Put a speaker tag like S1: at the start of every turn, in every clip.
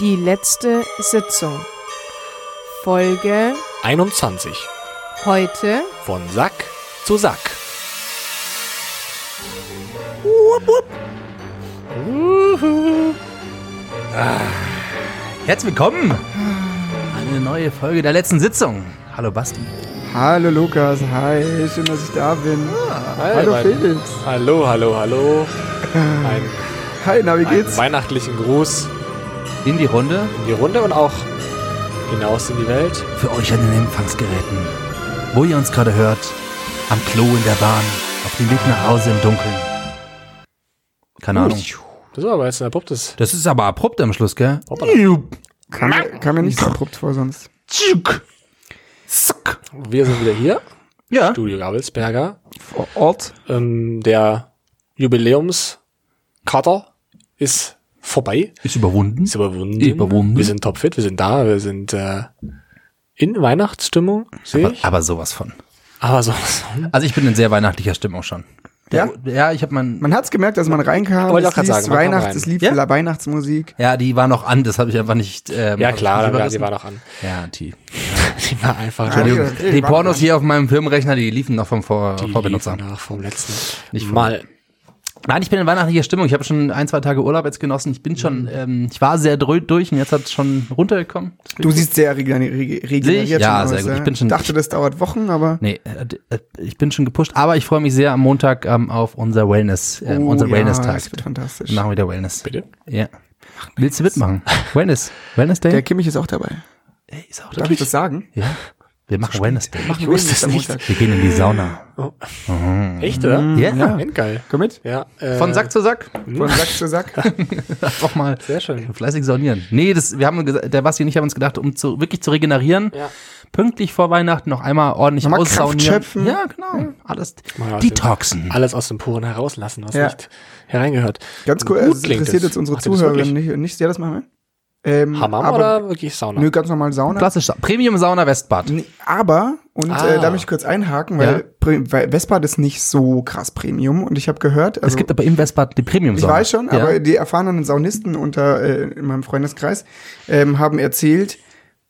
S1: Die letzte Sitzung. Folge
S2: 21.
S1: heute.
S2: Von Sack zu Sack.
S3: Herzlich willkommen! Eine neue Folge der letzten Sitzung. Hallo Basti.
S4: Hallo Lukas, hi, schön, dass ich da bin. hallo
S2: mein-
S4: Felix.
S2: Hallo, hallo, hallo. Ein,
S4: Hi, na, wie
S2: einen
S4: geht's?
S2: weihnachtlichen Gruß
S3: In die Runde
S2: in die Runde und auch hinaus in die Welt.
S3: für euch an den Empfangsgeräten. Wo ihr uns gerade hört, am Klo in der Bahn, auf dem Weg nach Hause im Dunkeln. Keine Ahnung.
S2: Das war aber jetzt ein abruptes.
S3: Das ist aber abrupt am Schluss, gell?
S2: Hoppala.
S4: Kam, mir- kam mir nicht so abrupt vor sonst.
S3: Zuck.
S2: Wir sind wieder hier,
S3: Ja.
S2: Studio Gabelsberger.
S4: Vor Ort.
S2: Ähm, der Jubiläumskater ist vorbei.
S3: Ist überwunden.
S2: Ist überwunden.
S3: Überwunden.
S2: Wir sind topfit, wir sind da, wir sind äh, in Weihnachtsstimmung, sehe
S3: Aber,
S2: ich.
S3: aber sowas von.
S2: Aber so.
S3: Also ich bin in sehr weihnachtlicher Stimmung schon. Der, ja? Ja, ich habe mein...
S4: Man hat's gemerkt, als man reinkam.
S2: Wollte
S4: es
S2: auch grad
S4: lief
S2: sagen, man kam rein.
S4: Weihnachts, es lief
S3: Ja?
S4: Weihnachtsmusik.
S3: Ja, die war noch an, das habe ich einfach nicht... Ähm,
S2: Ja
S3: hab ich
S2: klar,
S3: nicht
S2: dann- ja, die
S3: überrissen.
S2: war noch an.
S3: Ja, die...
S2: Die war einfach
S4: Nein,
S2: schon
S3: Entschuldigung,
S4: Okay,
S3: die
S4: warte
S3: Pornos
S4: mal.
S3: hier auf meinem Firmenrechner, die liefen noch vom Vor Vorbenutzer.
S2: nach vom letzten
S3: Nicht vor-
S2: Mal.
S3: Nein, ich bin in weihnachtlicher Stimmung. Ich habe schon ein, zwei Tage Urlaub jetzt genossen. Ich bin schon, ähm, ich war sehr dröd durch und jetzt hat es schon runtergekommen.
S4: Du siehst sehr regener- rege- regeneriert
S3: Sehe ich? Ja,
S4: schon
S3: sehr
S4: aus,
S3: gut.
S4: ja.
S3: Ich bin schon-
S4: dachte, das dauert Wochen, aber
S3: Nee, äh, d- äh, ich bin schon gepusht, aber ich freue mich sehr am Montag ähm, auf unser Wellness, äh,
S4: Oh,
S3: unseren
S4: ja,
S3: Wellness-Tag.
S4: das wird fantastisch.
S3: Machen wir wieder Wellness.
S2: Bitte?
S3: Ja. Willst du mitmachen? Wellness. Wellness Day?
S4: der Kimmich ist auch dabei.
S3: Ey, ist auch
S4: Darf ich das sagen?
S3: ja. Wir machen Wellness Day.
S2: Ich wusste es
S4: am
S2: nicht.
S4: Montag.
S3: Wir gehen in die Sauna.
S2: Echt, oder?
S3: Ja.
S2: Ja, endgeil.
S4: Mm. Komm mit.
S2: Ja, äh,
S3: Von Sack zu Sack.
S4: Von Sack zu Sack.
S3: Einfach mal.
S2: Sehr schön.
S3: Fleißig saunieren. Nee, das, wir haben gesagt, der Basti und ich haben uns gedacht, um zu, wirklich zu regenerieren,
S2: Ja.
S3: pünktlich vor Weihnachten noch einmal ordentlich
S4: Nochmal Kraft
S3: aussaunieren.
S4: schöpfen.
S3: Ja, genau. Alles
S2: Mal aus dem-
S3: detoxen.
S2: Alles aus den Poren herauslassen, was
S4: Ja.
S2: nicht hereingehört.
S4: Ganz cool,
S2: Gut
S4: also, es
S2: klingt
S4: interessiert
S2: es.
S4: jetzt unsere
S2: Macht ihr das
S4: Zuhörer
S2: wirklich?
S4: nicht, nicht sehr, das machen wir. Ähm,
S2: Hammam
S4: aber-
S2: oder wirklich Sauna?
S4: Nö, ganz normal Sauna.
S3: Klassisch Sa- Premium Sauna Westbad.
S4: Nee, aber, und
S2: Ah.
S4: äh, da möchte ich kurz einhaken, weil,
S3: Ja.
S4: Pre- weil Westbad ist nicht so krass Premium und ich habe gehört, also
S3: es gibt aber im Westbad die Premium
S4: ich
S3: Sauna.
S4: weiß schon,
S3: ja.
S4: aber die erfahrenen Saunisten unter äh, in meinem Freundeskreis ähm, haben erzählt,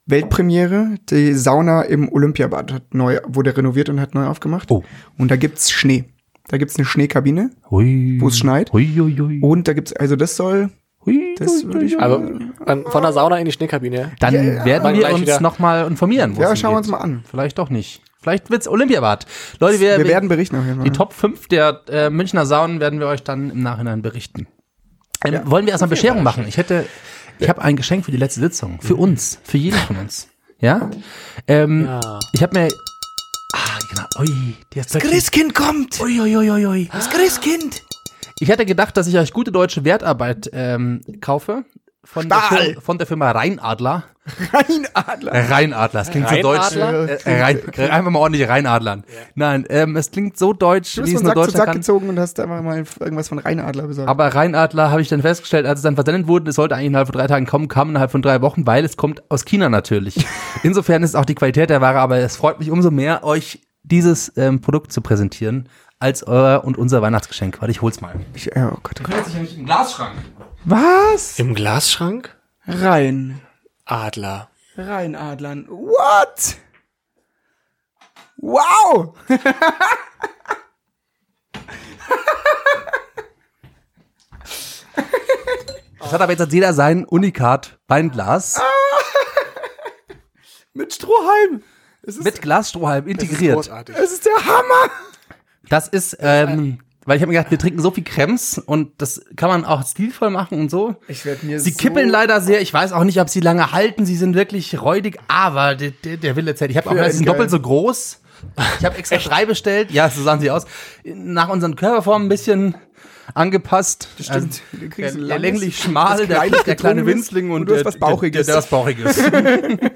S4: Weltpremiere, die Sauna im Olympiabad hat neu, wurde renoviert und hat neu aufgemacht.
S3: Oh.
S4: Und da gibt's Schnee. Da gibt's eine Schneekabine
S3: Hui.
S4: wo es schneit.
S3: Hui, hui, hui.
S4: und da gibt's also das soll,
S3: Hui,
S4: das
S3: hui,
S4: würde ich.
S3: hui.
S2: Aber ähm, von der Sauna in die Schneekabine.
S3: Dann werden
S2: dann
S3: wir
S2: gleich
S3: uns
S2: wieder-
S3: nochmal informieren. wo es
S4: ja,
S3: hingeht.
S4: schauen wir uns mal an.
S3: Vielleicht doch nicht. Vielleicht wird's Olympiabad. Leute, wir,
S4: Wir, werden berichten auf jeden Fall.
S3: Die Top 5 der äh, Münchner Saunen werden wir euch dann im Nachhinein berichten. Ähm, wollen wir erstmal Bescherung machen? Ich hätte, ich habe ein Geschenk für die letzte Sitzung. Für
S4: Mhm.
S3: uns. Für jeden von uns. Ja? Ähm,
S2: Ja.
S3: Ich habe mir. Ah, genau. Ui, die ist plötzlich-
S4: Christkind kommt.
S3: Ui, ui, ui, ui, ui.
S4: Das Christkind.
S3: Ich hätte gedacht, dass ich euch gute deutsche Wertarbeit ähm, kaufe. Von der,
S4: Stahl.
S3: Fir- von der Firma Rheinadler.
S4: Kein Adler.
S3: Äh, Rheinadler, das klingt so
S2: Rheinadler?
S3: deutsch. Äh, Rhein, einfach mal ordentlich Rheinadlern. Nein, ähm, es klingt so deutsch,
S4: Du
S3: wie
S4: bist
S3: es
S4: von
S3: nur
S4: Sack zu
S3: Deutscher
S4: Sack
S3: kann.
S4: gezogen und hast einfach mal irgendwas von Rheinadler besorgt.
S3: Aber Rheinadler habe ich dann festgestellt, als es dann versendet wurde, es sollte eigentlich innerhalb von drei Tagen kommen, kam innerhalb von drei Wochen, weil es kommt aus China natürlich. Insofern ist auch die Qualität der Ware, aber es freut mich umso mehr, euch dieses ähm, Produkt zu präsentieren als euer und unser Weihnachtsgeschenk. Warte, ich hol's mal.
S4: Ich, oh Gott, oh Gott.
S3: Plötzlich habe ich einen Glasschrank.
S4: Was?
S2: Im Glasschrank?
S4: Rein.
S2: Adler.
S4: Rheinadlern. What? Wow!
S3: Das hat aber jetzt jeder sein Unikat Weinglas
S4: Ah, Mit Strohhalm. Es ist,
S3: mit Glasstrohhalm integriert.
S2: Großartig.
S4: es ist der Hammer.
S3: Das ist, ähm, weil ich habe mir gedacht, wir trinken so viel Cremes und das kann man auch stilvoll machen und so.
S4: Ich werde mir
S3: Sie kippeln leider sehr. Ich weiß auch nicht, ob sie lange halten. Sie sind wirklich räudig, aber der, der, der Wille zählt. Ich habe auch
S4: Ja,
S3: sie sind
S4: geil.
S3: doppelt so groß. Ich habe extra drei bestellt. Ja, so sahen sie aus. Nach unseren Körperformen ein bisschen angepasst.
S4: Stimmt.
S3: Also,
S4: Du
S3: der,
S4: kriegst ein
S3: der
S4: langes,
S3: länglich schmal,
S4: das
S3: der,
S4: Kleine,
S3: der kleine
S4: Gedrungenes
S3: Winzling
S4: und
S3: und,
S4: du hast
S3: der-
S4: was Bauchiges.
S3: Der, der, der was Bauchiges.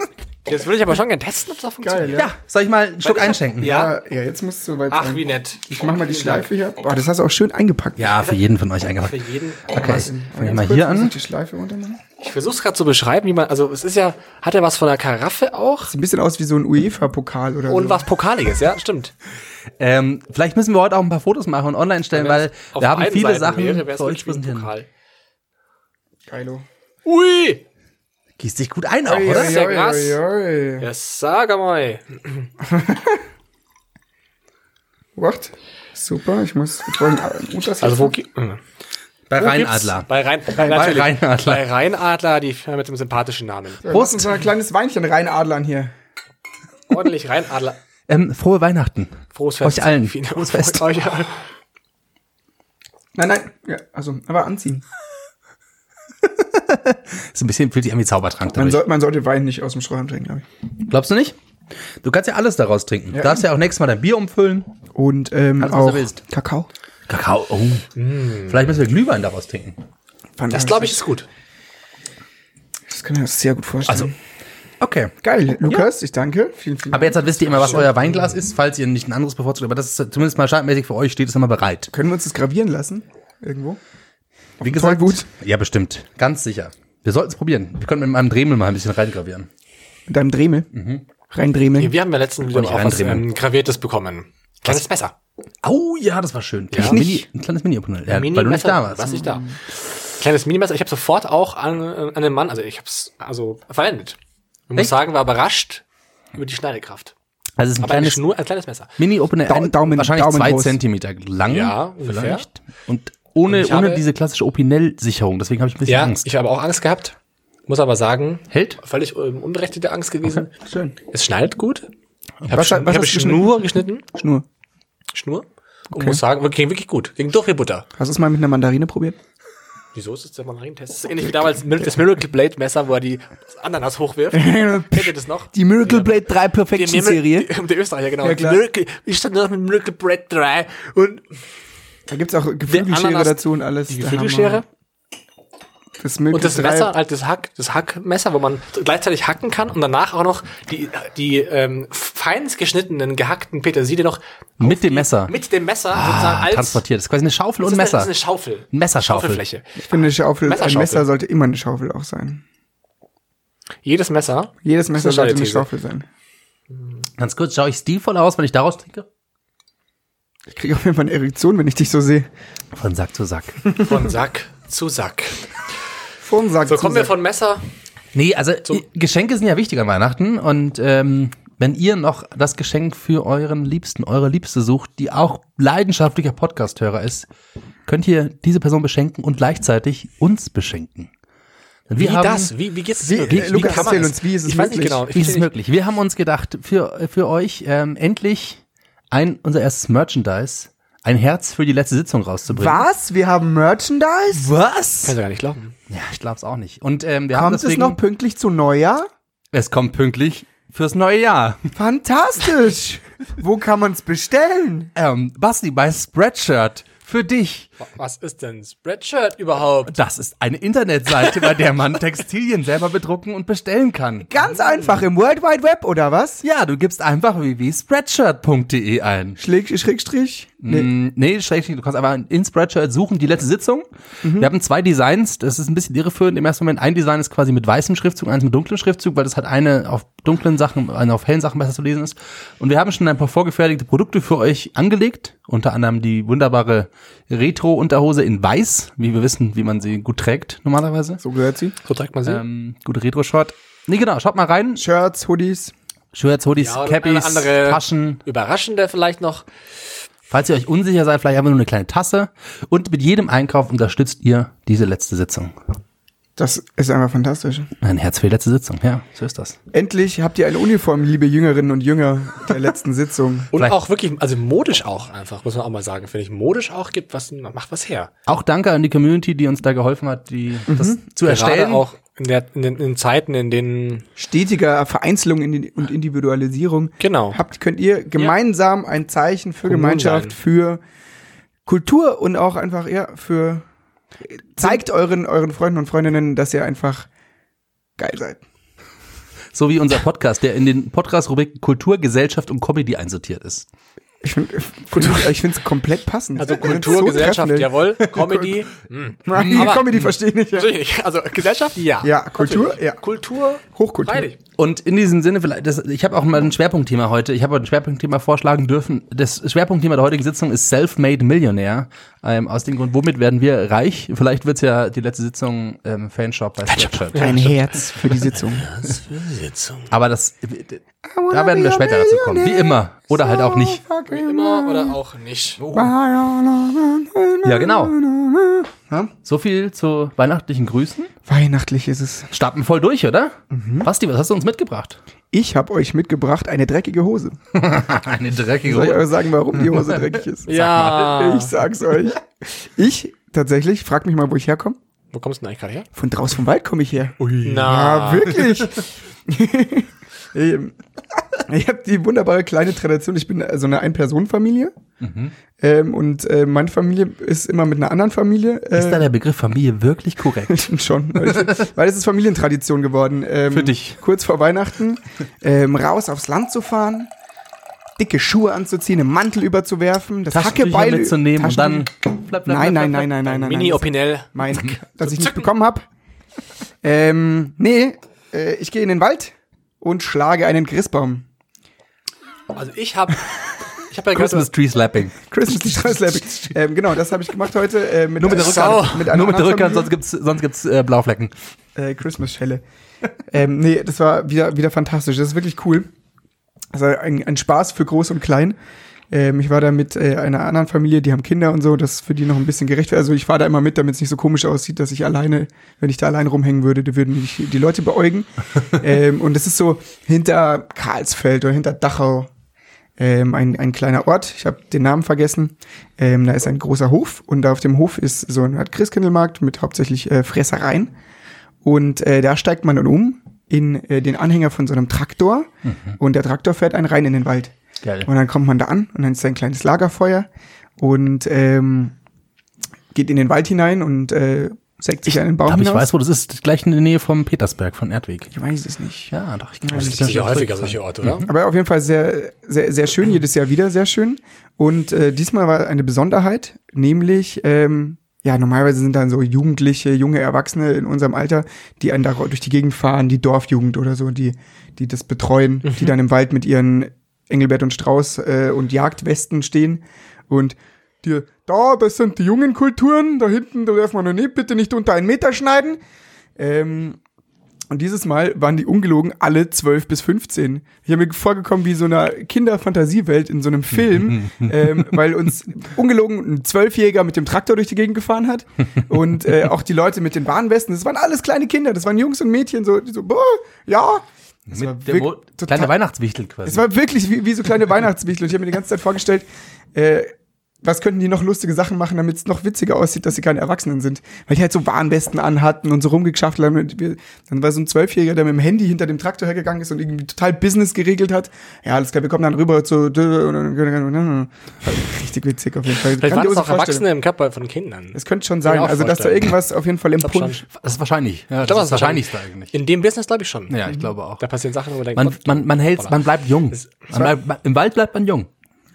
S2: Jetzt würde ich aber schon gerne testen, ob das funktioniert.
S4: Geil, ja.
S3: ja, soll ich mal einen Schluck einschenken?
S4: ja. ja, jetzt musst du weit
S2: Ach,
S4: sein.
S2: wie nett.
S4: Ich mach mal die Schleife hier. Boah, das hast du auch schön eingepackt.
S3: Ja, für jeden von euch
S2: Für
S3: eingepackt.
S2: jeden.
S3: Okay, fangen wir mal
S4: Kurz,
S3: hier
S4: muss
S3: an.
S4: ich Die Schleife runtermachen.
S2: Ich versuch's gerade zu beschreiben, wie man, also es ist ja, hat er was von der Karaffe auch?
S4: Sieht ein bisschen aus wie so ein UEFA-Pokal oder
S2: Und
S4: so.
S2: was Pokaliges, ja, stimmt.
S3: Ähm, vielleicht müssen wir heute auch ein paar Fotos machen und online stellen, weil
S2: Auf
S3: wir haben
S2: beiden
S3: viele
S2: Seiten
S3: Sachen
S2: wäre, wär's
S3: für euch
S2: wirklich wie ein
S3: präsentieren.
S2: Pokal.
S4: Geilo.
S2: Ui!
S3: Gießt dich gut
S4: Oh
S3: ein auch,
S2: ja,
S3: oder?
S2: Oh, ja. sehr krass.
S4: oi, oi.
S2: Yes, sag mal.
S4: What? Super, ich muss vorhin gut das
S2: Also wo, gi- äh,
S3: Bei
S2: wo
S3: Rheinadler.
S2: gibt's- Bei, Rhein, bei, natürlich,
S3: Rheinadler.
S2: Bei Rheinadler, die Firma mit dem sympathischen Namen.
S4: Prost. Lass uns ein kleines Weinchen reinadlern hier.
S2: Ordentlich Rheinadler.
S3: Ähm, frohe Weihnachten.
S2: Frohes Fest.
S3: Euch allen.
S2: Vielen-
S3: Frohes Fest.
S2: Euch allen.
S4: Nein, nein, ja, also, aber anziehen.
S3: Ist ein bisschen, fühlt sich an wie Zaubertrank
S4: Man,
S3: dadurch.
S4: soll, man sollte Wein nicht aus dem Strohhalm trinken, glaube ich.
S3: Glaubst du nicht? Du kannst ja alles daraus trinken. Du darfst ja auch nächstes Mal dein Bier umfüllen.
S4: Und ähm,
S3: Alles, was du
S4: auch
S3: willst.
S4: Kakao.
S3: Kakao. Oh. Vielleicht müssen wir Glühwein daraus trinken.
S2: Das glaube ich ist gut.
S4: Das kann ich mir sehr gut vorstellen.
S3: Also, okay.
S4: Geil, Lukas, ich danke. Vielen, vielen
S3: Aber jetzt halt wisst ihr immer, was euer Weinglas ist, falls ihr nicht ein anderes bevorzugt. Aber das ist zumindest mal standmäßig für euch, steht es immer bereit.
S4: Können wir uns das gravieren lassen? Irgendwo?
S3: Wie
S4: gesagt-
S3: Ja, bestimmt. Ganz sicher. Wir sollten es probieren. Wir können mit meinem Dremel mal ein bisschen reingravieren.
S4: Mit deinem Dremel?
S2: Mhm.
S4: Rein Dremel.
S2: Wir haben ja letztens wieder
S3: Wollte ich
S2: auch was
S3: reindrehen.
S2: ähm, Graviertes bekommen. Kleines Messer.
S3: Oh ja, das war schön.
S2: Ja.
S3: Mini, ein kleines Mini-Opinel. Ja, weil du nicht da warst.
S2: Was nicht da. Kleines Minimesser. Ich habe sofort auch an, an den Mann, also ich habe es also verwendet. Ich muss
S3: Echt?
S2: sagen, war überrascht über die Schneidekraft.
S3: Also es ist ein
S2: Aber eine
S3: kleines
S2: Schnur, ein kleines Messer.
S3: Mini-Opener,
S4: Da-
S3: ein-
S4: Daumen-
S3: wahrscheinlich
S4: Daumen
S3: zwei
S4: groß.
S3: Zentimeter lang,
S2: Ja, ungefähr.
S3: vielleicht. Und ohne,
S2: Und ich
S3: ohne
S2: habe-
S3: diese klassische Opinel-Sicherung, deswegen habe ich ein bisschen
S2: Ja,
S3: Angst.
S2: ich habe auch Angst gehabt. Muss aber sagen,
S3: Hält?
S2: völlig ähm, unberechtigte Angst gewesen.
S4: Schön.
S2: Es schneidet gut. Ich habe
S4: Was-
S2: Schn-
S4: was
S2: ich habe
S4: hast du
S2: Schnur geschnitten.
S4: Schnur.
S2: Schnur. Und muss sagen, wir ging wirklich gut. Ging durch wie Butter.
S4: Hast du es mal mit einer Mandarine probiert?
S2: Wieso ist es der Mandarintest? Das ist ähnlich wie damals Mil- das Miracle Blade Messer, wo er die das Ananas hochwirft. Kennt ihr das noch?
S4: Die Miracle
S2: Ja.
S4: Blade 3
S2: Die
S4: Perfection
S2: Mimel-
S4: Serie.
S2: die- Der Österreicher, genau.
S4: Ja,
S2: Die
S4: klar.
S2: Miracle, ich stand nur noch mit Miracle Blade 3 und
S4: Da gibt's auch Geflügelschere
S2: Ananas-
S4: dazu und alles.
S2: die
S4: Der
S2: Geflügelschere.
S4: Hammer. Das Miracle
S2: Und das
S4: 3.
S2: Messer, halt das Hack, das Hackmesser, wo man gleichzeitig hacken kann und danach auch noch die, die ähm, feinst geschnittenen, gehackten Petersilie noch
S3: Mit dem Messer.
S2: mit dem Messer sozusagen
S3: ah,
S2: als
S3: transportiert. Das ist quasi eine Schaufel und
S2: das
S3: ein
S2: ist
S3: Messer.
S2: Eine, das ist eine Schaufel.
S3: Ein Messerschaufel.
S2: Schaufelfläche.
S4: Ich finde, eine Schaufel, ein
S2: Messerschaufel.
S4: Messer sollte immer eine Schaufel auch sein.
S2: Jedes Messer.
S4: Jedes Messer
S2: eine
S4: sollte eine
S2: These.
S4: Schaufel sein.
S3: Ganz kurz, schaue ich stilvoll aus, wenn ich daraus trinke?
S4: Ich kriege auf jeden Fall eine Erektion, wenn ich dich so sehe.
S3: Von Sack zu Sack.
S2: Von Sack zu Sack.
S4: Vom Sack
S2: So
S4: zu
S2: kommen wir
S4: Sack.
S2: von Messer.
S3: nee, also i- Geschenke sind ja wichtig an Weihnachten und ähm, wenn ihr noch das Geschenk für euren Liebsten, eure Liebste sucht, die auch leidenschaftlicher Podcast-Hörer ist, könnt ihr diese Person beschenken und gleichzeitig uns beschenken. Denn wir
S2: Wie
S3: haben-
S2: das? Wie, wie geht's das
S4: Wie-
S2: möglich?
S4: äh, Lukas, erzähl uns, wie ist es
S2: Ich weiß nicht
S4: möglich?
S2: genau.
S3: Wie
S2: Ich
S3: ist es möglich? Wir haben uns gedacht, für, für euch ähm, endlich ein, unser erstes Merchandise, ein Herz für die letzte Sitzung rauszubringen.
S4: Was? Wir haben Merchandise?
S3: Was?
S2: kann es gar nicht glauben.
S3: Ja, ich glaub's auch nicht. Und ähm, wir haben
S4: Kommt
S3: deswegen,
S4: es noch pünktlich zu Neujahr?
S3: Es kommt pünktlich fürs neue Jahr.
S4: Fantastisch! Wo kann man es bestellen?
S3: Ähm, Basti bei Spreadshirt für dich.
S2: Was ist denn Spreadshirt überhaupt?
S3: Das ist eine Internetseite, bei der man Textilien selber bedrucken und bestellen kann.
S4: Ganz einfach im World Wide Web, oder was?
S3: Ja, du gibst einfach www.spreadshirt.de ein.
S4: Schläg, Schrägstrich? Nee.
S3: Mm, Nee, schlecht. Du kannst einfach in Spreadshirt suchen, die letzte Sitzung.
S2: Mhm.
S3: Wir haben zwei Designs, das ist ein bisschen irreführend im ersten Moment. Ein Design ist quasi mit weißem Schriftzug, eins mit dunklem Schriftzug, weil das halt eine auf dunklen Sachen, eine auf hellen Sachen besser zu lesen ist. Und wir haben schon ein paar vorgefertigte Produkte für euch angelegt, unter anderem die wunderbare Retro-Unterhose in weiß, wie wir wissen, wie man sie gut trägt normalerweise.
S4: So gehört sie.
S2: So trägt man sie.
S3: Ähm, gute Retro-Short. Nee, genau, schaut mal rein.
S4: Shirts, Hoodies.
S3: Shirts, Hoodies,
S2: Ja, oder
S3: Cappies,
S2: eine andere-
S3: Taschen.
S2: Überraschender vielleicht noch.
S3: Falls ihr euch unsicher seid, vielleicht einfach nur eine kleine Tasse. Und mit jedem Einkauf unterstützt ihr diese letzte Sitzung.
S4: Das ist einfach fantastisch.
S3: Ein Herz für die letzte Sitzung, ja, so ist das.
S4: Endlich habt ihr eine Uniform, liebe Jüngerinnen und Jünger der letzten Sitzung.
S2: Und
S3: Vielleicht-
S2: auch wirklich, also modisch auch einfach, muss man auch mal sagen, finde ich. Modisch auch gibt was, macht was her.
S3: Auch danke an die Community, die uns da geholfen hat, die, das zu
S2: Mhm. Gerade
S3: erstellen.
S2: auch in, der, in, den, in Zeiten, in denen,
S4: Stetiger Vereinzelung in- und Individualisierung.
S2: genau.
S4: Habt, könnt ihr gemeinsam ein Zeichen für
S2: Kommun
S4: Gemeinschaft,
S2: sein.
S4: für Kultur und auch einfach, ja, für, zeigt euren, euren Freunden und Freundinnen, dass ihr einfach geil seid.
S3: So wie unser Podcast, der in den Podcast-Rubriken Kultur, Gesellschaft und Comedy einsortiert ist.
S4: Ich finde es ich find's komplett passend.
S2: Also
S4: Ich find's
S2: Kultur,
S4: so
S2: Gesellschaft,
S4: treffend.
S2: jawohl. Comedy.
S4: Nein,
S2: Aber-
S4: Comedy verstehe ich nicht. Ja.
S2: Natürlich nicht. Also Gesellschaft, ja.
S4: Ja, Kultur, ja.
S2: Kultur,
S4: Hochkultur.
S2: freilich.
S3: Und in diesem Sinne, vielleicht, das, ich habe auch mal ein Schwerpunktthema heute. Ich habe ein Schwerpunktthema vorschlagen dürfen. Das Schwerpunktthema der heutigen Sitzung ist Self-Made Millionaire. Ähm, aus dem Grund, womit werden wir reich? Vielleicht wird's ja die letzte Sitzung ähm, Fanshop bei Spreadshirt.
S4: Ein Herz für die Sitzung.
S2: Sitzung.
S3: Aber das, äh, da werden wir später dazu kommen. Wie immer. Oder halt auch nicht.
S2: Wie immer oder auch nicht.
S4: Oh,
S3: Ja, genau. So viel zu weihnachtlichen Grüßen.
S4: Weihnachtlich ist es.
S3: Starten voll durch, oder?
S4: Mhm.
S3: Basti, was hast du uns mitgebracht?
S4: Ich habe euch mitgebracht eine dreckige Hose.
S3: Eine dreckige
S4: Soll ich euch sagen, warum die Hose dreckig ist?
S2: Ja.
S4: Ich sag's euch. Ich tatsächlich, frag mich mal, wo ich herkomme.
S2: Wo kommst du denn eigentlich gerade her?
S4: Von draußen vom Wald komme ich her.
S2: Na,
S4: Ah, wirklich? Ähm, ich habe die wunderbare kleine Tradition, ich bin so eine Ein-Personen-Familie.
S3: Mhm.
S4: Ähm, und äh, meine Familie ist immer mit einer anderen Familie.
S3: Ist da
S4: Äh,
S3: der Begriff Familie wirklich korrekt?
S4: schon. Weil es- weil es ist Familientradition geworden. Ähm,
S3: Für dich.
S4: Kurz vor Weihnachten ähm, raus aufs Land zu fahren, dicke Schuhe anzuziehen, einen Mantel überzuwerfen, das
S3: Taschentücher
S4: Hackebeil
S3: mitzunehmen und dann.
S4: Taschen- Nein, nein, nein, nein, nein, nein.
S2: Mini
S4: nein,
S2: Opinel.
S4: mein, dass ich nicht bekommen habe. Ähm, nee, äh, ich gehe in den Wald und schlage einen Christbaum.
S2: Also ich habe ich habe ja gehört,
S3: Christmas Tree Slapping.
S4: Christmas Tree Slapping. ähm, genau, das habe ich gemacht heute. Äh, mit
S3: Nur mit der
S4: Sau.
S3: Rückhand,
S4: einer
S3: nur mit der
S4: anderen
S3: Rückhand, sonst
S4: Familie.
S3: gibt's, sonst gibt's äh, Blauflecken.
S4: Äh, Christmas-Schelle. ähm, nee, das war wieder, wieder fantastisch. Das ist wirklich cool. Das war ein, ein Spaß für groß und klein. Ähm, ich war da mit äh, einer anderen Familie, die haben Kinder und so, das für die noch ein bisschen gerecht wäre. Also ich war da immer mit, damit es nicht so komisch aussieht, dass ich alleine, wenn ich da allein rumhängen würde, die würden mich die Leute beäugen. ähm, und es ist so hinter Karlsfeld oder hinter Dachau ähm, ein, ein kleiner Ort, ich habe den Namen vergessen. Ähm, da ist ein großer Hof und da auf dem Hof ist so ein Art Christkindlmarkt mit hauptsächlich äh, Fressereien. Und äh, da steigt man dann um in äh, den Anhänger von so einem Traktor
S3: Mhm.
S4: und der Traktor fährt einen rein in den Wald.
S3: Geil.
S4: Und dann kommt man da an und dann ist da ein kleines Lagerfeuer und ähm, geht in den Wald hinein und äh, sägt sich einen Baum
S3: Aber ich
S4: hinaus.
S3: weiß, wo das ist. Gleich in der Nähe vom Petersberg, von Erdweg.
S4: ich weiß es nicht.
S3: Ja, doch. Ich
S4: Das
S2: das ist ja häufiger solche Orte, oder?
S4: Aber auf jeden Fall sehr, sehr, sehr schön, jedes Jahr wieder sehr schön. Und äh, diesmal war eine Besonderheit, nämlich, ähm, ja, normalerweise sind dann so Jugendliche, junge Erwachsene in unserem Alter, die einen da durch die Gegend fahren, die Dorfjugend oder so, die, die das betreuen, die dann im Wald mit ihren Engelbert und Strauß äh, und Jagdwesten stehen und dir, da, das sind die jungen Kulturen, da hinten, da darf man noch nicht, bitte nicht unter einen Meter schneiden. Ähm, und dieses Mal waren die ungelogen alle 12 bis 15. Ich habe mir vorgekommen wie so einer Kinderfantasiewelt in so einem Film, ähm, weil uns ungelogen ein Zwölfjähriger mit dem Traktor durch die Gegend gefahren hat und äh, auch die Leute mit den Warnwesten. Das waren alles kleine Kinder, das waren Jungs und Mädchen, so, die so, boah, ja. Das war
S3: Mit der
S4: wirk-
S3: Mo-
S4: total-
S3: kleine Weihnachtswichtel
S4: es
S3: quasi.
S4: war wirklich wie, wie so kleine Weihnachtswichtel. Und ich habe mir die ganze Zeit vorgestellt, äh, was könnten die noch lustige Sachen machen, damit es noch witziger aussieht, dass sie keine Erwachsenen sind. Weil die halt so Warnwesten anhatten und so rumgeschafft haben. Und wir, dann war so ein Zwölfjähriger, der mit dem Handy hinter dem Traktor hergegangen ist und irgendwie total Business geregelt hat. Ja, alles klar, wir kommen dann rüber zu... Richtig witzig auf jeden Fall.
S2: Vielleicht waren das
S4: Grandiose
S2: auch Erwachsene
S4: Vorstellung.
S2: im Körper von Kindern.
S4: Es könnte schon sein,
S2: Kann ich mir auch
S4: also dass da
S2: vorstellen.
S4: irgendwas auf jeden Fall im
S2: glaub
S4: Punsch...
S3: Das ist wahrscheinlich. Ja,
S2: glaub,
S3: das ist das
S2: wahrscheinlich.
S3: Wahrscheinlichste eigentlich.
S2: In dem Business glaube ich schon.
S3: Ja, ich glaube auch.
S2: Da passieren Sachen, wo man denkt,
S3: Man,
S2: Gott,
S3: man, man hält,
S2: Voila.
S3: man bleibt jung. Man bleibt, man, Im Wald bleibt man jung.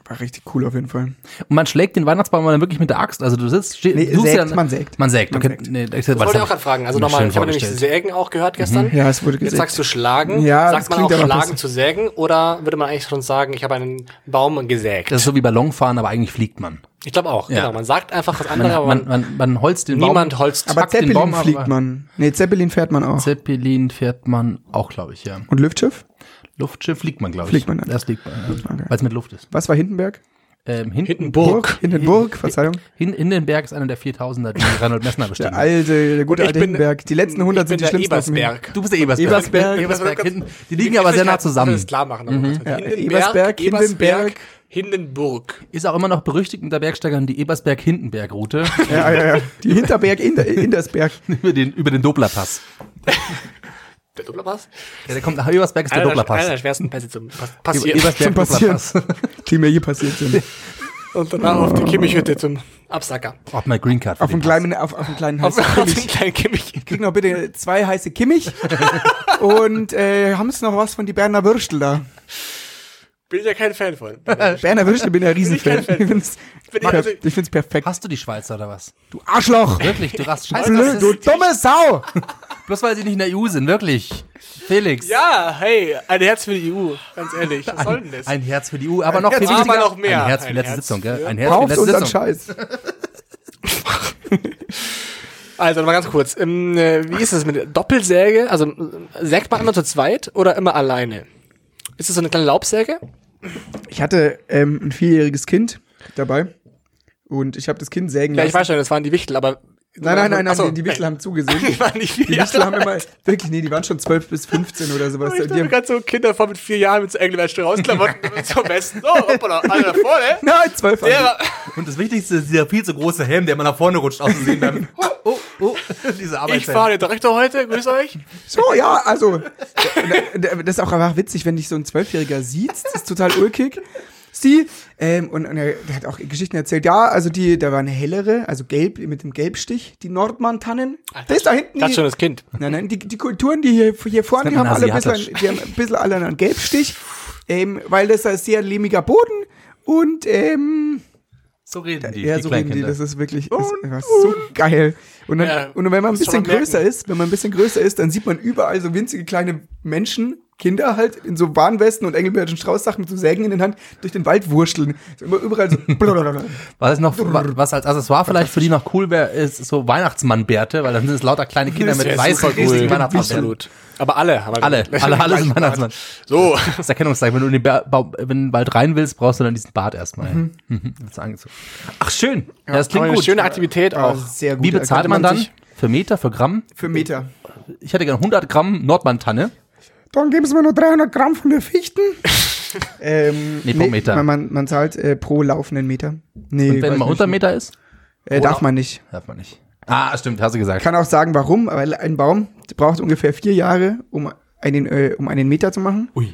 S4: War richtig cool auf jeden Fall.
S3: Und man schlägt den Weihnachtsbaum dann wirklich mit der Axt. Also du sitzt, stehst,
S4: Nee,
S3: suchst
S4: sägt,
S3: dir dann,
S4: man sägt.
S3: Man sägt. Okay. Nee, das
S2: Das wollte ich auch gerade fragen. Also nochmal, ich habe nämlich Sägen auch gehört gestern.
S4: Ja, es wurde
S2: Jetzt
S4: gesägt.
S2: sagst du Schlagen.
S4: Ja,
S2: Sagt
S4: das
S2: man auch
S4: klingt aber
S2: Schlagen
S4: besser.
S2: zu sägen oder würde man eigentlich schon sagen, ich habe einen Baum gesägt?
S3: Das ist so wie Ballonfahren, aber eigentlich fliegt man.
S2: ich glaube auch, genau. Man sagt einfach was anderes, aber
S3: Man,
S2: man,
S3: man, man holzt den
S2: niemand
S3: Baum.
S2: holzt.
S4: Aber
S3: packt den
S4: Zeppelin
S3: Baum, aber-
S4: fliegt man. Nee, Zeppelin fährt man auch.
S3: Zeppelin fährt man auch, glaube ich, ja.
S4: Und Luftschiff?
S3: Luftschiff fliegt man, glaube ich.
S4: Fliegt man dann.
S3: Das fliegt man, ja. weil es mit Luft ist.
S4: Was war Hindenberg?
S3: Ähm, hinten,
S2: Hindenburg.
S4: Hindenburg, Verzeihung.
S3: hin, Hindenberg ist einer der 4000er, die Reinhold Messner
S4: Der
S3: bestimmt. hat.
S4: alte, der gute
S2: Ich
S4: alte
S2: bin-
S4: Hindenberg. Die letzten 100
S2: ich bin
S4: sind die
S2: der
S4: schlimmsten. auf dem Hin-
S2: Ebersberg.
S3: Du bist der Ebersberg.
S4: Ebersberg.
S3: Ebersberg. Hinten. Die liegen aber sehr nah zusammen.
S2: Das klar machen. aber ganz kurz.
S4: Ja, Ebersberg, Hindenberg.
S2: Hindenburg.
S3: Ist auch immer noch berüchtigt unter Bergsteigern die Ebersberg-Hindenberg-Route
S4: Ja, ja, ja. Die Hinterberg, Inder, Indersberg.
S3: über den, über den Doblerpass.
S2: Der Dopplerpass?
S3: Ja, der kommt nach Ebersberg, ist der
S2: Einer der, einer der
S3: Doblerpass.
S2: schwersten Pässe zum Pass
S3: Eber-
S2: passieren.
S3: Ebersberg,
S4: Zum Passieren.
S3: Doblerpass.
S4: Die mir je passiert sind.
S2: Und danach auf die Kimmichhütte zum Absacker.
S3: Ob mal Green Card. für
S4: Auf
S3: den
S4: dem
S3: Pass.
S4: kleinen, auf, auf dem kleinen
S2: Auf,
S4: heißen
S2: auf genau,
S4: Kimmich.
S2: den kleinen Kimmich.
S4: Krieg noch bitte zwei heiße Kimmich. Und, äh, haben Sie noch was von die Berner Würstel da?
S2: Bin ich ja kein Fan von.
S4: Berner Würstel bin ja ein Riesenfan. Ich
S2: Bin ich kein Fan.
S4: find's,
S2: Bin ich- also-
S4: ich find's perfekt.
S3: Hast du die Schweizer oder was?
S4: Du Arschloch!
S3: Wirklich, du rast scheiße.
S4: Blöd, du dumme Sau!
S3: Bloß weil sie nicht in der EU sind, wirklich. Felix.
S2: Ja, hey, ein Herz für die EU, ganz ehrlich. Was soll denn das?
S3: Ein Herz für die EU, aber noch
S4: Herz
S3: viel
S4: für die
S3: wichtiger.
S2: Aber noch mehr.
S3: Ein Herz für die
S2: Ein
S3: letzte
S2: Herz
S3: Sitzung, gell?
S2: für-
S3: Ein Herz für die
S4: Kauft
S3: letzte
S4: unseren
S3: Sitzung.
S4: Scheiß.
S2: Also mal ganz kurz. Ähm, äh, wie ist es mit der Doppelsäge? Also äh, sägt man immer zu zweit oder immer alleine? Ist es so eine kleine Laubsäge?
S4: Ich hatte ähm, ein vierjähriges Kind dabei und ich habe das Kind sägen
S2: Ja,
S4: lassen.
S2: ich weiß schon, das waren die Wichtel, aber
S4: Nein, nein, nein, nein,
S2: Achso,
S4: die, die Wichtel haben zugesehen.
S2: Die waren nicht vier
S4: Die Wichtel
S2: Jahre
S4: haben immer, wirklich, nee, die waren schon 12 bis 15 oder sowas.
S2: Ich
S4: Die
S2: dachte
S4: haben,
S2: gerade so Kinder vor mit vier Jahren mit so Engelbert Strauß-Klamotten zum Besten. Oh, hoppala, einer da vorne.
S4: nein, 12
S2: Der war,
S3: Und das Wichtigste ist dieser viel zu große Helm, der immer nach vorne rutscht aus dem Leben. Dann, oh, oh, oh, diese
S2: ich
S3: Arbeitshelm.
S2: fahre den Direktor heute, grüß euch.
S4: So, ja, also. d- d- Das ist auch einfach witzig, wenn dich so ein Zwölfjähriger sieht. Das ist total ulkig. Sie, ähm, und, und er der hat auch Geschichten erzählt. Ja, also die, da war eine hellere, also gelb, mit dem Gelbstich, die Nordmann-Tannen. Das ist da hinten.
S2: Das
S4: die-
S2: ist schon das Kind.
S4: Nein, nein, die, die Kulturen, die hier, hier vorne, die
S3: nennt
S4: haben,
S3: man
S4: alle ein bisschen,
S3: asiatisch.
S4: die haben ein bisschen alle einen Gelbstich, ähm, weil das ist sehr lehmiger Boden und ähm,
S3: So reden die,
S4: ja,
S3: die
S4: so reden die,
S3: Kleinkinder.
S4: das ist wirklich das ist einfach so geil. Und, dann,
S2: Ja,
S4: und wenn man ein
S2: muss
S4: bisschen
S2: man merken.
S4: größer ist, wenn man ein bisschen größer ist, dann sieht man überall so winzige kleine Menschen, Kinder halt, in so Warnwesten und Engelbert und Strauß-Sachen mit so Sägen in den Hand durch den Wald wurschteln. So immer überall so blablabla.
S3: Was, noch, was als Accessoire vielleicht für die noch cool wäre, ist so Weihnachtsmannbärte, weil dann sind es lauter kleine Kinder mit
S2: Ja,
S3: weißen
S2: super cool.
S3: Weihnachtsmannbärten.
S2: Absolut. Aber alle haben wir
S3: Alle,
S2: gesagt.
S3: alle, alle sind
S2: Gleich-
S3: Weihnachtsmann.
S2: So.
S3: Das ist Erkennungszeichen. Wenn du in den, Bär, Baum- wenn du in den Wald rein willst, brauchst du dann diesen Bart erstmal. Mhm. Wird's angezogen. Ach, schön. Ja, das
S2: Aber
S3: klingt
S2: eine
S3: gut.
S2: schöne Aktivität auch.
S4: sehr
S3: Wie bezahlt
S4: erkannte
S3: man dann?
S4: sich
S3: Für Meter, für Gramm?
S4: Für Meter.
S3: Ich hätte gerne 100 Gramm Nordmann-Tanne.
S4: Dann geben Sie mir nur 300 Gramm von der Fichten. ähm,
S3: Nee, pro Meter.
S4: Man, man, man zahlt äh, pro laufenden Meter. Nee,
S3: Und
S4: weiß
S3: wenn man
S4: nicht.
S3: unter Meter ist?
S4: äh, darf man nicht.
S3: Darf man nicht. Ah, stimmt, hast du gesagt.
S4: Kann auch sagen, warum, weil ein Baum braucht ungefähr vier Jahre, um einen, äh, um einen Meter zu machen.
S3: Ui.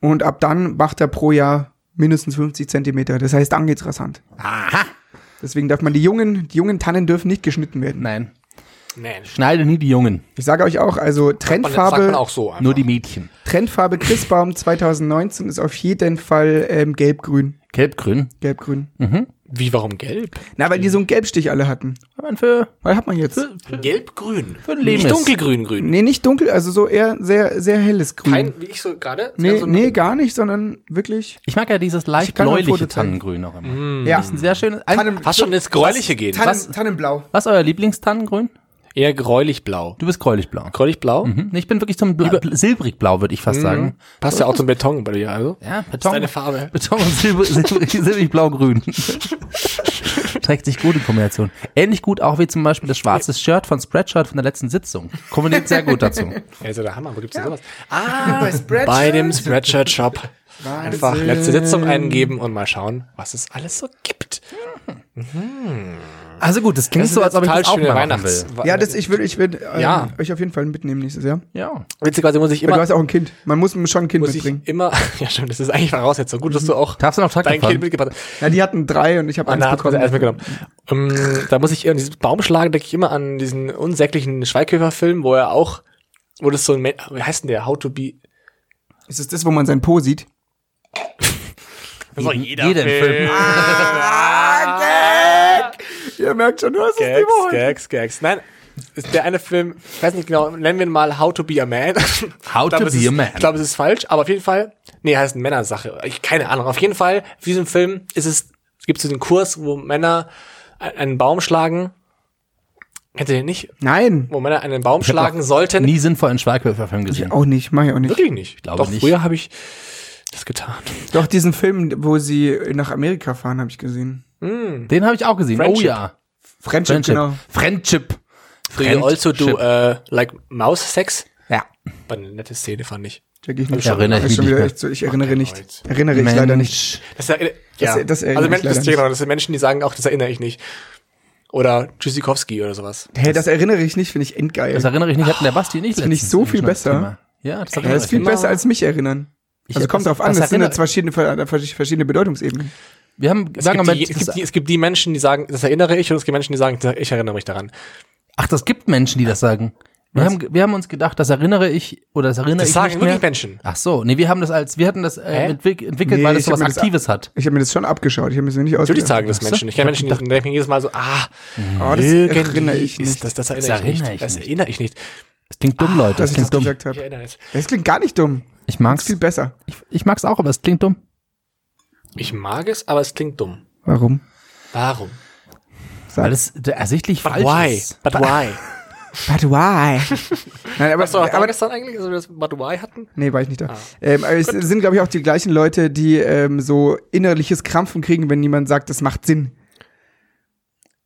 S4: Und ab dann macht er pro Jahr mindestens 50 Zentimeter. Das heißt, dann geht's rasant.
S3: Aha.
S4: Deswegen darf man die jungen, die jungen Tannen dürfen nicht geschnitten werden.
S3: Nein.
S2: Nee, das
S3: Schneide nie die Jungen,
S4: Ich sage euch auch, also
S2: sagt man
S4: Trendfarbe,
S2: auch so.
S3: nur die Mädchen.
S4: Trendfarbe Christbaum 2019 ist auf jeden Fall ähm, gelb-grün.
S3: Gelb-grün.
S4: Gelb-grün.
S2: Hm. Wie, warum gelb?
S4: Na, weil die so einen Gelbstich alle hatten.
S3: Wenn man für,
S4: Weil hat man jetzt?
S2: Gelb-grün.
S3: für ein Leben
S2: Nicht
S3: ist.
S2: dunkelgrün-grün.
S4: Nee, nicht dunkel, also so eher sehr, sehr helles Grün.
S2: Kein, wie ich so gerade. also
S4: nee,
S2: so
S4: nee, gar nicht, sondern wirklich.
S3: Ich mag ja dieses leicht
S4: kann noch ein
S3: bläuliche
S4: Foto zeigen.
S3: Tannengrün auch immer.
S2: Hm.
S4: Ja.
S3: Ein sehr schönes. Ein,
S2: Hast schon ins Gräuliche gehen.
S3: Was?
S4: Tannenblau.
S3: was ist euer Lieblingstannengrün?
S2: Eher gräulich-blau.
S3: Du bist gräulich-blau.
S2: Gräulich-blau?
S3: Mhm. Ich bin wirklich zum Bla silbrig-blau, würde ich fast sagen.
S2: Passt ja auch zum Beton bei dir, also.
S3: Mhm. Ja, Beton.
S2: ist deine Farbe.
S3: Beton und Silber, Silber, silbrig-blau-grün. Trägt sich gut in Kombination. Ähnlich gut auch wie zum Beispiel das schwarze Shirt von Spreadshirt von der letzten Sitzung. Kombiniert sehr gut dazu.
S2: Ja, ist ja der Hammer. Wo gibt's denn sowas?
S3: Ah,
S2: Ah,
S4: Bei Spreadshirt.
S2: Bei dem Spreadshirt-Shop. Einfach letzte Sitzung eingeben und mal schauen, was es alles so gibt.
S3: Also gut, das klingt
S2: ist
S3: so, als ob ich
S2: total
S3: das auch
S2: schöne
S3: mal machen
S2: Weihnachts.
S3: will.
S4: Ja, das, ich würde ich würd, ähm,
S2: Ja.
S4: euch auf jeden Fall mitnehmen nächstes Jahr.
S3: Ja.
S2: Witzigerweise muss ich
S4: Weil du
S2: immer,
S4: hast auch ein Kind. Man muss schon ein Kind
S2: muss ich
S4: mitbringen.
S2: immer, ja stimmt, das ist eigentlich Voraussetzung. Gut, dass du auch
S3: Darfst du noch Traktor
S2: dein Kind
S3: fahren?
S2: mitgebracht hast.
S4: Ja, die hatten drei und ich habe
S2: Ah,
S4: eins
S2: da hat man
S4: bekommen.
S2: sie erst mitgenommen. Ähm, da muss ich an diesen Baum schlagen, denke ich immer an diesen unsäglichen Schweighöfer-Film, wo er auch, wo das so ein, Me- wie heißt denn der? How to be.
S4: Ist es das, wo man sein Po sieht?
S2: Das ist doch
S3: Jeden Film.
S4: Ihr merkt schon, du hast es
S2: Gags, Gags, Gags. Nein, ist der eine Film, ich weiß nicht genau, nennen wir ihn mal How to be a man.
S3: How
S2: Ich glaube,
S3: to
S2: es
S3: be
S2: ist,
S3: a man.
S2: Ich glaube, es ist falsch, aber auf jeden Fall, nee, heißt Männersache. Ich, keine Ahnung. Auf jeden Fall, für diesen Film ist es, gibt es diesen Kurs, wo Männer ein- einen Baum schlagen. Kennt ihr den nicht?
S4: Nein.
S2: Wo Männer einen Baum
S3: hab noch
S2: schlagen sollten.
S3: Nie sinnvoll einen Schweighöfer-Film gesehen.
S4: Auch nicht, mach ich auch nicht.
S2: Wirklich nicht. Ich
S3: glaube
S2: Doch,
S3: nicht.
S2: früher habe ich das getan.
S4: Doch diesen Film, wo sie nach Amerika fahren, habe ich gesehen.
S3: Den habe ich auch gesehen. Oh
S2: Friendship.
S3: ja.
S4: Friendship,
S3: Friendship.
S4: genau.
S3: Friendship.
S2: Do you also do,
S3: Friendship.
S2: äh, like Mouse Sex?
S3: Ja.
S2: War eine nette Szene, fand ich.
S4: Check ich nicht.
S3: Erinnere ich
S4: Ist schon
S3: mich nicht
S4: wieder
S3: mehr.
S4: echt so, ich erinnere
S2: Leute.
S4: nicht. Erinnere ich leider nicht.
S2: Das, ja, ja.
S4: das erinnere
S2: also
S4: ich
S2: Menschen, das,
S4: leider
S2: genau, das sind Menschen, die sagen auch, das erinnere ich nicht. Oder Tschüssikowski oder sowas.
S4: Hä, das erinnere ich nicht, finde ich endgeil.
S3: Das erinnere ich nicht, hatten der Basti nicht
S4: finde ich
S3: letztens.
S4: so viel
S3: Schon das
S4: besser.
S3: Thema. Ja, das
S4: Ja,
S3: erinnere
S4: ist
S3: ich
S4: viel
S3: mich.
S4: besser als mich erinnern. Also
S3: hab-
S4: kommt drauf an,
S3: das
S4: das sind
S3: erinnere-
S4: jetzt verschiedene, äh, verschiedene Bedeutungsebenen.
S3: Wir haben,
S2: Es
S3: sagen
S2: gibt,
S3: wir mal,
S2: die, es, gibt die, es gibt die Menschen, die sagen, das erinnere ich, und es gibt Menschen, die sagen, ich erinnere mich daran.
S3: ach, das gibt Menschen, die das sagen. Wir haben, wir haben uns gedacht, das erinnere ich, oder das erinnere
S2: Das
S3: ich
S2: sagen
S3: nicht mehr.
S2: wirklich Menschen.
S3: Ach so, nee, wir haben das als, wir hatten das äh,
S2: Hä?
S3: entwick entwickelt,
S4: Nee,
S3: weil es
S4: ich hab
S3: sowas
S4: mir das-
S3: Aktives hat.
S4: Ich habe mir das schon abgeschaut, ich habe mir das nicht
S2: Natürlich
S4: ausgedacht.
S2: sagen das
S3: Ach so.
S2: Menschen. Ich kenne Menschen, die denken jedes Mal so, ah,
S4: Oh, das
S2: irgendwie
S4: erinnere ich
S2: ist
S4: nicht.
S2: Das, das erinnere ich nicht. Das erinnere ich nicht.
S3: Das klingt dumm, Leute. Das
S4: dass ich das
S3: klingt dumm.
S4: gesagt
S2: Ich
S4: habe.
S2: erinnere es.
S4: Das klingt gar nicht dumm.
S3: Ich
S4: Das ist
S3: mag's.
S4: viel besser.
S3: Ich, ich mag's auch, aber es klingt dumm.
S2: Ich mag es, aber es klingt dumm.
S4: Warum?
S2: Warum?
S4: sagt.
S3: Weil das ersichtlich
S2: But
S3: falsch
S2: why?
S3: ist.
S2: But why?
S4: But why? Nein, aber,
S2: Was war
S4: aber
S2: aber gestern eigentlich, als wir das But why hatten?
S4: Nee, war ich nicht da. Ähm, aber es sind, glaube ich, auch die gleichen Leute, die ähm, so innerliches Krampfen kriegen, wenn jemand sagt, das macht Sinn.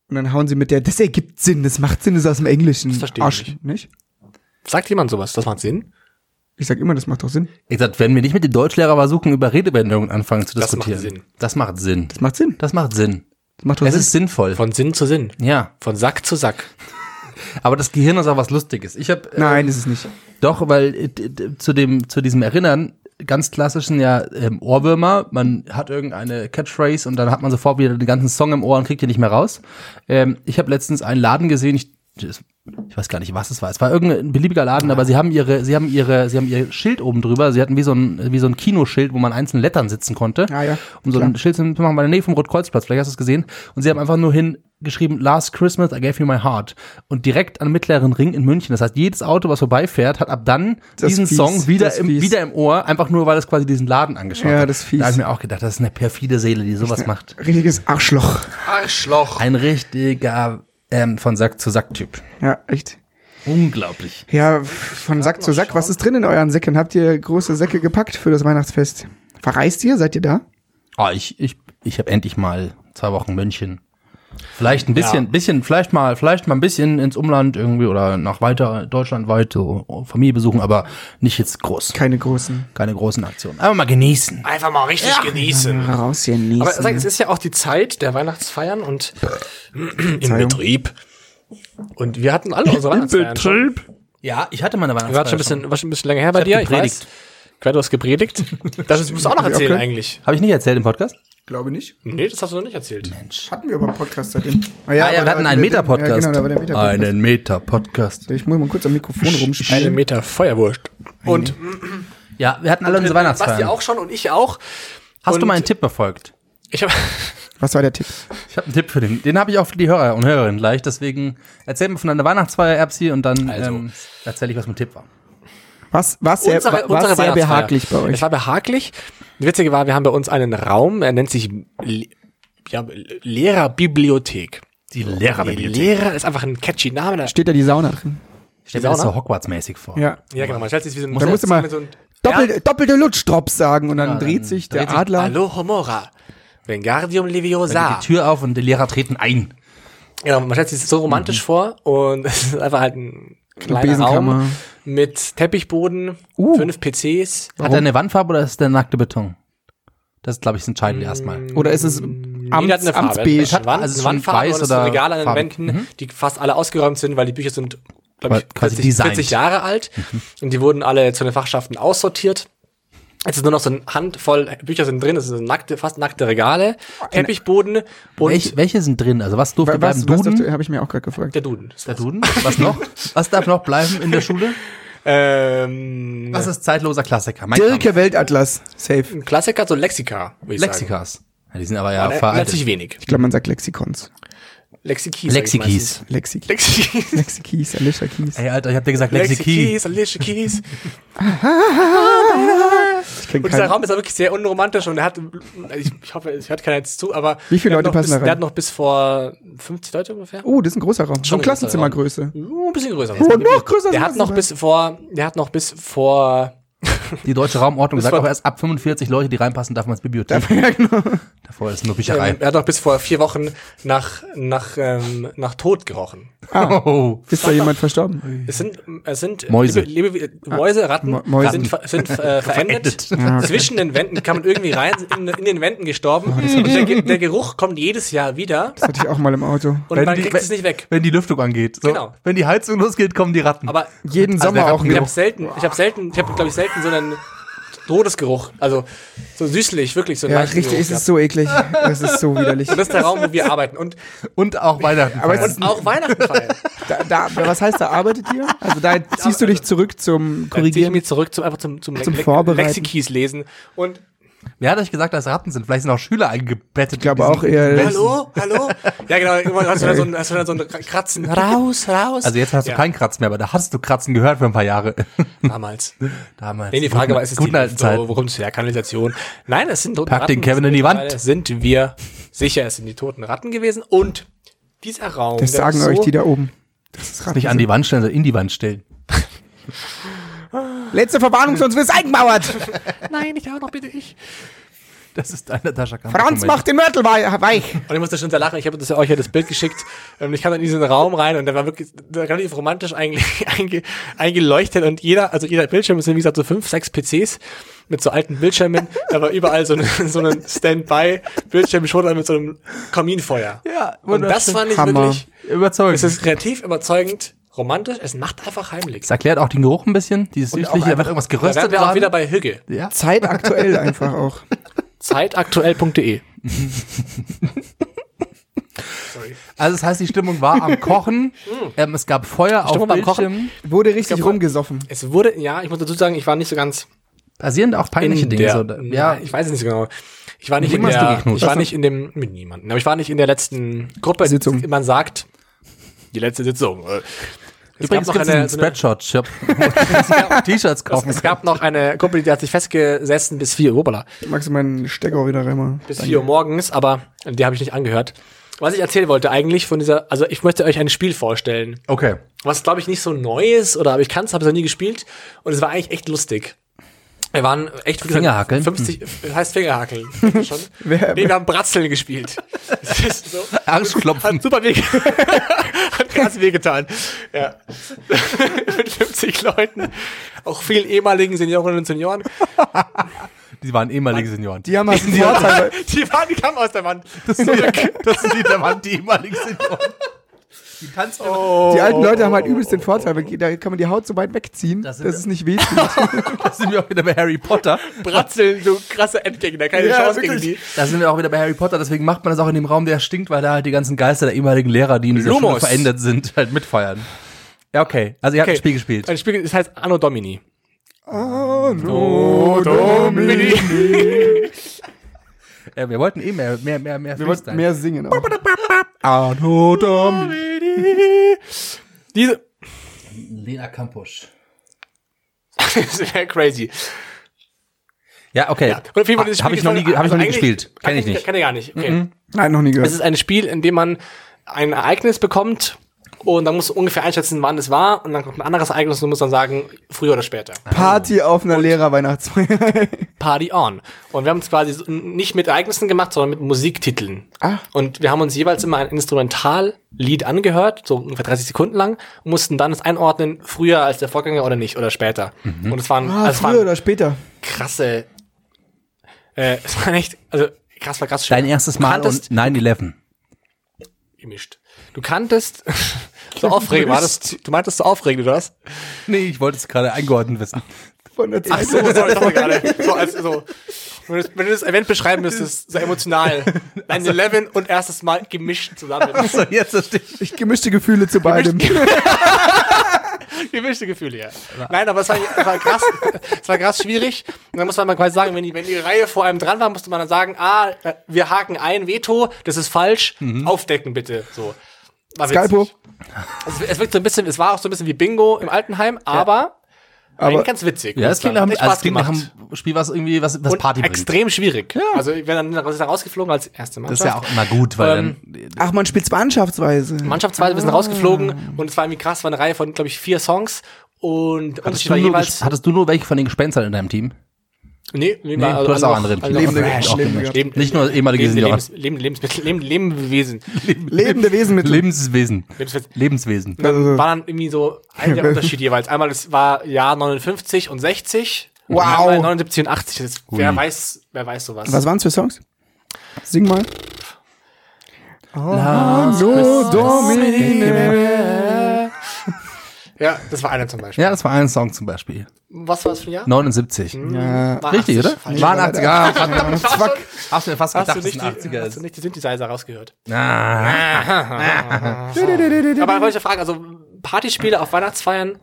S4: Und dann hauen sie mit der, das ergibt Sinn, das macht Sinn, ist aus dem Englischen.
S2: Das verstehe ich
S4: Arsch,
S2: nicht.
S4: nicht.
S2: Sagt jemand sowas? Das macht Sinn?
S4: Ich sag immer, das macht doch Sinn.
S3: Ich gesagt, wenn wir nicht mit dem Deutschlehrer versuchen, über Redewendungen anfangen zu
S2: Das macht
S3: diskutieren.
S2: Sinn.
S3: Das macht Sinn.
S4: Das macht Sinn.
S3: Das macht Sinn.
S4: Das macht doch
S3: Es
S4: Sinn.
S3: ist sinnvoll.
S2: Von Sinn zu Sinn.
S3: ja.
S2: Von Sack zu Sack.
S3: Aber das Gehirn ist auch was Lustiges. Ich habe äh,
S4: Nein, ist es nicht.
S3: doch, weil äh, d- d- zu dem zu diesem Erinnern ganz klassischen ja ähm, Ohrwürmer. Man hat irgendeine Catchphrase und dann hat man sofort wieder den ganzen Song im Ohr und kriegt ihn nicht mehr raus. Ähm, ich habe letztens einen Laden gesehen. Ich, das- ich weiß gar nicht, was es war. Es war irgendein beliebiger Laden, aber sie haben ihre, sie haben ihre, sie haben ihr Schild oben drüber. Sie hatten wie so ein wie so ein Kinoschild, wo man einzelnen Lettern sitzen konnte.
S4: Ah, ja.
S3: Um so ein
S4: Klar.
S3: Schild zu machen, bei der Nähe vom Rotkreuzplatz, vielleicht hast du es gesehen. Und sie haben einfach nur hingeschrieben, Last Christmas I gave you my heart. Und direkt am mittleren Ring in München. Das heißt, jedes Auto, was vorbeifährt, hat ab dann
S4: Das
S3: diesen
S4: ist fies,
S3: Song wieder
S4: das ist
S3: im,
S4: fies.
S3: wieder im Ohr, einfach nur, weil es quasi diesen Laden angeschaut
S4: Ja,
S3: hat.
S4: das ist fies.
S3: Da habe ich mir auch gedacht, das ist eine perfide Seele, die sowas macht.
S4: Richtiges Arschloch.
S2: Arschloch.
S3: Ein richtiger ähm, von Sack zu Sack-Typ.
S4: Ja, echt.
S3: Unglaublich.
S4: Ja, von Sack zu Sack. Was ist drin in euren Säcken? Habt ihr große Säcke gepackt für das Weihnachtsfest? Verreist ihr? Seid ihr da?
S3: Ah, ich ich, ich habe endlich mal zwei Wochen München. Vielleicht ein bisschen,
S2: Ja.
S3: bisschen, vielleicht mal, vielleicht mal ein bisschen ins Umland irgendwie oder nach weiter deutschlandweit so Familie besuchen, aber nicht jetzt groß.
S4: Keine großen.
S3: Keine großen Aktionen. Aber mal genießen.
S2: Einfach mal richtig genießen.
S4: Raus hier
S2: Aber sag, es
S4: niesen.
S2: ist ja auch die Zeit der Weihnachtsfeiern und im Betrieb. Und wir hatten alle unsere Weihnachtsfeiern schon.
S3: Ja, ich hatte meine
S2: War schon ein
S3: Weihnachtsfeier schon.
S2: bisschen, war schon ein bisschen länger her bei dir.
S3: gepredigt.
S2: Ich weiß. Du hast gepredigt. Das musst du auch noch erzählen
S4: Okay.
S2: eigentlich.
S3: Habe ich nicht erzählt im Podcast? Ah,
S4: Glaube nicht.
S2: Nee, das hast du noch nicht erzählt.
S4: Hatten wir aber einen Podcast seitdem. Ah, ja,
S3: ah, ja,
S4: aber
S3: wir
S4: da-
S3: hatten einen
S4: da- da-
S3: Meta-Podcast.
S4: Ja, genau, da war der Meta-Podcast.
S3: Einen Meta-Podcast.
S4: Ich muss mal kurz am Mikrofon
S2: Eine
S4: rumspielen.
S2: Meter Feuerwurst. Und
S3: Ja, wir hatten alle unsere
S2: Basti
S3: Weihnachtsfeier.
S2: auch schon und ich auch.
S3: Hast du
S2: Und
S3: meinen Tipp befolgt?
S2: Ich habe
S4: Was war der Tipp?
S3: Ich habe einen Tipp für den. Den habe ich auch für die Hörer und Hörerinnen gleich. Deswegen erzähl mir von deiner Weihnachtsfeier, Erbsi, und dann
S2: Also.
S3: ähm, erzähle ich, was mein Tipp war.
S4: Was, was sehr,
S2: unsere,
S4: was
S2: unsere
S4: sehr
S2: Weihnachtsfeier.
S4: behaglich bei euch?
S2: Es war behaglich. Das Witzige war, wir haben bei uns einen Raum, er nennt sich Le- ja, Lehrerbibliothek.
S3: Die
S2: Die
S3: Lehrerbibliothek.
S2: Lehrer ist einfach ein catchy Name. Da
S4: Steht da die Sauna drin?
S3: Stell dir das so Hogwarts-mäßig vor.
S4: Ja.
S2: Ja, genau. Man stellt sich wie so ein
S4: Da musst du mal
S2: so ein
S4: doppel, doppelte Lutschdrops sagen und dann,
S3: Ja, dann
S4: dreht sich der
S3: dreht sich
S4: Adler.
S2: Hallo Homora. Vengardium
S3: Dann
S2: Leviosa.
S3: geht die Tür auf und die Lehrer treten ein.
S2: Genau, man stellt sich das so
S3: Mhm.
S2: romantisch vor und es ist einfach halt ein kleiner
S4: Besenkammer.
S2: Raum mit Teppichboden,
S4: Uh.
S2: fünf PCs.
S3: Hat er eine Wandfarbe oder ist der nackte Beton? Das glaube ich, ist entscheidend erstmal.
S4: Oder ist es
S2: Jeder
S4: Amts,
S2: hat eine Farbe. Es
S4: Amtsbeige?
S2: hat Wand,
S3: also
S2: also
S3: schon
S2: Wandfarbe
S3: weiß
S2: und es
S3: oder
S2: sind Regale an den
S3: farbig. Mhm.
S2: Wänden, die fast alle ausgeräumt sind, weil die Bücher sind, glaube
S3: Weil
S2: ich,
S3: quasi
S2: 40,
S3: designt.
S2: 40 Jahre alt
S4: Mhm.
S2: und die wurden alle zu den Fachschaften aussortiert. Jetzt ist nur noch so eine Handvoll Bücher sind drin, es sind nackte, fast nackte Regale, Teppichboden und
S3: Welch, welche sind drin? Also was durfte
S4: Was,
S3: bleiben?
S4: was
S3: Duden?
S4: habe ich mir auch gerade gefragt.
S2: der Duden. Das
S3: der
S2: war's.
S3: Duden? Was noch? was darf noch bleiben in der Schule?
S2: Ähm,
S4: Also,
S3: Was ist zeitloser Klassiker? Mein
S4: Dirke Weltatlas. Safe.
S2: ein Klassiker, so Lexika, würde ich sagen.
S3: Lexikas. Ja, die sind aber ja
S2: Äh, Letztlich
S3: veraltet.
S2: wenig.
S4: Ich glaube, man sagt Lexikons.
S2: Lexikis. sag ich meistens.
S3: Lexikis.
S4: Lexik
S2: Lexikis.
S4: Lexikis, Alicia Keys.
S3: Ey, Alter, ich hab dir gesagt Lexiki.
S2: Lexikis, Lexikis.
S4: Ich kenn
S2: Und dieser
S4: keinen.
S2: Raum ist auch wirklich sehr unromantisch und er hat, ich, ich hoffe, es hört keiner jetzt zu, aber.
S4: Wie viele
S2: der hat
S4: Leute
S2: noch
S4: passen
S2: bis,
S4: da rein?
S2: Der hat noch bis vor 50 Leute ungefähr.
S4: Oh, das ist ein großer Raum.
S2: Schon
S4: Schon
S2: ein großer
S4: Klassenzimmergröße.
S2: Uh, ein bisschen größer.
S4: Oh, noch größer
S2: der hat noch bis vor, der hat noch bis vor,
S3: Die deutsche Raumordnung sagt
S2: voll-
S3: auch erst ab 45 Leute, die reinpassen, darf man ins Bibliothek.
S4: Ja, genau.
S3: Davor ist nur Bücherei.
S2: ähm, er hat noch bis vor vier Wochen nach, nach, ähm, nach Tod gerochen.
S3: Oh.
S4: Ist da jemand verstorben?
S2: Es sind, es sind äh,
S3: Mäuse.
S2: Lebe, Lebe, Mäuse, Ratten
S4: Mo- Ah, Mäusen.
S2: sind, ver- sind äh, verendet. Zwischen den Wänden die kann man irgendwie rein, in, in den Wänden gestorben.
S4: Oh,
S2: und der, Ge- der Geruch kommt jedes Jahr wieder
S4: Das hatte ich auch mal im Auto.
S2: und
S3: Wenn
S2: man
S3: die-
S2: kriegt
S3: wenn-
S2: es nicht weg.
S3: Wenn die Lüftung angeht. So.
S2: Genau.
S3: Wenn die Heizung losgeht, kommen die Ratten.
S2: Aber
S4: Jeden
S3: Also
S4: Sommer
S3: der
S4: auch ein
S2: ich
S3: Rattengeruch.
S2: habe selten, ich habe selten, ich habe glaube ich selten so einen Todesgeruch, also so süßlich, wirklich so einen
S4: Ja,
S2: leichten
S4: richtig,
S2: Geruch
S4: es
S2: gehabt.
S4: ist so eklig. Es ist so widerlich.
S2: Und das ist der Raum, wo wir arbeiten und,
S3: Und auch Weihnachten.
S4: Aber es
S3: feiern.
S4: ist-
S2: auch Weihnachten feiern.
S4: Da, da, was heißt, da arbeitet ihr? Also da ziehst du dich zurück zum
S2: Dann ziehe ich
S4: Korrigieren.
S2: mich zurück zum einfach zum zum, Le
S4: Zum
S2: Le-
S4: Vorbereiten.
S2: Lexikis lesen und
S3: Wer hat euch gesagt, dass Ratten sind? Vielleicht sind auch Schüler eingebettet. Ich
S4: glaube auch eher-
S2: hallo, hallo. Ja genau, irgendwann hast du dann so ein, hast du dann so ein Kratzen raus, raus.
S3: Also jetzt hast du
S2: Ja.
S3: keinen Kratzen mehr, aber da hast du Kratzen gehört für ein paar Jahre.
S2: damals.
S3: Damals.
S2: Nee, die Frage war, ist es
S3: guten
S2: die
S3: alten Zeit.
S2: wo kommt es her? Kanalisation? Nein, es sind tote
S3: Pack den
S2: Ratten.
S3: Kevin in die Wand.
S2: Mittlerweile Sind wir sicher, es sind die toten Ratten gewesen und Dieser Raum.
S4: Das
S2: der
S4: sagen
S2: ist so,
S4: euch die da oben. Das ist
S3: Nicht an die Wand stellen, sondern in die Wand stellen.
S4: Letzte Verwarnung, sonst wird eingemauert.
S2: Nein, ich auch noch bitte ich.
S3: Das ist deine Tasche.
S4: Franz macht den Mörtel wei- weich.
S2: Und ich musste schon sehr lachen. Ich habe das ja euch ja das Bild geschickt. Ähm, Ich kam dann in diesen Raum rein und der war wirklich relativ romantisch eigentlich einge, eingeleuchtet und jeder, also jeder Bildschirm ist wie gesagt so fünf, sechs PCs mit so alten Bildschirmen. Da war überall so ein so ein Standby-Bildschirm schon mit so einem Kaminfeuer.
S3: Ja,
S2: und das fand ich
S4: Hammer.
S2: wirklich,
S3: überzeugend.
S2: es ist kreativ, überzeugend, romantisch. Es macht einfach heimlich.
S3: Das erklärt auch den Geruch ein bisschen. Dieses
S4: Und auch
S3: süßliche, da
S4: einfach-
S3: wird irgendwas
S2: Da wären
S3: geröstet
S2: wir auch
S3: dran.
S2: wieder bei Hügge.
S3: ja.
S4: Zeitaktuell einfach auch.
S2: Zeitaktuell.de.
S3: Also das heißt, die Stimmung war am Kochen. ähm, es gab Feuer auf
S2: Stimmung beim Kochen.
S3: Bildschirmen.
S4: Wurde richtig rumgesoffen.
S2: Es wurde, ja, ich muss dazu sagen, ich war nicht so ganz
S3: Basierend auch peinliche
S2: in
S3: Dinge.
S2: der,
S3: so,
S2: ja,
S3: ja,
S2: ich weiß es nicht so genau. Ich war nicht in
S3: wem hast du
S2: der,
S3: geknutscht?
S2: ich war nicht in dem, mit niemandem, aber ich war nicht in der letzten Gruppe.
S4: Sitzung.
S2: Man sagt, die letzte Sitzung. äh, Es
S3: übrigens gibt es einen Spreadshot-Shop, wo du T-Shirts
S2: es,
S3: kaufen
S2: es gab noch eine Gruppe, die hat sich festgesessen bis 4 Uhr, hoppala,
S4: Magst du meinen Stecker auch wieder reinmachen?
S2: bis 4 Uhr morgens, aber die habe ich nicht angehört. Was ich erzählen wollte eigentlich von dieser, also ich möchte euch ein Spiel vorstellen,
S3: Okay.
S2: was glaube ich nicht so neu ist, oder aber ich kann es, habe es noch nie gespielt und es war eigentlich echt lustig. Wir waren echt, wie gesagt,
S3: Fingerhakeln?
S2: 50, das heißt Fingerhakeln. schon.
S4: Hm. Wer-
S2: nee, wir haben Bratzeln gespielt. Das ist so.
S3: Arschklopfen.
S2: Hat super weh Hat krass wehgetan. Ja. Mit 50 Leuten. Auch vielen ehemaligen Seniorinnen und Senioren.
S3: Die waren ehemalige Senioren.
S4: Die haben halt einen Vorteil. weil-
S2: Die waren, die kamen aus der Wand.
S3: das sind die, das sind die, da waren die ehemaligen Senioren. Die kannst du...
S2: Oh,
S4: Die alten Leute haben halt übelst den Vorteil, weil da kann man die Haut so weit wegziehen,
S3: Das
S4: dass
S3: sind wir-
S4: es nicht wehtut.
S3: Da sind wir auch wieder bei Harry Potter.
S2: Bratzeln, so krasse Endgegner. Keine
S4: Ja,
S2: Chance gegen die.
S4: wirklich.
S3: Da sind wir auch wieder bei Harry Potter. Deswegen macht man das auch in dem Raum, der stinkt, weil da halt die ganzen Geister der ehemaligen Lehrer, die in dieser
S2: Lumos.
S3: Schule verändert sind, halt mitfeiern. Ja, okay. Also ihr habt
S2: Okay.
S3: ein Spiel gespielt.
S2: Ein Spiel, das heißt Anno Domini.
S4: Oh, Domi.
S3: Äh, wir wollten eh mehr, mehr, mehr, mehr
S4: Wir wollten
S3: Freestyle.
S4: mehr singen. Auch. Arno Domi.
S2: Diese,
S3: Lena Kampusch.
S2: das wäre crazy.
S3: Ja, okay.
S2: Und auf jeden Fall dieses
S3: Habe ich
S2: Spiel
S3: noch nie,
S2: gefällt-
S3: ge- hab ich noch nie
S2: eigentlich-
S3: gespielt. Kenne ich nicht. Mhm.
S2: Kenn ich gar nicht. Okay.
S4: Nein, noch nie
S2: Es
S4: gehört.
S2: ist ein Spiel, in dem man ein Ereignis bekommt und dann muss ungefähr einschätzen, wann es war und dann kommt ein anderes Ereignis und muss dann sagen, früher oder später.
S4: Party auf einer Lehrerweihnachtsfeier.
S2: Party on. Und wir haben es quasi so nicht mit Ereignissen gemacht, sondern mit Musiktiteln.
S4: Ah.
S2: Und wir haben uns jeweils immer ein Instrumentallied angehört, so ungefähr 30 Sekunden lang, und mussten dann es einordnen, früher als der Vorgänger oder nicht oder später.
S3: Mhm.
S2: Und es waren,
S4: Ah,
S2: also es
S4: früher
S2: waren
S4: oder später.
S2: krasse, äh, es waren echt, also krass war krass schön.
S3: Dein erstes Mal
S2: Kanntest-
S3: und 9-11.
S2: gemischt. Du kanntest, so aufregend war das, du meintest so aufregend, oder was?
S3: Nee, ich wollte es gerade eingeordnet wissen.
S4: Von der Zeit.
S2: So, sorry, das war gerade. So, als, so. Wenn du, das, wenn du das Event beschreiben müsstest, so emotional. 9-11 und erstes Mal gemischt zusammen.
S3: So, jetzt verstehe ich.
S4: Ich gemischte Gefühle zu beidem.
S2: Gemischte Gefühle, ja. Nein, aber es war, es war krass, es war krass schwierig. Und dann muss man mal quasi sagen, wenn die, wenn die Reihe vor einem dran war, musste man dann sagen, ah, wir haken ein, Veto, das ist falsch,
S3: Mhm.
S2: aufdecken bitte, so. War witzig.
S4: Skalpo.
S2: Es, es wirkt so ein bisschen, es war auch so ein bisschen wie Bingo im Altenheim, aber
S4: Aber
S2: Eigentlich ganz witzig.
S3: Ja, es
S2: muss ich
S3: klingt nach
S2: sagen.
S3: einem,
S2: Hat
S3: also es
S2: Spaß
S3: klingt nach
S2: gemacht.
S3: einem Spiel, was irgendwie was, was
S2: Und
S3: Party bringt.
S2: extrem schwierig. Also ich wäre dann raus- rausgeflogen als erste
S3: Das
S2: Mannschaft. Ähm,
S3: ist ja auch immer gut, weil dann,
S4: Ach, man spielt mannschaftsweise.
S2: Mannschaftsweise wir sind
S3: Ah.
S2: rausgeflogen und es war irgendwie krass, war eine Reihe von, glaube ich, vier Songs und
S3: hattest
S2: Unterschied
S3: du,
S2: war
S3: nur,
S2: jeweils.
S3: hattest du nur welche von den Gespenstern in deinem Team?
S2: Nee, nee,
S3: Nee,
S2: war
S3: du hast auch andere im
S2: also
S3: Team.
S2: lebende,
S4: Lebende-
S2: auch
S4: Lebende-
S2: lebende, lebende,
S3: Nicht nur ehemalige
S2: lebende,
S3: Senioren.
S2: Lebens, lebende Lebensmittel, lebende Lebenswesen.
S4: Lebende Wesen mit Also,
S3: Lebenswesen.
S2: Lebenswesen.
S3: Lebenswesen.
S2: Dann
S4: Äh.
S2: war dann irgendwie so ein der Unterschied jeweils. Einmal es war Jahr 59 und 60.
S4: Wow.
S2: Und einmal 79 und 80. Das, wer
S3: Ui.
S2: weiß, wer weiß sowas.
S4: Was waren's für Songs? Sing mal.
S3: Christmas.
S4: Hallo Domine.
S2: Ja, das war einer zum Beispiel.
S3: Ja, das war ein Song zum Beispiel.
S2: Was war das für ein Jahr?
S3: 79.
S4: Ja,
S2: War
S3: Richtig,
S2: 80,
S3: oder?
S2: falsch.
S3: War ein 80er. Ah, verdammt.
S4: Zwack.
S3: Hast du mir fast
S2: Hast
S3: gedacht,
S2: du,
S3: dass es
S2: nicht
S3: ein
S2: die,
S3: 80er
S2: hast du
S3: ist.
S2: nicht die Synthesizer rausgehört?
S3: Ah.
S2: Aber wollte ich ja fragen, also Partyspiele auf Weihnachtsfeiern,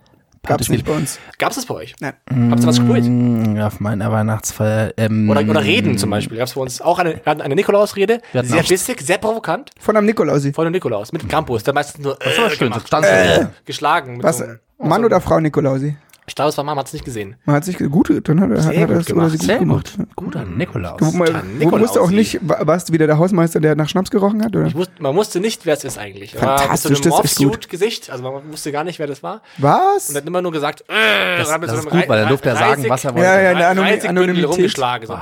S4: Gab's nicht bei uns.
S2: gab's das bei euch?
S4: Nein.
S2: Habt ihr was gespielt?
S3: Mm, Auf meiner Weihnachtsfeier. Ähm,
S2: Oder, oder Reden zum Beispiel. Gab's bei uns auch eine, wir hatten eine Nikolausrede,
S3: hatten
S2: sehr
S3: auch-
S2: bissig, sehr provokant,
S4: Von einem Nikolausi.
S2: von dem Nikolaus, mit Campus, der meistens nur
S3: Das war
S2: äh,
S3: schön.
S2: gemacht,
S3: das stand so.
S2: geschlagen. Mit
S4: Was?
S2: so einem-
S4: Mann oder Frau Nikolausi?
S2: Ich glaube, es war Mama, hat es nicht gesehen.
S4: Man hat sich ge- gut, dann hat er, hat
S2: Sehr
S4: er
S2: gut
S4: das oder sie gut
S3: Sehr
S4: gemacht.
S3: gut. Guter Nikolaus.
S4: Du, mal,
S2: Dann
S4: du musst auch
S2: Nikolausi.
S4: nicht, wa- warst du wieder der Hausmeister, der nach Schnaps gerochen hat, oder?
S2: Ich wusste, man wusste nicht, wer es ist eigentlich. Er war
S4: Fantastisch,
S2: mit so einem
S4: das ist gut.
S2: Morphsuit-Gesicht, also man wusste gar nicht, wer das war. Und
S4: Was?
S2: hat immer nur gesagt, äh, das,
S3: das ist gut, weil dann durfte er sagen, was er wollte.
S4: Ja, ja, in der Anony- Anonymität.
S2: rumgeschlagen. So, äh.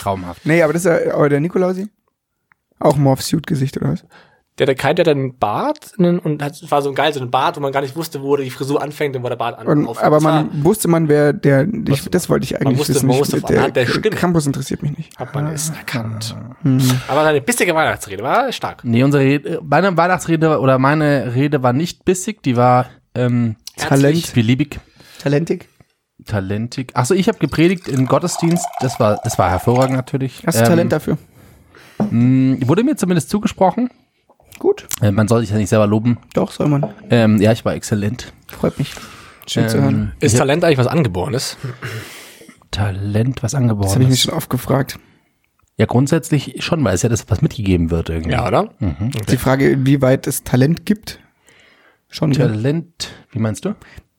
S3: Traumhaft.
S4: Nee, aber das ist ja, aber der Nikolausi? Auch Morph-Suit-Gesicht, oder was?
S2: Der, der Kai, der hat einen Bart einen, und hat, war so ein geil, so ein Bart, wo man gar nicht wusste, wo die Frisur anfängt und wo der Bart an,
S4: Und,
S2: aufhört.
S4: aber
S2: Das war-
S4: man wusste man, wer der, ich, das wollte ich eigentlich
S2: wusste-
S4: wissen.
S2: man
S4: Ich-
S2: wusste anhand der Hm. Stimme.
S4: Campus interessiert mich nicht. Mhm.
S2: hat man es erkannt. Aber seine bissige Weihnachtsrede war stark.
S3: Nee, unsere Rede, meine Weihnachtsrede oder meine Rede war nicht bissig, die war ähm,
S4: Talent.
S3: beliebig.
S4: Talentig.
S3: Talentig. Achso, ich habe gepredigt im Gottesdienst. Das war, das war hervorragend natürlich.
S4: Hast du Talent dafür?
S3: Ähm, wurde mir zumindest zugesprochen.
S4: Gut.
S3: Äh, man soll sich ja nicht selber loben.
S4: Doch, soll man.
S3: Ähm, ja, ich war exzellent. Ähm,
S4: Freut mich. Schön zu hören.
S2: Ist Talent eigentlich was Angeborenes?
S3: Talent, was angeboren
S4: Das habe ich mich
S3: ist.
S4: schon oft gefragt.
S3: Ja, grundsätzlich schon, weil es ja das, was mitgegeben wird irgendwie.
S2: Ja, oder?
S4: Die Frage, wie weit es Talent gibt. Schon. ne? ja.
S3: Talent, wie meinst du?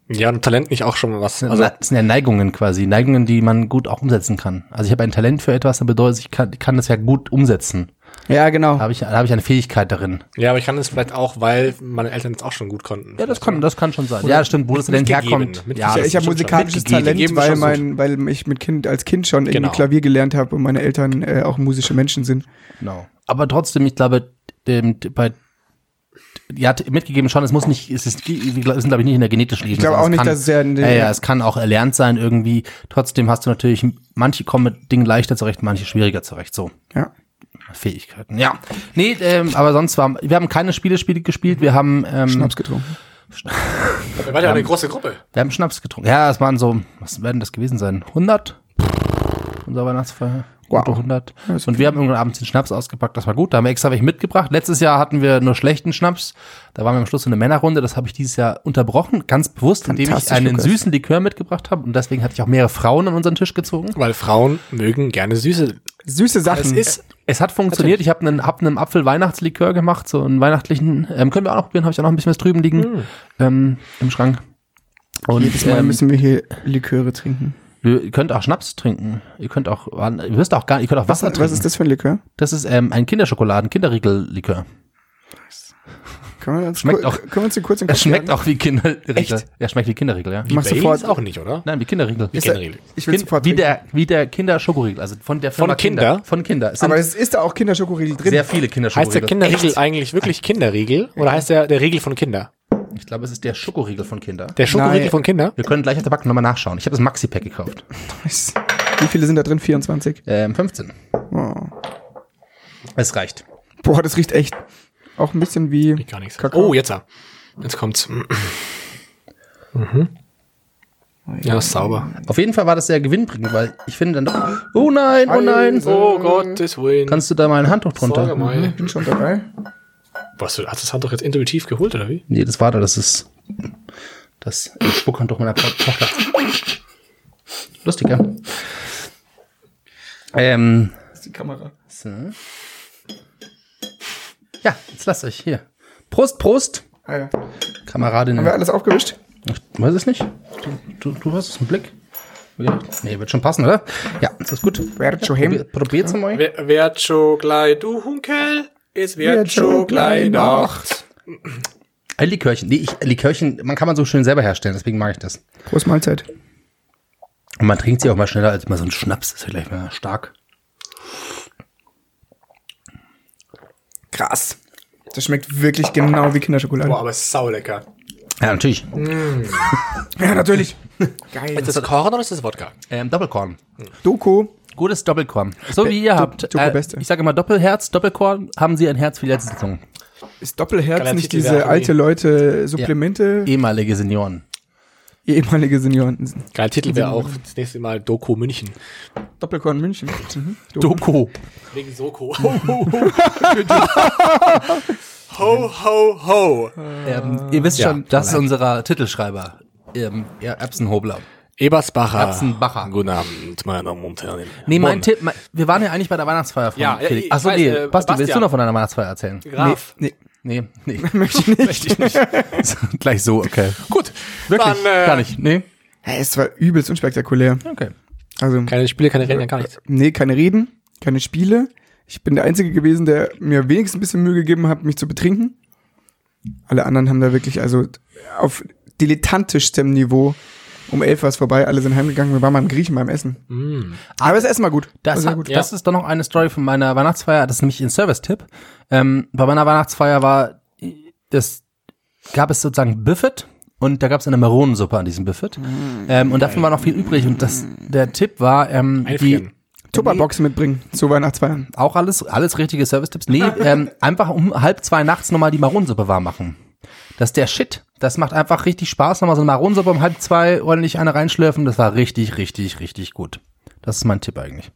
S2: Ja, und Talent nicht auch schon was.
S3: Also,
S2: Also,
S3: das sind ja Neigungen quasi, Neigungen, die man gut auch umsetzen kann. Also ich habe ein Talent für etwas, dann bedeutet, ich kann, kann das ja gut umsetzen.
S4: Ja, genau.
S3: Da habe ich, da habe ich eine Fähigkeit darin.
S2: ja, aber ich kann es vielleicht auch, weil meine Eltern es auch schon gut konnten.
S3: Ja, das kann, das kann schon sein. Ja, stimmt, wo das Talent
S2: mitgegeben,
S3: herkommt.
S2: mitgegeben.
S3: Ja,
S4: Ja,
S2: das
S4: ich habe
S2: stimmt schon.
S4: musikalisches
S3: Mitgegeben,
S4: Talent,
S2: geben
S4: weil,
S2: schon so.
S4: mein, weil ich mit kind, als Kind schon irgendwie
S2: Genau.
S4: Klavier gelernt habe und meine Eltern äh, auch musische Menschen sind.
S3: Genau. Aber trotzdem, ich glaube, dem, bei ja, t- mitgegeben schon, es muss nicht, es ist, wir gl- sind glaube ich nicht in der genetischen Ebene.
S4: glaube
S3: sondern
S4: auch nicht,
S3: kann,
S4: dass es ja in
S3: ja,
S4: den-
S3: ja, es kann auch erlernt sein irgendwie. Trotzdem hast du natürlich, manche kommen mit Dingen leichter zurecht, manche schwieriger zurecht, so.
S4: Ja.
S3: Fähigkeiten, ja. Nee, ähm, aber sonst war, wir haben keine Spielespiele gespielt, wir haben,
S2: Mhm.
S3: ähm,
S4: Schnaps getrunken.
S2: Wir waren ja eine große Gruppe.
S3: wir haben Schnaps getrunken. Ja, es waren so, was werden das gewesen sein? 100? Unser Weihnachtsfeier.
S4: Wow.
S3: Gute 100.
S4: ist
S3: Und wir haben irgendwann abends den Schnaps ausgepackt, das war gut. Da haben wir extra welche mitgebracht. Letztes Jahr hatten wir nur schlechten Schnaps. Da waren wir am Schluss so eine Männerrunde. Das habe ich dieses Jahr unterbrochen, ganz bewusst, indem ich
S4: Fantastisch,
S3: einen
S4: Lukas.
S3: süßen Likör mitgebracht habe. Und deswegen hatte ich auch mehrere Frauen an unseren Tisch gezogen.
S2: Weil Frauen mögen gerne süße.
S4: Süße Sachen.
S2: Es ist
S3: Es hat funktioniert. Ich habe einen, hab einen Apfel-Weihnachtslikör gemacht, so einen weihnachtlichen. Ähm, können wir auch noch probieren, habe ich auch noch ein bisschen was drüben liegen ähm, im Schrank. Und
S4: Hm. Jedes Mal
S3: ähm,
S4: müssen wir hier Liköre trinken.
S3: ihr könnt auch Schnaps trinken. Ihr könnt auch, ihr wisst auch gar nicht, ihr könnt auch Wasser
S4: Was,
S3: trinken.
S4: was ist das für ein Likör?
S3: Das ist ähm, ein Kinderschokoladen, Kinderriegel-Likör.
S4: Können wir uns,
S3: Schmeckt
S4: kur-
S3: auch-
S4: können wir uns den kurz in den
S3: Er
S4: Kopf
S3: schmeckt
S4: jagen?
S3: auch wie Kinderriegel.
S4: Echt?
S3: Er schmeckt wie Kinderriegel, ja.
S4: Ich mach
S2: Baileys
S4: sofort.
S2: auch nicht, oder?
S3: Nein, wie Kinderriegel.
S2: Wie generell.
S4: Ich will sofort
S3: wie,
S4: trinken.
S3: der, wie der Kinderschokoriegel, also von der Firma
S2: Von Kinder?
S3: Von Kinder. Es sind
S4: Aber es ist da auch Kinderschokoriegel drin.
S3: sehr viele
S2: Heißt der
S3: Kinderschokoriegel.
S2: Kinderriegel eigentlich wirklich Kinderriegel? Oder heißt der der Riegel von Kinder?
S3: ich glaube, es ist der Schokoriegel von Kinder.
S2: Der Schokoriegel
S4: Nein.
S2: von Kinder?
S3: Wir können gleich auf der Backen nochmal nachschauen. Ich habe das Maxi-Pack gekauft.
S4: Wie viele sind da drin? 24.
S3: Ähm, 15.
S4: Oh.
S3: Es reicht.
S4: Boah, das riecht echt auch ein bisschen wie
S2: Gar nichts.
S4: Kakao.
S2: Oh, jetzt er. Jetzt kommt's. Mhm. Ja, ist sauber.
S3: Auf jeden Fall war das sehr gewinnbringend, weil ich finde dann doch. Oh nein, oh nein.
S2: Oh Gottes Willen.
S3: Kannst du da mal ein Handtuch
S2: Sorge
S3: drunter?
S2: mal.
S4: bin schon dabei.
S2: Was, du hast das Handtuch jetzt intuitiv geholt, oder wie?
S3: Nee, das war da, das ist das Spuckhandtuch meiner To- Tochter. Lustig, ja. Ähm,
S4: Das ist die Kamera.
S3: so. Ja, jetzt lasst euch hier. Prost, Prost,
S4: Ah, ja. Haben
S3: Kameradinnen.
S4: wir alles aufgewischt?
S3: Ich weiß es nicht. Du, du, du hast es im Blick. Ja. Nee, wird schon passen, oder? Ja, das ist gut.
S4: Wer zu
S3: Probier,
S4: hem?
S3: probiert's mal.
S2: Wer, wer schon gleich, du Hunkel, es
S4: Wird schon gleich Nacht.
S3: Ein Äh, Likörchen. Nee, ich, Likörchen, man kann man so schön selber herstellen, deswegen mag ich das.
S4: Prost Mahlzeit.
S3: Und man trinkt sie auch mal schneller als mal so ein Schnaps. Ist ja gleich mal stark.
S4: Krass. Das schmeckt wirklich genau wie Kinderschokolade.
S2: Boah, aber es ist saulecker.
S3: Ja, natürlich.
S4: Ja, natürlich. Geil.
S2: Ist Also das Korn oder ist das Wodka?
S3: Ähm, Doppelkorn.
S4: Doku.
S3: Gutes Doppelkorn. So wie ihr
S4: Du-
S3: habt.
S4: du-
S3: Äh,
S4: Beste.
S3: ich sage immer Doppelherz, Doppelkorn, haben sie ein Herz für die letzte Saison.
S4: Ist Doppelherz
S2: Galatitel
S4: nicht
S2: wäre
S4: diese
S2: auch
S4: alte Leute Supplemente?
S3: Ehemalige Senioren.
S4: Ehemalige Senioren.
S2: Geiler Titel wäre auch das nächste Mal Doku München.
S4: Doppelkorn München. Mhm.
S3: Doko.
S2: Wegen Soko. Ho, ho, ho. ho, ho, ho.
S3: Ähm, ihr wisst
S2: Ja,
S3: schon, das ist unserer Titelschreiber. Ähm, ja, Erbsenhobler.
S2: Ebersbacher.
S3: Erbsenbacher.
S2: Guten Abend, meine Damen und Herren.
S3: Nee, mein
S2: Bonn.
S3: Tipp, mein, wir waren ja eigentlich bei der Weihnachtsfeier von
S2: Ja, ja, ich
S3: Achso,
S2: weiß,
S3: nee,
S2: äh,
S3: Basti, willst du
S2: Bastian.
S3: noch von deiner Weihnachtsfeier erzählen?
S2: Graf.
S4: Nee,
S3: Nee, nee. Möchte ich nicht. Gleich so, okay.
S2: Gut,
S3: Wirklich,
S2: dann äh,
S3: gar nicht, nee.
S4: Ja, es war übelst unspektakulär.
S3: Okay.
S4: Also,
S2: Keine Spiele, keine Reden, gar nichts.
S4: nee, keine Reden, keine Spiele. Ich bin der Einzige gewesen, der mir wenigstens ein bisschen Mühe gegeben hat, mich zu betrinken. Alle anderen haben da wirklich, also auf dilettantischstem Niveau um elf war es vorbei, alle sind heimgegangen, wir waren beim Griechen beim Essen. Aber das Essen war gut.
S3: Mm. Das,
S4: war
S3: hat,
S4: gut.
S2: Ja.
S3: das ist dann noch eine Story von meiner Weihnachtsfeier. Das ist nämlich ein Service-Tipp. Ähm, bei meiner Weihnachtsfeier war, das gab es sozusagen Buffet und da gab es eine Maronensuppe an diesem Buffet.
S2: Mm.
S3: ähm, und davon war noch viel übrig. Und das, der Tipp war, ähm, die,
S2: Einfrieren.
S4: Tupperboxen mitbringen zu Weihnachtsfeiern.
S3: auch alles, alles richtige Service-Tipps. Nee, ähm, einfach um halb zwei nachts nochmal die Maronensuppe warm machen. Das ist der Shit. Das macht einfach richtig Spaß, nochmal so eine Maronensuppe um halb zwei ordentlich eine reinschlürfen. Das war richtig, richtig, richtig gut. Das ist mein Tipp eigentlich.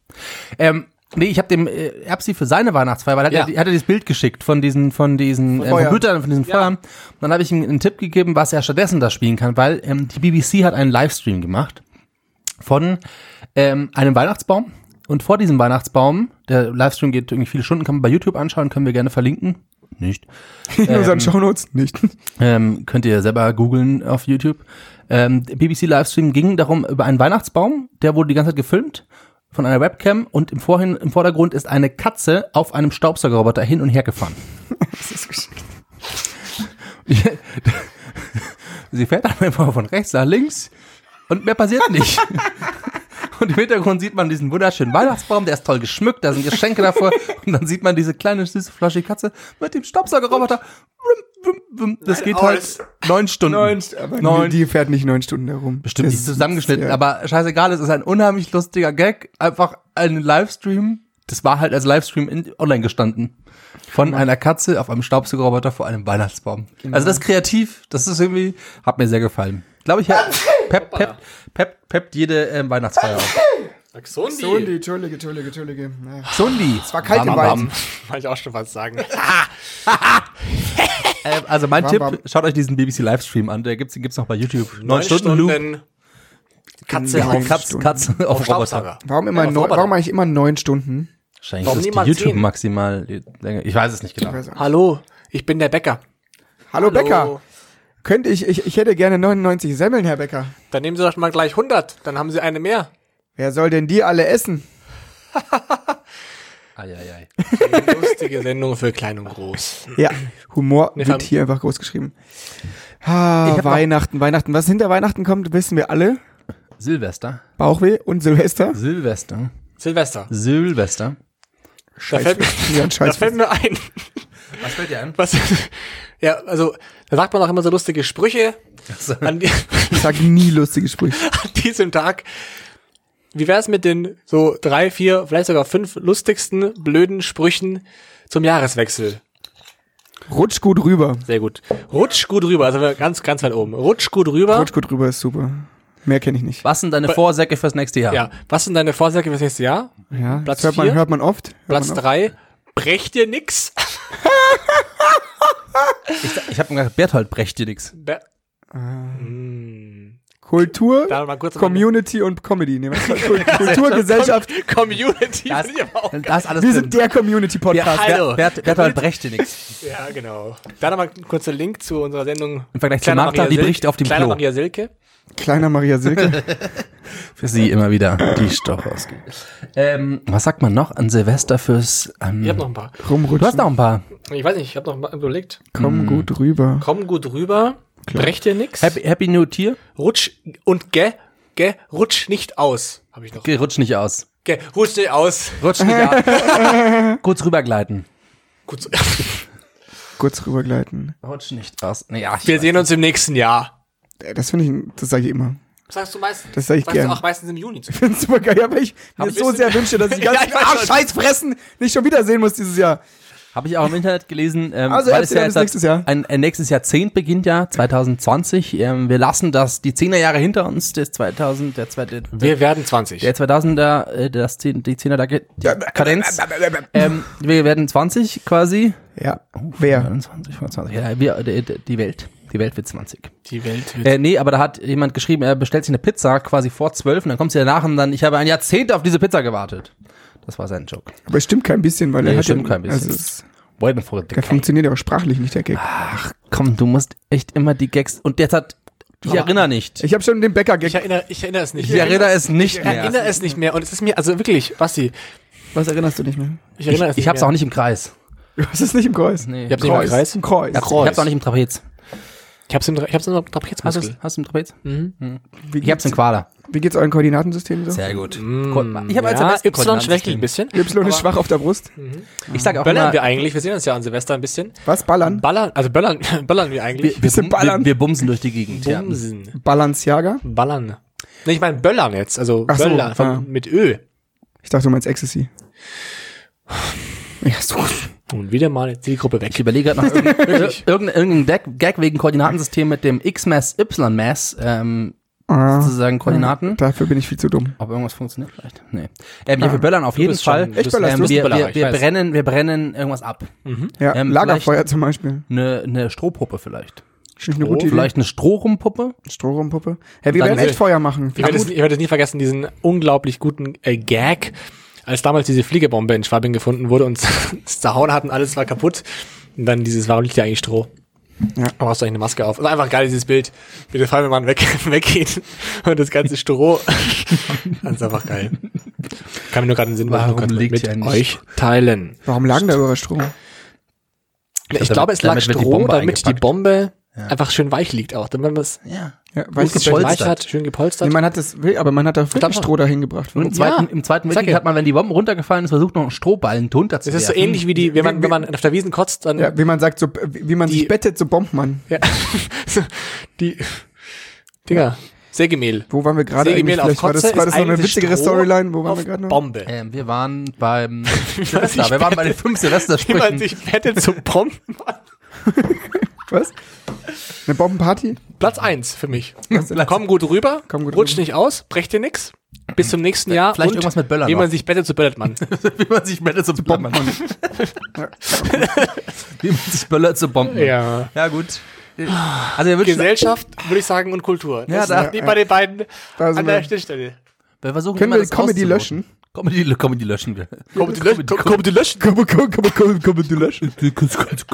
S3: Ähm, nee, ich habe dem äh, Erbsi für seine Weihnachtsfeier, weil er
S2: Ja.
S3: hat, er hat er dieses Bild geschickt von diesen, von diesen äh,
S4: Feuern.
S3: Computern, von diesen Feuern. Und dann habe ich ihm einen Tipp gegeben, was er stattdessen da spielen kann, weil ähm, die BBC hat einen Livestream gemacht von ähm, einem Weihnachtsbaum. Und vor diesem Weihnachtsbaum, der Livestream geht irgendwie viele Stunden, kann man bei YouTube anschauen, können wir gerne verlinken. Nicht.
S4: In
S3: mm.
S4: unseren Shownotes nicht.
S3: Ähm, könnt ihr selber googeln auf YouTube. Ähm, der BBC Livestream ging darum über einen Weihnachtsbaum, der wurde die ganze Zeit gefilmt von einer Webcam und im, Vorhin, im Vordergrund ist eine Katze auf einem Staubsaugerroboter hin und her gefahren. Sie fährt dann einfach von rechts nach links und mehr passiert nicht. Und im Hintergrund sieht man diesen wunderschönen Weihnachtsbaum, der ist toll geschmückt, da sind Geschenke davor. Und dann sieht man diese kleine, süße, flaschige Katze mit dem Staubsaugerroboter. Wum, wum, wum. Das geht halt neun ähm, Stunden.
S4: aber
S3: Neun.
S4: Die fährt nicht neun Stunden herum.
S3: Bestimmt
S4: Das
S3: nicht zusammengeschnitten,
S4: ja.
S3: aber scheißegal, es ist ein unheimlich lustiger Gag. Einfach ein Livestream. Das war halt als Livestream in, online gestanden. Von einer Katze auf einem Staubsaugerroboter vor einem Weihnachtsbaum. Also das ist kreativ, das ist irgendwie, hat mir sehr gefallen. Glaube ich, ja, pep, pep, pep, pep jede ähm, Weihnachtsfeier auf.
S2: Axondi.
S4: So, die, Entschuldige, Entschuldige, Entschuldige. Ja.
S3: Zundi. Es
S4: war kalt im Wald.
S2: Wollte ich auch schon was sagen.
S3: Ähm, also mein
S4: Bam,
S3: Tipp,
S4: bam.
S3: schaut euch diesen BBC-Livestream an, der gibt's, den gibt's noch bei YouTube. Neun Stunden, Loop. Katze,
S4: Genau.
S3: auf Katze,
S4: Stunden.
S3: Katze auf Roboter.
S2: Staubsauger.
S4: Warum immer,
S2: Ja,
S4: neun,
S2: Roboter.
S4: warum mache ich immer neun Stunden?
S3: Wahrscheinlich
S2: Warum
S3: ist
S2: niemand
S3: die YouTube
S2: sehen?
S3: maximal länger. Ich weiß es nicht genau.
S4: Weiß auch nicht.
S2: Hallo, ich bin der Bäcker.
S4: Hallo, Becker. Könnte ich, ich, ich hätte gerne 99 Semmeln, Herr Becker.
S2: Dann nehmen Sie doch mal gleich 100, dann haben Sie eine mehr.
S4: Wer soll denn die alle essen?
S3: Eieiei.
S2: Eine lustige Sendung für Klein und Groß.
S4: Ja, Humor
S2: Nee,
S4: wird
S2: fam-
S4: hier einfach groß geschrieben. Ah,
S3: hab noch-
S4: Weihnachten, Weihnachten. Was hinter Weihnachten kommt, wissen wir alle.
S3: Silvester.
S4: Bauchweh und Silvester.
S3: Silvester.
S2: Silvester.
S3: Silvester.
S2: Da fällt, mir,
S4: Ja, ein
S2: da
S4: Scheiß.
S2: fällt mir ein,
S3: Was fällt dir ein?
S2: was, ja, also, da sagt man auch immer so lustige Sprüche an, die,
S4: Ich sag nie lustige Sprüche.
S2: an diesem Tag. Wie wär's mit den so drei, vier, vielleicht sogar fünf lustigsten, blöden Sprüchen zum Jahreswechsel?
S4: Rutsch gut rüber.
S2: Sehr gut. Rutsch gut rüber, also ganz, ganz weit oben. Rutsch gut rüber.
S4: Rutsch gut rüber ist super. Mehr kenne ich nicht.
S3: Was sind deine Vorsäcke fürs nächste Jahr?
S2: Ja, was sind deine Vorsätze fürs nächste Jahr?
S4: Ja,
S2: Platz
S4: das hört man,
S2: vier?
S4: hört man oft. Hört
S2: Platz
S4: man oft.
S2: drei. brech dir nix.
S3: Ich habe mir gedacht, Berthold brecht dir nix.
S2: Be
S4: Kultur,
S2: Da mal kurz am
S4: Community und Comedy. Nee, was war- Kul- Kultur, Gesellschaft.
S2: Community
S3: Da
S2: das,
S3: ist,
S2: ich aber auch.
S3: da ist alles
S4: Wir
S3: drin.
S4: sind der Community-Podcast.
S3: Ber-
S2: Hallo.
S3: Bert, Berthold brecht dir nix.
S2: Ja, genau. Dann nochmal ein kurzer Link zu unserer Sendung.
S3: Im Vergleich zu
S2: Kleine
S3: Martha,
S2: Maria
S3: die
S2: Silke-
S3: bricht auf dem
S2: Kleine
S3: Klo.
S2: Maria Silke.
S4: Kleiner Maria Silke.
S3: Für sie immer wieder die Stoff ausgeht. Ähm, was sagt man noch an Silvester fürs... Ähm,
S2: Ich hab noch ein paar.
S4: Rumrutschen.
S3: du hast noch ein paar.
S2: Ich weiß nicht, ich hab noch mal überlegt.
S4: Komm gut rüber.
S2: Komm gut rüber, brech dir nix.
S3: Happy, Happy New Tier?
S2: Rutsch und ge, ge, rutsch nicht aus. Hab ich noch.
S3: Okay, rutsch nicht aus.
S2: Ge, rutsch nicht aus.
S3: Rutsch nicht aus. Kurz rübergleiten.
S2: Gut, so.
S4: Kurz rübergleiten.
S3: Rutsch nicht aus. Nee, ja, ich
S2: wir
S3: weiß.
S2: sehen uns im nächsten Jahr.
S4: Äh, Das finde ich, das sage ich immer.
S2: Das sagst du meistens.
S4: Das sag ich
S2: sagst
S4: gern.
S2: du auch meistens im Juni zu.
S4: Ich find's super geil, aber ich mir
S2: ich
S4: so
S2: bisschen-
S4: sehr wünsche, dass ich die
S2: Ja,
S4: ganzen
S2: ich weiß schon.
S4: Arschscheiß fressen nicht schon wieder sehen muss dieses Jahr.
S3: Habe ich auch im Internet gelesen. Ähm,
S4: Also,
S3: weil es
S4: erst
S3: ja
S4: wieder bis
S3: jetzt
S4: nächstes Jahr.
S3: Ein, ein nächstes Jahrzehnt beginnt ja, 2020. Ähm, wir lassen das, die 10er Jahre hinter uns, das 2000, der, zweite-
S2: Wir werden 20.
S3: der 2000er, äh, das 10, die 10er da geht, die Kadenz.
S2: äh,
S3: Ähm, wir werden 20 quasi.
S4: Ja, oh, wer?
S3: 20, 25, ja, wir, äh, die, die Welt. Die Welt wird 20.
S2: Die Welt wird.
S3: Äh, nee, aber da hat jemand geschrieben, er bestellt sich eine Pizza quasi vor 12 und dann kommt sie danach und dann, ich habe ein Jahrzehnt auf diese Pizza gewartet. Das war sein Joke.
S4: Aber es stimmt kein bisschen, weil
S3: Nee,
S4: er hat
S3: stimmt
S4: ja,
S3: kein bisschen. Ah.
S4: Also es,
S3: Waiting for the
S4: der funktioniert ja auch sprachlich nicht, der Gag.
S3: Komm, du musst echt immer die Gags. Und jetzt hat Ich erinnere nicht.
S4: Ich habe schon den Bäcker
S2: Ich
S4: gekriegt.
S2: erinnere, ich erinnere es nicht.
S3: Ich erinnere es nicht
S2: Ich erinnere
S3: mehr.
S2: es nicht mehr. Und es ist mir, also wirklich, Basti,
S4: Was erinnerst du nicht mehr?
S2: ich
S3: Ich,
S2: erinnere es
S3: ich hab's
S2: mehr.
S3: auch nicht im Kreis.
S4: Du hast es nicht im Kreuz.
S3: Nee.
S2: Ich hab's nicht im
S4: Kreuz.
S2: Kreis.
S4: Im Kreuz.
S3: Ich hab's, ich hab's auch nicht im Trapez.
S2: Ich hab's im, Tra- ich hab's im
S3: Hast du
S2: Trapezmuskel.
S3: hast du im Trapez?
S4: Wie
S3: Ich hab's im
S4: geht's,
S3: Quader.
S4: wie geht's euren Koordinatensystem so?
S3: Sehr gut.
S2: Mm,
S3: Ich also habe als
S2: ja,
S3: am besten
S2: Y schwächelt ein bisschen.
S4: Y ist schwach auf der Brust.
S3: Hm. Ich sage auch
S2: Böllern
S3: immer,
S2: wir eigentlich, wir sehen uns ja an Silvester ein bisschen.
S4: Was? Ballern?
S2: Ballern, also böllern, böllern wir eigentlich.
S4: bisschen
S3: bum-
S4: ballern.
S3: Wir, wir bumsen durch die Gegend. Ja.
S2: Bumsen.
S4: Balenciaga?
S2: Ballern. Nee, ich meine Böllern jetzt, also
S4: Ach so,
S2: Böllern von,
S4: ja.
S2: mit Ö.
S4: Ich dachte, du meinst Ecstasy. Ja, so.
S2: Und wieder mal jetzt die Gruppe
S3: Ich
S2: weg.
S3: überlege gerade noch irgendein, irgendein, irgendein Gag, Gag wegen Koordinatensystem mit dem X-Mass, Y-Mass, ähm,
S4: Ah,
S3: sozusagen Koordinaten.
S4: dafür bin ich viel zu dumm.
S3: Ob irgendwas funktioniert vielleicht? Nee. Ähm, ja, wir böllern auf jeden
S2: bist schon-
S3: Fall.
S2: du bist-
S4: Ich böller,
S3: ähm,
S4: du bist
S3: wir,
S2: ein Böllerer,
S3: wir,
S2: ich
S3: wir
S2: weiß.
S3: brennen, wir brennen irgendwas ab.
S4: Ja,
S3: Ähm,
S4: Lagerfeuer zum Beispiel.
S3: Eine, eine Strohpuppe vielleicht. Oh.
S4: Stroh, eine gute Idee.
S3: Vielleicht eine Strohrumpuppe.
S4: Strohrumpuppe. Hä, wir
S3: Dann
S4: werden
S2: will-
S4: echt Feuer machen.
S2: Ich werde, äh, es, ich werde es nie vergessen, diesen unglaublich guten äh, Gag, als damals diese Fliegerbombe in Schwabing gefunden wurde und es zerhauen hatten, alles war kaputt. Und dann dieses, warum liegt hier eigentlich Stroh?
S4: Ja.
S2: Warum hast du eigentlich eine Maske auf? Also einfach geil, dieses Bild. Bitte fallen wir mal weg, weggeht und das ganze Stroh. das ist einfach geil. Kann mir nur gerade einen Sinn machen,
S3: Warum
S2: kann
S3: liegt
S2: mit
S3: hier eigentlich
S2: euch teilen.
S4: Warum lagen da über Stroh?
S2: Ich,
S3: damit-
S2: glaube, es lag
S3: damit wird die
S2: Stroh,
S3: Bombe
S2: damit die
S3: eingepackt.
S2: Bombe einfach schön weich liegt auch. Damit man es
S3: Ja.
S4: Ja,
S2: gut
S4: weiß ich
S3: gepolstert.
S4: nicht.
S2: gepolstert hat, schön gepolstert.
S4: Nee, man hat das, aber man hat da wirklich
S2: Verdammt.
S4: Stroh dahin gebracht.
S3: Und im zweiten,
S2: Ja.
S3: im zweiten
S2: Sag
S3: Weltkrieg
S2: ja.
S3: hat man, wenn die Bomben runtergefallen ist, versucht noch einen Strohballen drunter zu
S2: Es ist so
S3: werfen.
S2: ähnlich wie die, wenn man, wenn man auf der Wiesen kotzt, dann
S4: Ja, wie man sagt, so, wie man
S2: Die-
S4: sich bettet, so bombt man.
S2: Ja. So, die Dinger. Sägemehl.
S4: Wo waren wir gerade eigentlich?
S2: Sägemehl auf
S4: Vielleicht war das,
S2: Kotze
S4: war das
S2: ist
S4: noch eine
S2: eigentlich
S4: witzigere
S2: Stroh
S4: Storyline. Wo waren
S2: auf
S4: wir gerade noch?
S2: Bombe.
S3: Ähm, wir waren beim
S2: man sich
S3: Silvester. Wir waren bei den fünf
S2: Wie man
S3: Silvester-Sprüchen.
S2: sich bettet zu Bomben.
S4: Was? Eine Bombenparty?
S2: Platz eins für mich.
S3: Vielleicht-
S2: Komm gut rüber,
S4: Komm gut
S2: rutsch
S4: rüber.
S2: nicht aus, brech dir nix. Bis zum nächsten Jahr.
S3: Vielleicht
S2: und
S3: irgendwas mit Böllern
S2: Wie
S3: noch.
S2: man sich bettet zu böllert man.
S3: Wie man sich Bälle zu Bomben. Wie man sich Böller zu Bomben.
S2: ja.
S3: Ja, gut. Also wir wünschen,
S2: Gesellschaft, würde ich sagen, und Kultur. Das
S3: Ja, da-
S2: sind die bei den beiden
S4: Da sind
S2: an der
S4: wir.
S2: Stichstelle.
S3: wir versuchen
S4: Können
S3: immer,
S4: wir
S3: das
S4: Comedy
S3: auszuloten.
S4: löschen?
S3: Comedy, Comedy löschen wir.
S2: Kommt die Löschen. Kommt die Löschen.
S4: Komm, komm, komm, komm, komm, du löschen.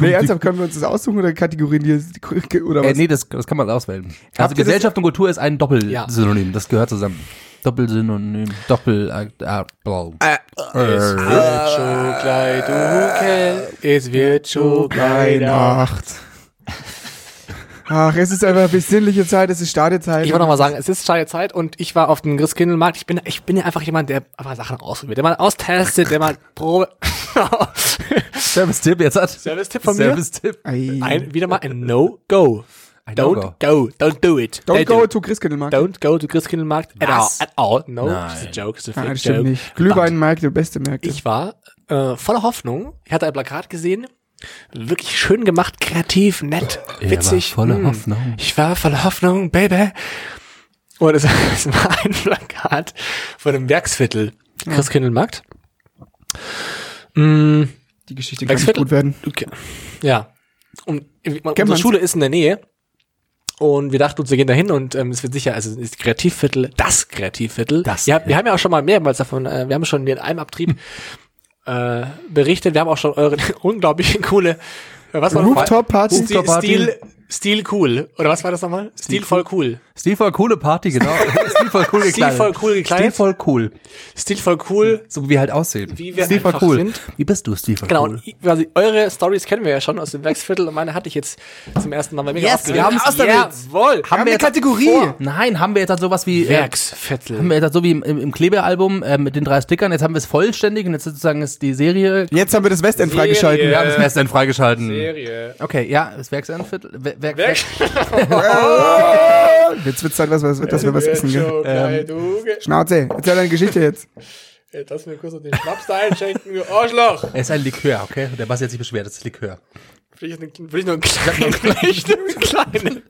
S4: Nee, ernsthaft, können wir uns das aussuchen oder Kategorien, die, oder
S3: Äh,
S4: was?
S3: nee, das, das kann man auswählen. Also
S4: Habt ihr
S3: Gesellschaft und Kultur ist ein
S2: Ja.
S3: Doppelsynonym. Das gehört zusammen. Doppelsynonym. Doppel. Äh, äh, blau.
S2: Es
S3: äh,
S2: wird schon gleich dunkel.
S4: Äh.
S2: Es wird schon gleich dunkel.
S4: Weihnacht. Ach, es ist einfach besinnliche Zeit, es ist Stadezeit.
S2: Ich wollte nochmal sagen, es ist scheine Zeit und ich war auf dem Christkindlmarkt. Ich bin, ich bin ja einfach jemand, der einfach Sachen ausprobiert, der mal austestet, der mal Probe.
S3: Service-Tipp jetzt hat.
S2: Service-Tipp von mir?
S3: Service-Tipp.
S4: Ei.
S2: Ein, wieder mal ein No-Go.
S3: Ein
S2: Don't
S3: No-Go.
S2: go. Don't do it.
S4: Don't
S2: They
S4: go
S2: do.
S4: to Christkindlmarkt.
S2: Don't go to Christkindlmarkt at all.
S3: Was?
S2: At all. No,
S3: Nein.
S2: it's a joke. It's a fake
S4: Nein, das
S2: joke.
S4: stimmt nicht. Glühweinmarkt, der beste Märkte.
S2: Ich war äh, voller Hoffnung. Ich hatte ein Plakat gesehen. Wirklich schön gemacht, kreativ, nett,
S3: Er
S2: witzig.
S3: war voller
S2: Hm.
S3: Hoffnung.
S2: Ich war voller Hoffnung, Baby. Und es, es war ein Plakat von einem Werksviertel. Christkindlmarkt. Mm,
S4: die Geschichte kann nicht
S2: Wechsviertel?
S4: gut werden.
S2: okay. Ja. Und äh, unsere
S4: man's?
S2: Schule ist in der Nähe. Und wir dachten uns, wir gehen da hin und ähm, es wird sicher, also es ist Kreativviertel, das Kreativviertel.
S3: Das,
S2: ja, wir haben ja auch schon mal mehrmals davon, äh, wir haben schon in einem Abtrieb äh, berichtet, wir haben auch schon eure unglaublich coole, äh, was war nochmal?
S4: Rooftop-Party?
S2: Stil,
S4: Rooftop-Party?
S2: Stil, Stil cool. Oder was war das nochmal? Stil voll cool.
S3: Steve voll coole Party, genau. Steve voll cool gekleidet.
S2: voll cool gekleidet.
S3: Steve voll cool.
S2: Stil voll cool.
S3: So wie wir halt aussehen.
S2: Wie wir
S3: Steve voll
S2: einfach
S3: cool.
S2: sind.
S3: Wie bist du, Steve voll
S2: Genau,
S3: cool?
S2: und i- quasi eure Stories kennen wir ja schon aus dem Werksviertel und meine hatte ich jetzt zum ersten Mal bei mir
S3: Yes, wir haben's.
S2: Jawohl.
S3: Haben
S4: eine
S3: jetzt- halt
S4: Kategorie.
S3: Vor- Nein, haben wir jetzt halt sowas wie. äh, Haben
S2: Werksviertel.
S3: wir jetzt halt so wie im, im, im Klebealbum äh, mit den drei Stickern, jetzt haben wir es vollständig und jetzt sozusagen ist die Serie.
S4: Jetzt haben wir das Westend freigeschalten.
S2: Serie.
S3: Wir haben das Westend freigeschalten.
S2: Äh, Serie.
S3: Okay, ja, das Werksendviertel. Werk, Werk,
S2: Werk-
S4: Jetzt wird's Zeit, was, was, dass
S2: also,
S4: wir was essen. Gell?
S2: Ähm,
S4: Schnauze, erzähl deine Geschichte jetzt.
S2: Lass mir kurz noch den Schnaps da einschenken, du Arschloch.
S3: Es ist ein Likör, okay? Der Basti hat sich beschwert, es ist Likör.
S2: Will ich nur einen kleinen, vielleicht nur einen kleinen.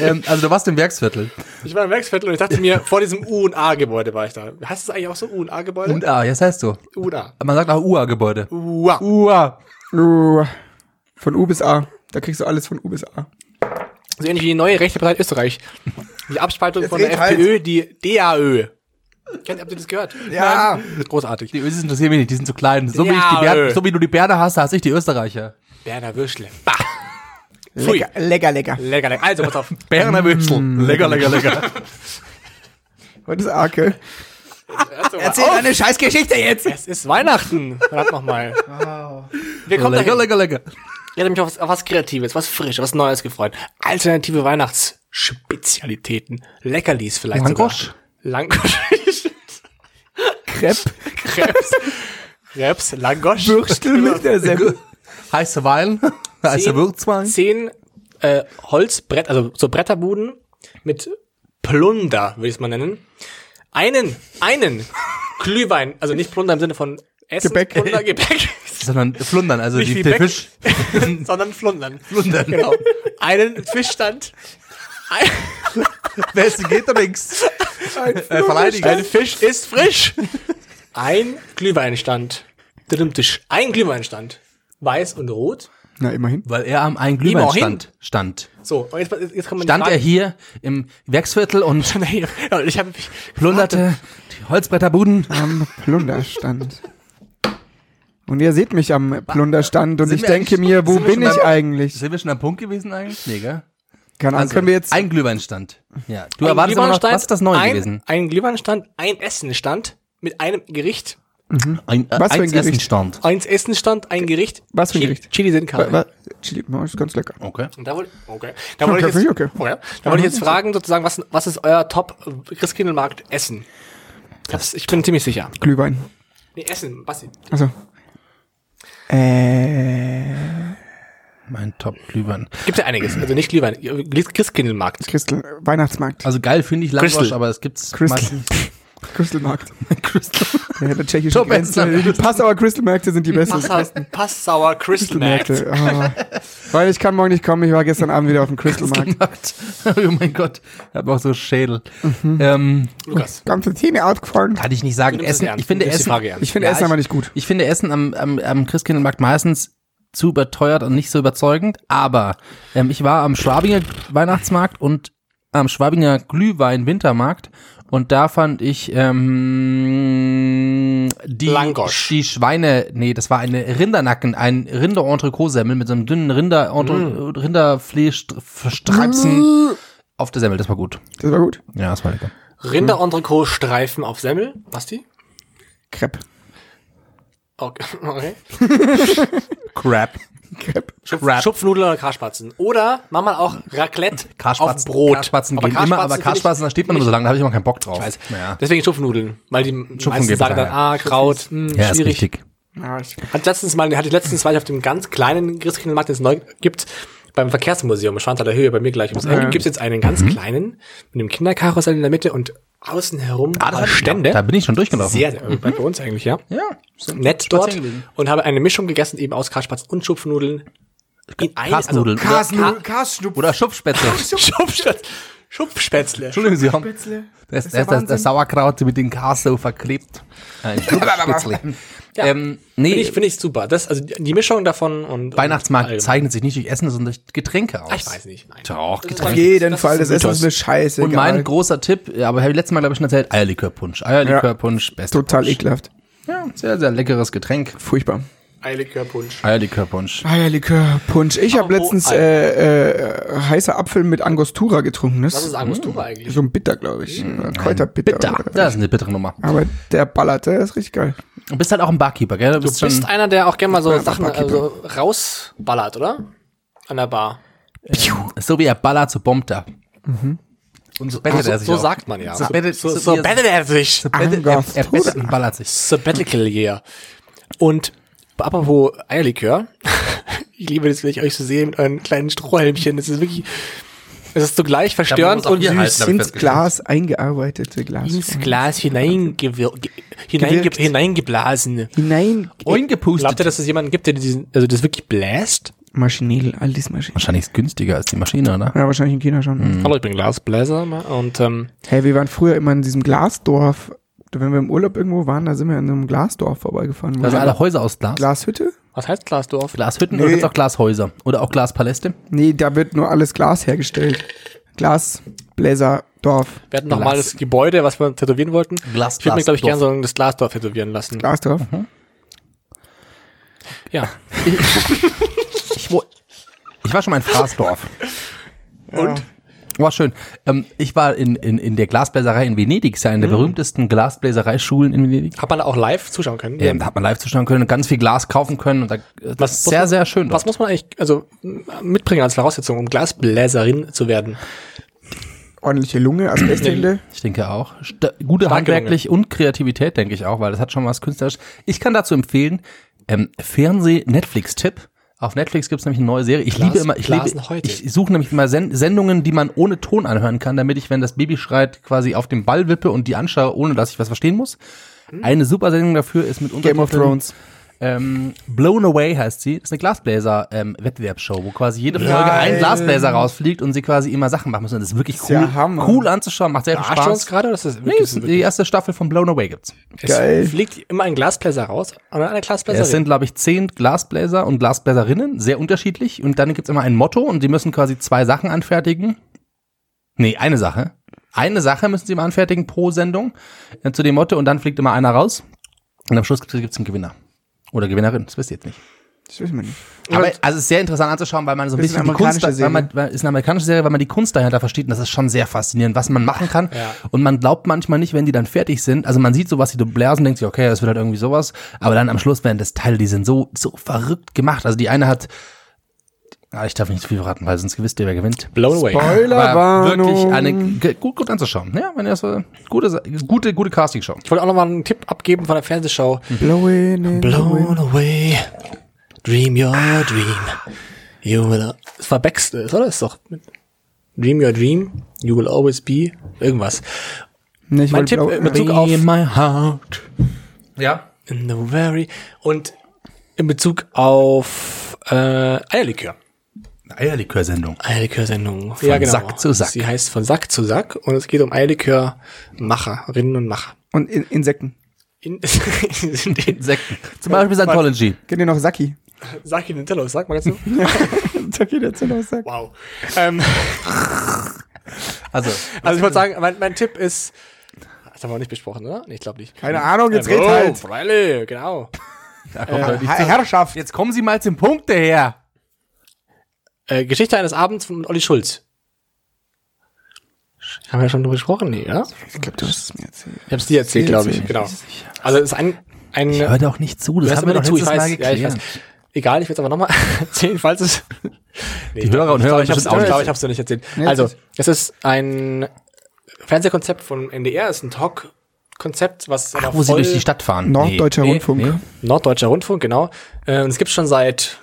S3: ähm, also du warst im Werksviertel.
S2: Ich war im Werksviertel und ich dachte mir, vor diesem U und A-Gebäude war ich da. Heißt es eigentlich auch so U und
S3: Und
S2: A-Gebäude?
S3: ah, jetzt heißt so.
S2: U und A.
S3: Man sagt auch UA-Gebäude.
S2: Uah.
S3: UA.
S4: Uh, Von U bis A. Da kriegst du alles von U bis A.
S2: So ähnlich wie die neue rechte Partei Österreich. Die Abspaltung von der
S4: red halt.
S2: FPÖ, die DAÖ. Kennt, habt ihr das gehört?
S4: Ja.
S2: Großartig.
S3: Die Ösis interessieren mich nicht, die sind zu klein. So, wie, ich
S2: Ja,
S3: die Ber
S2: äh.
S3: so wie du die Berner hast, hasse ich die Österreicher.
S2: Berner Würschle. Bah. Pfui.
S4: Lecker, lecker, lecker.
S2: Lecker, lecker. Also, pass auf.
S3: Berner Würstel. Lecker, lecker, lecker.
S4: Was ist Arke?
S2: Erzähl
S4: deine Scheißgeschichte jetzt.
S2: Es ist Weihnachten. Rat nochmal. Wir kommen
S3: lecker,
S2: dahin.
S3: lecker, lecker.
S2: Ich hätte mich auf was, auf was Kreatives, was Frisches, was Neues gefreut. Alternative Weihnachtsspezialitäten. Leckerlis vielleicht
S3: Langosch?
S2: sogar. Langosch.
S4: Crepe,
S2: Krebs. Krebs, Langosch.
S4: Würstel mit der Semmel.
S3: Heiße Wein. Heiße
S2: Zehn-
S3: Würzwein.
S2: Zehn äh, Holzbrett, also so Bretterbuden mit Plunder, würde ich es mal nennen. Einen, einen Glühwein, also nicht Plunder im Sinne von Essen,
S4: Gebäck.
S2: Plunder, Gebäck,
S3: Sondern Flundern, also
S2: Nicht
S3: die,
S2: wie
S3: der
S2: Beck.
S3: Fisch.
S2: sondern Flundern.
S3: Flundern.
S2: Genau. Einen Fischstand. Ein,
S3: Wer ist geht da nix. Äh,
S2: ein
S3: Verleidiger.
S2: Fisch ist frisch. Ein Glühweinstand. Drin Tisch. Ein Glühweinstand. Weiß und rot.
S4: Na, immerhin.
S3: Weil er am einen
S2: Ihm auch hin.
S3: Glühweinstand stand.
S2: So, und jetzt, jetzt kann man die
S3: Stand
S2: Frage-
S3: er hier im Werksviertel und
S2: Nee, ja, ich habe mich
S3: plunderte die Holzbretterbuden.
S4: Am Plunderstand. Und ihr seht mich am Plunderstand und
S3: Sind
S4: ich
S3: wir
S4: denke
S3: eigentlich-
S4: mir, wo
S3: sind wir
S4: bin
S3: schon
S4: ich
S3: beim-
S4: eigentlich?
S3: Sind wir schon am Punkt gewesen eigentlich? Nee, gell?
S4: Keine
S3: Also,
S4: Ahnung, können wir jetzt
S3: Ein Glühweinstand. Ja. Du
S2: Ein
S3: erwartest immer noch,
S2: Glühweinstand,
S3: was ist das Neue
S2: ein,
S3: gewesen?
S2: Ein Glühweinstand, ein Essenstand mit einem Gericht,
S3: Ein, äh,
S4: Was für ein
S3: eins
S4: Gericht?
S3: Essenstand.
S2: eins Essenstand, ein Gericht.
S4: was für ein
S2: Chili-
S4: Gericht?
S2: Chili sind
S4: Wa-
S2: Karne.
S4: wa- Chili, no, ist ganz lecker.
S3: Okay.
S2: Und da wollte okay. Da wollte ich
S4: Okay,
S2: jetzt,
S4: okay.
S2: okay. Da wollte ich jetzt fragen, sozusagen, was, was ist euer Top äh, Christkindlmarkt Essen? Das, ich bin ziemlich sicher.
S4: Glühwein.
S2: Nee, Essen, Basti.
S4: Also. Äh,
S3: Mein Top-Glühwein.
S2: Gibt ja einiges. Also nicht Glühwein, Christkindlmarkt.
S4: Christel, Weihnachtsmarkt.
S3: Also geil finde ich Langosch,
S2: Crystal.
S3: aber es gibt's
S4: Crystal.
S3: Also,
S4: Crystalmarkt.
S3: Crystal.
S4: Ja, der tschechische
S3: Top
S4: Grenze. Die
S3: Essenland.
S4: Passauer Crystalmärkte sind die besten.
S2: Passau- Passauer Christelmarkt.
S4: Crystalmärkte. Ah. Weil ich kann morgen nicht kommen, ich war gestern Abend wieder auf dem Crystalmarkt.
S3: gemacht. oh mein Gott, ich habe auch so Schädel. Ähm,
S2: Lukas.
S4: Ganze Zähne ausgefallen.
S3: kann ich nicht sagen.
S2: du nimmst es
S3: Essen,
S2: ernst.
S3: ich finde
S2: Du nimmst die
S3: Essen,
S2: Frage ernst.
S4: Ich finde
S3: Ja,
S4: Essen
S3: ich-
S4: aber nicht gut.
S3: ich finde Essen am, am, am Christkindlmarkt meistens zu überteuert und nicht so überzeugend. Aber ähm, ich war am Schwabinger Weihnachtsmarkt und am Schwabinger Glühwein Wintermarkt und da fand ich ähm, die,
S2: Langosch.
S3: die Schweine, nee, das war eine Rindernacken, ein rinder semmel mit so einem dünnen rinder
S2: Mm.
S3: Rinderfleischstreifen auf der Semmel. Das war gut.
S4: Das war gut.
S3: Ja, das war lecker.
S2: Rinder Entrecot Streifen auf Semmel. Basti?
S4: Crepe.
S2: Okay. okay.
S3: Crap.
S4: Crepe.
S2: Schupf,
S3: Crap.
S2: Schupfnudeln oder Karspatzen. Oder mach mal auch Raclette auf
S3: Karspatzen,
S2: Brot.
S3: Karspatzen gehen immer, aber
S2: finde ich-
S3: Karspatzen, da steht man immer so lange, da habe ich immer keinen Bock drauf.
S2: Ich weiß.
S3: Ja,
S2: Deswegen Schupfnudeln, weil die meisten
S3: geht's
S2: sagen dann,
S3: rein.
S2: ah, Kraut, mh,
S3: ja ist
S2: schwierig.
S3: richtig.
S4: Ja, ich
S2: Hat letztens mal, hatte ich letztens, war ich auf dem ganz kleinen Christkindlmarkt, den es neu gibt, beim Verkehrsmuseum, Schwanthaler Höhe, bei mir gleich ums
S3: Mhm.
S2: Eck, gibt's jetzt einen ganz kleinen, mit einem Kinderkarussell in der Mitte und außen herum
S3: hatte ich-
S2: Stände.
S3: Ah, Da bin ich schon durchgelaufen.
S2: sehr, sehr bei uns eigentlich, ja.
S3: ja.
S2: Nett
S3: Spazieren
S2: dort
S3: gewesen.
S2: und habe eine Mischung gegessen, eben aus Karspatz und Schupfnudeln. In ein-
S3: Karsnudeln.
S2: Also, Kars, Kar,
S3: Oder Schupfspätzle.
S2: Schupfspätzle. Schupfspätzle.
S3: Entschuldigung, Sie haben das, das,
S4: ja
S3: das, das,
S4: Wahnsinn.
S3: Sauerkraut mit dem Kars so verklebt. Ein Schupfspätzle. ähm, nee,
S2: Finde ich, finde ich super. Das, also die Mischung davon und.
S3: Weihnachtsmarkt
S2: und,
S3: zeichnet sich nicht durch Essen, sondern durch Getränke aus.
S2: Ah, Ich weiß nicht. Nein.
S3: Doch,
S2: Das ist
S4: auf
S3: Getränke.
S4: jeden
S2: Das ist
S4: Fall, das
S2: ein
S4: Essen ist
S2: Mythos.
S4: mir scheiße.
S3: Und mein großer Tipp, ja, aber habe ich letztes Mal, glaube ich, schon erzählt, Eierlikörpunsch. Eierlikörpunsch, beste
S4: Total
S3: Punsch.
S4: ekelhaft.
S3: Ja, sehr, sehr leckeres Getränk.
S4: Furchtbar.
S2: Eierlikörpunsch.
S3: Eierlikörpunsch.
S4: Eierlikör, Punsch. Ich habe
S2: Apropos
S4: letztens
S2: Ei.
S4: äh, äh, heißer Apfel mit Angostura getrunken. Das
S2: Was ist
S4: ist
S2: Angostura eigentlich?
S4: so ein Bitter, glaube ich. Oder Kräuterbitter.
S3: Hm, Bitter.
S4: oder-
S3: Das ist eine bittere Nummer.
S4: Aber der ballert, der ist richtig geil.
S3: Du bist halt auch ein Barkeeper, gell? Du bist,
S2: Du bist
S3: schon,
S2: einer, der auch gerne mal so
S4: Ja,
S2: Sachen
S4: Barkeeper.
S2: also rausballert, oder? An der Bar.
S3: so wie er ballert, so bombt er.
S4: Mhm.
S3: Und so bettet
S2: So,
S3: er sich
S2: so
S3: auch.
S2: sagt man ja.
S3: So bettet-
S2: so,
S3: so-
S2: so
S3: so-
S2: bettet er sich.
S3: Bettet, er, er
S4: Angriff.
S3: bettet und ballert sich.
S2: Sabbatical Year. Und apropos Eierlikör, ich liebe das, wenn ich euch so sehe mit euren kleinen Strohhelmchen. Das ist wirklich, es ist zugleich verstörend
S3: Da muss man
S2: und
S3: auch hier halten,
S2: süß.
S3: hab ich
S4: Ins
S3: festgestellt.
S4: Glas eingearbeitete Glas.
S2: Ins Glas hineingewir ge- hineinge
S4: Gewirkt.
S2: hineingeblasen.
S4: Hinein.
S2: Glaubt ihr,
S3: Eingepustet.
S2: dass es jemanden gibt, der diesen, also das wirklich bläst?
S4: Maschinell, all dies Maschinen.
S3: Wahrscheinlich Hm. ist es günstiger als die Maschine, oder?
S4: Ja, wahrscheinlich in China schon.
S2: Hallo, ich bin Glasbläser und ähm,
S4: Hey, wir waren früher immer in diesem Glasdorf. Wenn wir im Urlaub irgendwo waren, da sind wir in so einem Glasdorf vorbeigefahren.
S3: Da sind Also alle Häuser aus Glas.
S4: Glashütte?
S2: was heißt Glasdorf?
S3: Glashütten
S4: Nee.
S3: oder gibt's auch Glashäuser? Oder auch Glaspaläste?
S4: Nee, da wird nur alles Glas hergestellt. Glasbläserdorf.
S2: Wir hatten nochmal das Gebäude, was wir tätowieren wollten.
S3: Glas-
S2: ich würde mir, glaube ich,
S3: Glasdorf.
S2: gerne so das Glasdorf tätowieren lassen.
S4: Glasdorf?
S2: Ja.
S3: Ich, wo, Ich war schon mal in Fraßdorf.
S2: Und?
S3: War schön. Ähm, ich war in, in, in der Glasbläserei in Venedig, ist ja eine der berühmtesten Glasbläsereischulen in Venedig.
S2: Hat man da auch live zuschauen können?
S3: Ähm, da hat man live zuschauen können und ganz viel Glas kaufen können. Und da, das ist
S2: muss
S3: sehr,
S2: man,
S3: sehr schön.
S2: Was
S3: dort.
S2: muss man eigentlich also, mitbringen als Voraussetzung, um Glasbläserin zu werden?
S4: Ordentliche Lunge, Asbesthände.
S3: Ich denke auch. St gute
S2: Starke
S3: handwerklich und Kreativität, denke ich auch, weil das hat schon was künstlerisch. Ich kann dazu empfehlen, ähm, Fernseh-Netflix-Tipp. Auf Netflix gibt's nämlich eine neue Serie. Ich
S2: Glas-
S3: liebe immer, ich, liebe,
S2: Glasen heute.
S3: ich suche nämlich immer Sen Sendungen, die man ohne Ton anhören kann, damit ich, wenn das Baby schreit, quasi auf den Ball wippe und die anschaue, ohne dass ich was verstehen muss. Eine super Sendung dafür ist mit
S4: Hm. Game of
S3: Untertiteln,
S4: Thrones.
S3: Ähm, Blown Away heißt sie. Das ist eine Glasbläser-Wettbewerbsshow, wo quasi jede Folge ein
S4: Nein.
S3: Glasbläser rausfliegt und sie quasi immer Sachen machen müssen. Und Das ist wirklich cool.
S4: ja Hammer.
S3: cool anzuschauen, macht sehr viel
S2: Arsch uns
S3: Spaß.
S2: gerade? Oder ist das
S3: Nee,
S2: wirklich,
S3: es- die erste Staffel von Blown Away gibt's.
S2: es
S4: Geil.
S2: fliegt immer ein Glasbläser raus und dann eine
S3: Es
S2: Glasbläserin.
S3: sind, glaube ich, zehn Glasbläser und Glasbläserinnen, sehr unterschiedlich. Und dann gibt's immer ein Motto und die müssen quasi zwei Sachen anfertigen. Nee, eine Sache. Eine Sache müssen sie immer anfertigen pro Sendung äh, zu dem Motto und dann fliegt immer einer raus. Und am Schluss gibt's gibt's einen Gewinner. Oder Gewinnerin, das wisst ihr jetzt nicht.
S4: Das wissen wir nicht.
S3: Aber also es ist sehr interessant anzuschauen, weil man so ein
S4: Ist
S3: bisschen
S4: eine
S3: die Kunst,
S4: amerikanische
S3: weil man, weil, ist eine amerikanische Serie, weil man die Kunst dahinter versteht und das ist schon sehr faszinierend, was man machen kann.
S2: Ja.
S3: Und man glaubt manchmal nicht, wenn die dann fertig sind. Also man sieht sowas, die blasen, denkt sich, okay, das wird halt irgendwie sowas. Aber dann am Schluss werden das Teile, die sind so, so verrückt gemacht. Also die eine hat, ah, ich darf nicht zu viel verraten, weil sonst gewisst ihr, wer gewinnt.
S2: Blown away.
S3: War
S4: Spoilerwarnung.
S3: wirklich eine, ge- gut, gut anzuschauen. Ja, wenn ihr so, gute, Sa- gute, gute Castingshow.
S2: Ich wollte auch nochmal einen Tipp abgeben von der Fernsehshow.
S4: Blowing in the
S2: Blown away, dream your dream. You will. Es war Baxter, oder? Ist doch. mit Dream your dream, you will always be. Irgendwas.
S4: wind. Nee, ich
S2: Mein
S4: wollte
S2: Tipp äh,
S4: Blow-
S2: in Bezug auf.
S3: In my heart. Ja.
S2: In the very. Und in Bezug auf äh, Eierlikör.
S3: Eierlikör-Sendung.
S2: Eierlikör-Sendung.
S3: Von Sack zu Sack.
S2: genau. Sie heißt von Sack zu Sack und es geht um Eierlikör-Macherinnen und Macher.
S4: Und in Insekten.
S2: In, in den
S3: Insekten. Zum Beispiel Scientology.
S4: Kennt ihr noch Saki?
S2: Saki Nintendo, sag mal dazu.
S4: Saki, der Zelle aus Saki.
S2: Wow. Ähm,
S3: Also,
S2: also ich wollte sagen, mein, mein Tipp ist, das haben wir noch nicht besprochen, oder? Nee, ich glaube nicht.
S4: Keine Ahnung, jetzt
S2: Ähm,
S4: redet
S2: oh,
S4: halt.
S2: Freilich, genau.
S3: da kommt er nicht
S4: Herr-
S3: zu.
S4: Herrschaft.
S3: jetzt kommen Sie mal zum Punkt her.
S2: Äh, Geschichte eines Abends von Olli Schulz. Haben wir ja schon drüber gesprochen, nee, ja?
S4: Ich glaube, du hast es mir erzählt.
S2: Ich hab's dir erzählt,
S4: Dir
S2: glaube ich.
S4: erzählt.
S2: Genau. Also es ist ein, ein
S3: Ich höre doch nicht zu,
S2: Du
S3: das
S2: hörst
S3: haben wir
S2: immer
S3: doch
S2: nicht zu,
S3: letztes
S2: ich
S3: Mal
S2: weiß. Ja, ich
S3: geklärt.
S2: weiß. Egal, ich will es aber nochmal erzählen, falls es. Nee,
S3: Die Hörer und Hörer
S2: ich hab's,
S3: bestimmt auch
S2: ich glaube,
S3: nicht.
S2: ich hab's dir nicht erzählt.
S4: Nee,
S2: Also,
S4: das ist-
S2: es ist ein Fernsehkonzept von NDR, ist ein Talk-Konzept, was
S3: Ach,
S2: aber
S3: wo Sie
S2: voll-
S3: durch die Stadt fahren.
S4: Norddeutscher
S2: nee,
S4: Rundfunk. ne?
S3: nee.
S2: Norddeutscher Rundfunk, genau. Äh, Und es gibt schon seit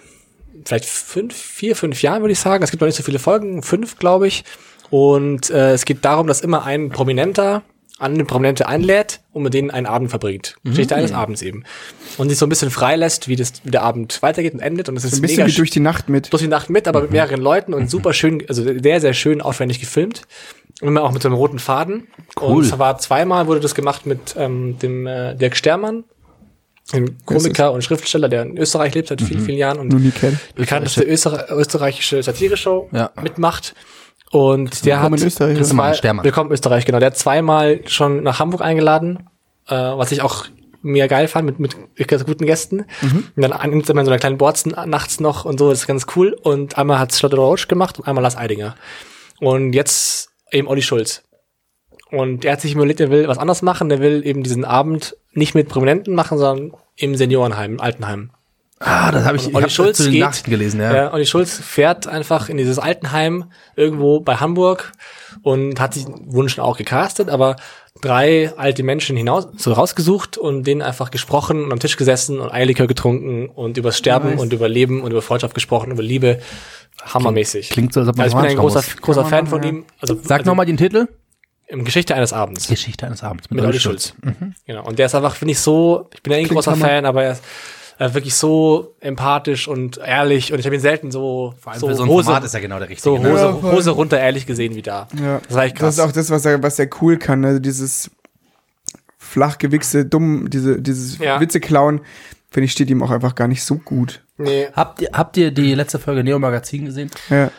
S2: vielleicht fünf, vier, fünf Jahren, würde ich sagen. Es gibt noch nicht so viele Folgen, fünf, glaube ich. Und äh, es geht darum, dass immer ein Prominenter andere Prominente einlädt und mit denen einen Abend verbringt.
S4: Mhm.
S2: Geschichte eines Abends eben. Und sich so ein bisschen freilässt, wie, das, wie der Abend weitergeht und endet. Und es ist
S4: Ein
S2: mega
S4: bisschen wie
S2: sch-
S4: durch die Nacht mit.
S2: durch die Nacht mit, aber mit mehreren Leuten und super schön, also sehr, sehr schön aufwendig gefilmt. Und immer auch mit so einem roten Faden.
S3: Cool.
S2: Und es war zweimal wurde das gemacht mit ähm, dem äh, Dirk Stermann, dem Komiker und Schriftsteller, der in Österreich lebt seit vielen, vielen Jahren und
S4: Noch nie kennt.
S2: bekannteste Öster österreichische Satire-Show
S3: Ja.
S2: mitmacht. Und der hat
S4: Willkommen in Österreich,
S2: zwei-
S3: Mann, Stermann.
S2: Willkommen in Österreich, genau. Der hat zweimal schon nach Hamburg eingeladen, äh, was ich auch mir geil fand mit, mit ganz guten Gästen.
S4: Mhm.
S2: Und dann nimmt er immer in so einer kleinen Borzen nachts noch und so, das ist ganz cool. Und einmal hat Charlotte Roach gemacht und einmal Lars Eidinger. Und jetzt eben Olli Schulz. Und er hat sich überlegt, er will was anderes machen, der will eben diesen Abend nicht mit Prominenten machen, sondern im Seniorenheim, im Altenheim.
S3: Ah, das habe ich, ich
S2: Olli
S3: hab
S2: Schulz
S3: zu den
S2: geht-
S3: Nachrichten gelesen. Ja.
S2: Ja, Olli Schulz fährt einfach in dieses Altenheim irgendwo bei Hamburg und hat sich Wunsch auch gecastet, aber drei alte Menschen hinaus so rausgesucht und denen einfach gesprochen und am Tisch gesessen und Eierlikör getrunken und über Sterben und über Leben und über Freundschaft gesprochen, über Liebe. Hammermäßig.
S3: klingt so, als ob man
S2: also ich
S3: das
S2: bin ein
S3: mal anschauen
S2: großer,
S3: muss.
S2: großer
S4: Kann man
S2: Fan von
S4: machen, ja.
S2: ihm. Also,
S3: Sag
S2: also
S3: nochmal den Titel.
S2: im Geschichte eines Abends.
S3: Geschichte eines Abends
S2: Mit Olli Schulz.
S3: Mhm.
S2: Genau. Und der ist einfach, finde ich, so, ich bin ja eh ein
S4: Klingt
S2: großer
S4: Hammer.
S2: Fan, aber er ist äh, wirklich so empathisch und ehrlich und ich habe ihn selten so,
S3: Vor allem
S2: so,
S3: für so ein
S2: Hose,
S3: Format ist er genau der
S2: so
S3: Richtige. ne?
S2: Hose,
S4: Ja, voll.
S2: Hose runter ehrlich gesehen wie da.
S4: Ja.
S2: Das war echt krass.
S4: Das ist auch das, was er, was er cool kann, ne? dieses flachgewichste, dumm, diese, dieses
S2: Ja.
S4: Witze klauen, finde ich, steht ihm auch einfach gar nicht so gut.
S2: nee,
S3: Habt ihr, habt ihr die letzte Folge Neo Magazin gesehen?
S4: Ja.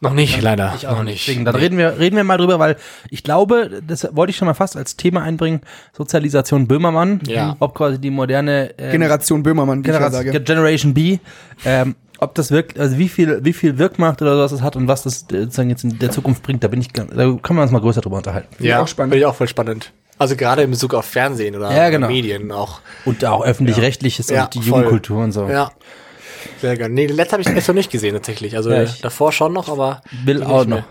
S2: noch nicht, leider. Ich
S3: auch nicht. Deswegen, dann reden wir, reden wir mal drüber, weil ich glaube, das wollte ich schon mal fast als Thema einbringen, Sozialisation Böhmermann,
S2: Ja.
S3: ob quasi die moderne äh,
S4: Generation Böhmermann, wie ich ja
S3: Generation,
S4: sage.
S3: Generation B, ähm, Ob das wirkt, also wie viel, wie viel Wirkmacht oder sowas das hat und was das äh, sozusagen jetzt in der Zukunft bringt, da bin ich, gar- da können wir uns mal größer drüber unterhalten.
S2: Ja,
S4: auch spannend.
S2: Finde ich auch voll spannend. Also gerade im Bezug auf Fernsehen oder
S3: Ja, genau.
S2: Medien auch.
S3: Und auch öffentlich-rechtliches
S2: Ja,
S3: und die
S2: voll.
S3: Jugendkultur und so.
S2: Ja. Sehr geil. Nee, den letzten habe ich echt noch nicht gesehen tatsächlich. Also
S3: Ja, ich-
S2: davor schon noch, aber
S3: Will
S2: nicht
S3: auch
S2: mehr.
S3: noch.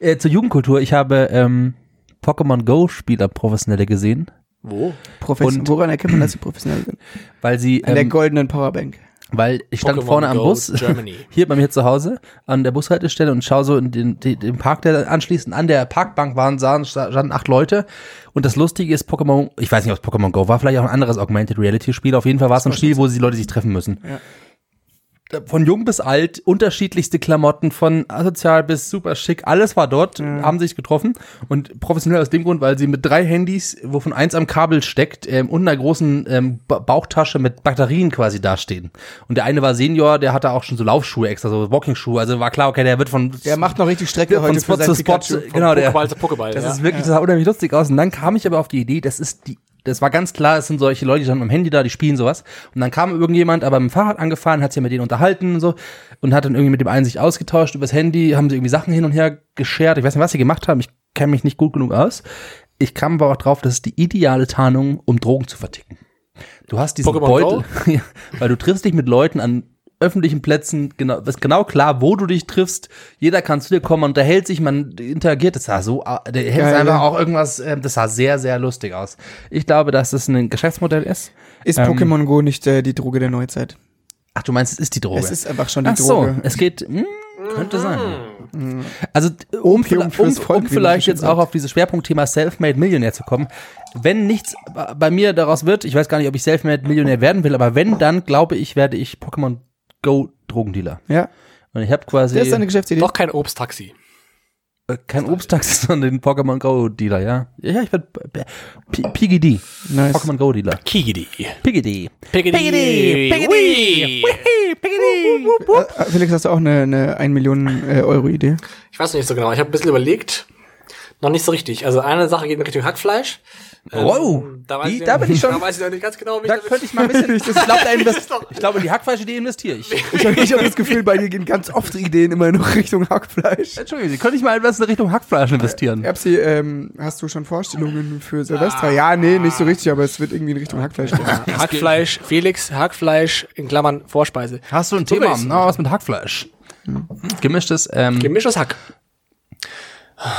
S3: Äh, zur Jugendkultur, ich habe ähm, Pokémon Go-Spieler professionelle gesehen,
S2: Wo?
S4: Profession-
S3: Und-
S4: Woran erkennt man, dass sie professionell sind?
S3: weil sie,
S4: An der
S3: ähm,
S4: goldenen Powerbank.
S3: weil ich stand
S2: Pokémon
S3: vorne am
S2: Go
S3: Bus,
S2: Germany.
S3: hier bei mir zu Hause, an der Bushaltestelle und schaue so in den, den, den Park, der anschließend an der Parkbank waren, sahen, standen acht Leute. Und das Lustige ist, Pokémon, ich weiß nicht, ob es Pokémon Go war, vielleicht auch ein anderes Augmented Reality Spiel, auf jeden Fall war es ein Spiel, wo die Leute sich treffen müssen. Von jung bis alt, unterschiedlichste Klamotten, von asozial bis super schick, alles war dort, haben sich getroffen und professionell aus dem Grund, weil sie mit drei Handys, wovon eins am Kabel steckt, ähm, und einer großen ähm, Ba- Bauchtasche mit Batterien quasi dastehen. Und der eine war Senior, der hatte auch schon so Laufschuhe extra, so Walking-Schuhe, also war klar, okay, der wird von
S4: Der macht noch richtig Strecke
S3: von
S4: heute
S3: Spot
S4: für
S3: zu
S4: sein
S3: Spot,
S4: Pikachu.
S3: genau, der,
S2: Pokéball zu Pokéball,
S3: das
S2: also ja.
S3: ist wirklich, das sah unheimlich lustig aus. Und dann kam ich aber auf die Idee, das ist die, das war ganz klar, es sind solche Leute, die standen am Handy da, die spielen sowas. Und dann kam irgendjemand, aber mit dem Fahrrad angefahren, hat sich mit denen unterhalten und so und hat dann irgendwie mit dem einen sich ausgetauscht übers Handy, haben sie irgendwie Sachen hin und her geschert. Ich weiß nicht, was sie gemacht haben, ich kenne mich nicht gut genug aus. Ich kam aber auch drauf, das ist die ideale Tarnung, um Drogen zu verticken. Du hast diesen
S2: Pokémon
S3: Beutel, ja, weil du triffst dich mit Leuten an öffentlichen Plätzen, genau, ist genau klar, wo du dich triffst. Jeder kann zu dir kommen, man unterhält sich, man interagiert. Das sah so, äh, der hätte
S4: Geil,
S3: einfach
S4: ja.
S3: auch irgendwas, äh, das sah sehr, sehr lustig aus. Ich glaube, dass das ein Geschäftsmodell ist.
S4: Ist
S3: Ähm,
S4: Pokémon Go nicht äh, die Droge der Neuzeit?
S3: Ach, du meinst, es ist die Droge?
S4: Es ist einfach schon die
S3: Ach so,
S4: Droge. Mhm.
S3: es geht, mh, könnte sein. Also, um,
S4: Opium
S3: um, um,
S4: fürs Volk, wie man
S3: vielleicht
S4: so schön
S3: jetzt
S4: sagt.
S3: auch auf dieses Schwerpunktthema Selfmade Millionär zu kommen. Wenn nichts bei- bei mir daraus wird, ich weiß gar nicht, ob ich Selfmade Millionär werden will, aber wenn, dann glaube ich, werde ich Pokémon Go Drogendealer.
S4: Ja,
S3: Und ich habe quasi
S4: das ist eine Geschäftsidee.
S2: Doch kein Obsttaxi.
S3: äh, kein Obsttaxi, sondern den Pokémon Go Dealer, ja. Ja, ich werde PGD.
S4: Nice.
S3: Pokémon Go Dealer.
S2: Kigidi.
S3: PGD.
S2: Pigidi. Pigidi.
S3: PGD.
S4: Äh, Felix, hast du auch eine, eine 1 Million äh, Euro Idee?
S2: Ich weiß noch nicht so genau. Ich habe ein bisschen überlegt. Noch nicht so richtig. Also eine Sache geht in Richtung Hackfleisch. Ähm,
S3: Wow.
S2: Da, weiß
S3: Die-
S2: ich,
S3: da bin ich schon-
S2: Da weiß ich noch nicht ganz genau, wie
S3: Da
S2: ich
S3: könnte ich mal ein bisschen. Ich glaube, da invest- ich glaube, in die Hackfleischidee investiere ich.
S4: Ich habe hab das Gefühl, bei dir gehen ganz oft Ideen immer noch Richtung Hackfleisch.
S3: Entschuldigung, Sie könnte ich mal etwas in Richtung Hackfleisch investieren.
S4: Erbsi, ähm, hast du schon Vorstellungen für Silvester? Ja, nee, nicht so richtig, aber es wird irgendwie in Richtung Hackfleisch gehen.
S2: Hackfleisch, Felix, Hackfleisch, in Klammern Vorspeise.
S3: Hast du ein Thema? Na, Hm. was mit Hackfleisch? Gemischtes, ähm,
S2: Gemischtes Hack.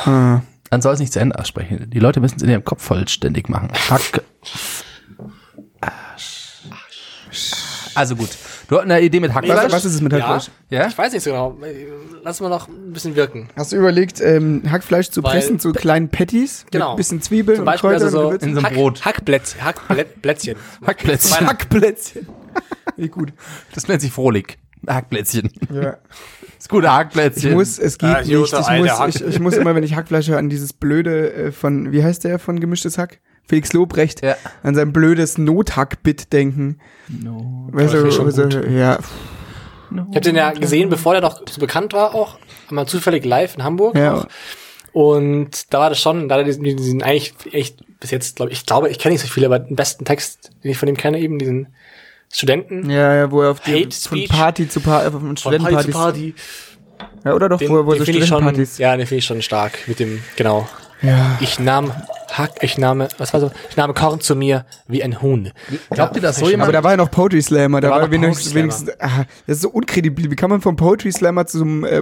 S3: dann soll es nicht zu Ende aussprechen. Die Leute müssen es in ihrem Kopf vollständig machen. Hack. Also gut. Du hattest eine Idee mit Hackfleisch?
S4: Was, was ist es mit
S2: Ja,
S4: Hackfleisch?
S3: Ja?
S2: ich weiß nicht so genau. Lass mal noch ein bisschen wirken.
S4: Hast du überlegt, ähm, Hackfleisch zu
S2: Weil-
S4: pressen zu kleinen Patties? Mit
S2: Genau.
S4: ein bisschen Zwiebeln
S2: Zum
S4: und
S2: Beispiel
S4: Kräutern
S2: also so
S4: und Gewürzen?
S3: in so einem
S2: Hack-
S3: Brot.
S2: Hackplätzchen. Hackplätzchen.
S3: Hackplätzchen.
S4: Hackplätzchen. Wie gut.
S3: Das nennt sich Frohlig. Hackplätzchen.
S4: Ja.
S3: Das gute
S4: Ich
S3: Hackplätzchen.
S4: muss, es geht
S2: Ah,
S4: nicht.
S2: Jutta,
S4: Ich
S2: alter Hack.
S4: muss, ich, ich muss immer, wenn ich Hackfleisch höre, an dieses blöde äh, von, wie heißt der von gemischtes Hack? Felix Lobrecht,
S3: Ja.
S4: an sein blödes Nothack-Bit denken.
S3: No.
S4: Weißt
S2: das ist
S4: du,
S2: schon
S4: also, ja,
S2: Ich habe den ja gesehen, bevor der noch so bekannt war, auch einmal zufällig live in Hamburg.
S4: ja.
S2: Und da war das schon, da hat er diesen, diesen eigentlich echt bis jetzt, glaube ich, ich glaube, ich kenne nicht so viel, aber den besten Text, den ich von ihm kenne, eben diesen Studenten.
S4: Ja, ja, wo er auf die,
S2: Hate
S4: von
S2: Speech.
S4: Party zu Party, äh, von
S2: Von Party zu
S4: Studentenpartys.
S2: Party.
S4: Ja, oder doch,
S2: Den,
S4: wo er wo er so
S2: den finde ich schon,
S4: Studentenpartys.
S2: ja, den finde ich schon stark mit dem, genau.
S4: Ja.
S2: Ich nahm Hack, ich nahme, was war so? Ich nahme Korn zu mir wie ein Huhn.
S3: Glaubt ihr, dass so
S4: Aber
S3: jemand
S4: da war ja noch Poetry Slammer, da
S2: Da
S4: war,
S2: war
S4: er
S2: noch
S4: wenigstens,
S2: Poetry
S4: wenigstens ah, das ist so unkredibil. Wie kann man vom Poetry Slammer zu so einem äh,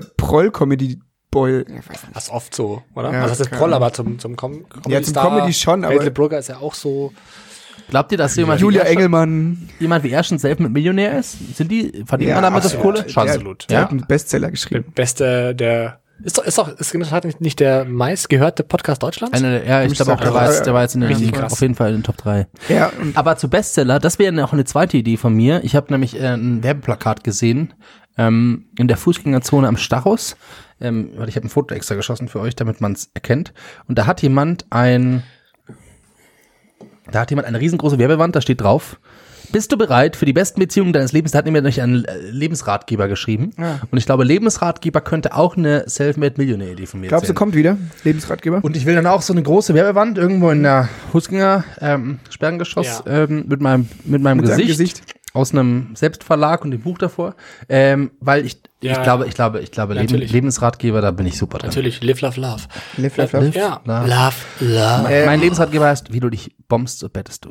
S4: Proll-Comedy-Boy, ja, weiß nicht.
S2: Das ist oft so, oder?
S4: Ja,
S2: also das ist
S4: keine
S2: Proll, aber zum, zum Com Comedy
S4: Ja, zum Comedy schon, aber-
S2: Bradley Brooker ist ja auch so.
S3: Glaubt ihr, dass so jemand
S4: Julia
S3: wie er schon-
S4: Engelmann.
S3: jemand wie er schon selbst mit Millionär ist? Sind die verdient man damit das Kohle?
S4: absolut. Der,
S3: Ja.
S4: Der hat einen Bestseller geschrieben.
S2: beste, der ist doch, ist doch, ist in der Tat nicht- nicht der meistgehörte Podcast Deutschlands?
S3: Eine, ja, ich
S4: Mich
S3: glaube auch,
S4: sagt
S3: der
S4: das-
S3: war, jetzt, der war jetzt in den,
S2: Richtig krass.
S3: auf jeden Fall in den Top 3.
S4: Ja, und
S3: Aber zu Bestseller, das wäre auch eine zweite Idee von mir. Ich habe nämlich äh, ein Werbeplakat gesehen ähm, in der Fußgängerzone am Stachus. Ähm, warte, ich habe ein Foto extra geschossen für euch, damit man es erkennt. Und da hat jemand ein, da hat jemand eine riesengroße Werbewand, da steht drauf. Bist du bereit für die besten Beziehungen deines Lebens? Da hat nämlich einen äh, Lebensratgeber geschrieben. Und ich glaube, Lebensratgeber könnte auch eine Self-Made-Millionär-Idee von mir
S4: glaubst du,
S3: sein.
S4: kommt wieder? Lebensratgeber?
S3: Und ich will dann auch so eine große Werbewand irgendwo in der Husginger ähm, Sperrengeschoss
S2: Ja.
S3: ähm, mit meinem mit meinem
S4: Mit seinem
S3: Gesicht,
S4: Gesicht.
S3: aus einem Selbstverlag und dem Buch davor, ähm, weil ich,
S2: Ja.
S3: ich glaube, ich glaube, ich glaube, Leben,
S2: Natürlich.
S3: Lebensratgeber, da bin ich super drin.
S2: Natürlich, live, love, love.
S4: Live, love, love.
S2: Ja,
S3: Love.
S2: love, love.
S3: Äh, mein Lebensratgeber heißt, wie du dich bombst, so bettest du.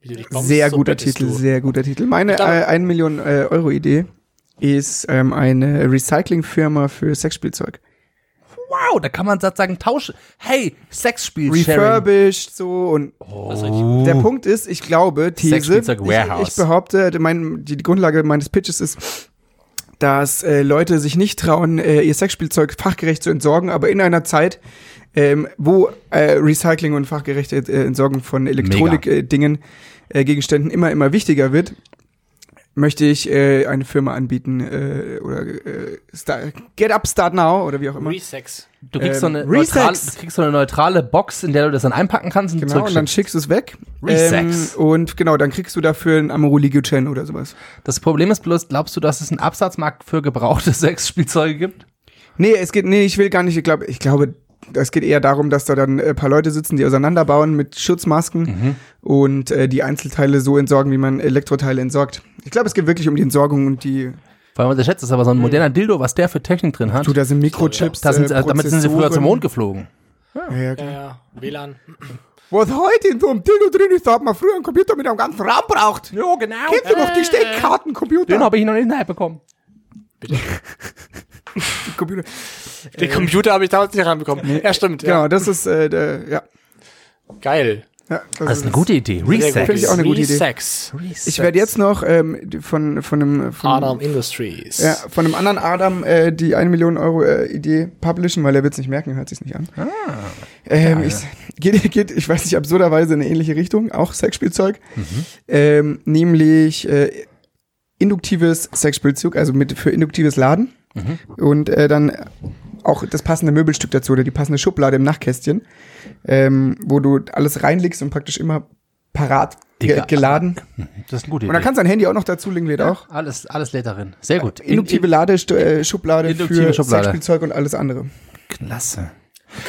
S2: Wie du dich bombst,
S4: Sehr
S2: so
S4: guter
S2: bettest
S4: Titel,
S2: du.
S4: sehr guter Titel. Meine
S2: Ich glaube-
S4: äh, 1 Million äh, Euro Idee ist ähm, eine Recyclingfirma für Sexspielzeug.
S3: Wow, da kann man satt sagen, tausche. Hey, Sexspiel Sharing.
S4: Refurbished so und
S2: Das ist richtig.
S4: der Punkt ist, ich glaube, These, ich,
S3: Sexspielzeug Warehouse.
S4: ich behaupte, mein, die, die Grundlage meines Pitches ist, dass äh, Leute sich nicht trauen, äh, ihr Sexspielzeug fachgerecht zu entsorgen, aber in einer Zeit, ähm, wo äh, Recycling und fachgerechte äh, Entsorgung von Elektronik-Dingen, äh, Gegenständen immer, immer wichtiger wird, möchte ich äh, eine Firma anbieten äh, oder äh, start, Get Up Start Now oder wie auch immer.
S2: Resex.
S3: Du kriegst, so
S4: ähm,
S3: eine neutrale,
S4: Resex.
S3: du kriegst so eine neutrale Box, in der du das dann einpacken kannst und
S4: Genau, und dann
S3: zurückschickst.
S4: schickst du es weg.
S3: Resex.
S4: Ähm, und genau, dann kriegst du dafür einen Amaruli Guchen oder sowas.
S3: Das Problem ist bloß, glaubst du, dass es einen Absatzmarkt für gebrauchte Sexspielzeuge gibt?
S4: Nee, es geht, nee, ich will gar nicht, ich glaube, ich glaube, es geht eher darum, dass da dann ein paar Leute sitzen, die auseinanderbauen mit Schutzmasken
S3: Mhm.
S4: und äh, die Einzelteile so entsorgen, wie man Elektroteile entsorgt. Ich glaube, es geht wirklich um die Entsorgung und die,
S3: Weil man unterschätzt es, aber so ein moderner Dildo, was der für Technik drin hat,
S4: du, da sind Mikrochips.
S3: da sind,
S4: äh,
S3: äh, damit sind sie früher zum Mond geflogen.
S4: Prozessoren. Ja, ja.
S2: Ja, ja, WLAN.
S4: Was heute in so einem Dildo drin ist, da hat man früher einen Computer mit einem ganzen Raum braucht.
S3: Ja, genau.
S4: Kennst du noch die Steckkartencomputer?
S3: Den habe ich noch nicht nachbekommen.
S4: Computer.
S2: Den Computer habe ich damals nicht ranbekommen. Ja, stimmt. Ja.
S4: Genau, das ist, äh, der, ja.
S2: Geil.
S4: ja
S3: Das ist Also eine gute Idee.
S2: Sehr
S4: Genau. Finde ich
S3: Resex.
S4: auch eine gute Idee.
S2: Resex.
S4: Ich werde jetzt noch ähm, die- von, von einem von,
S2: Adam Industries.
S4: Ja, von einem anderen Adam äh, die 1 Million Euro äh, Idee publishen, weil er wird's nicht merken, hört sich's nicht an. Ah, ähm, ich, geht, geht, ich weiß nicht, absurderweise in eine ähnliche Richtung, auch Sexspielzeug. Ähm, nämlich äh, induktives Sexspielzeug, also mit für induktives Laden. Und äh, dann auch das passende Möbelstück dazu oder die passende Schublade im Nachtkästchen, ähm, wo du alles reinlegst und praktisch immer parat ge
S3: Digga.
S4: geladen.
S3: Das ist eine gute
S4: Und dann
S3: Idee.
S4: kannst du dein Handy auch noch dazu legen, geht auch.
S3: Alles, alles lädt darin. Sehr gut. In-
S4: Induktive Ladeschublade äh, Schublade
S3: Induktive
S4: für
S3: Schublade.
S4: Sexspielzeug und alles andere.
S3: in- Klasse.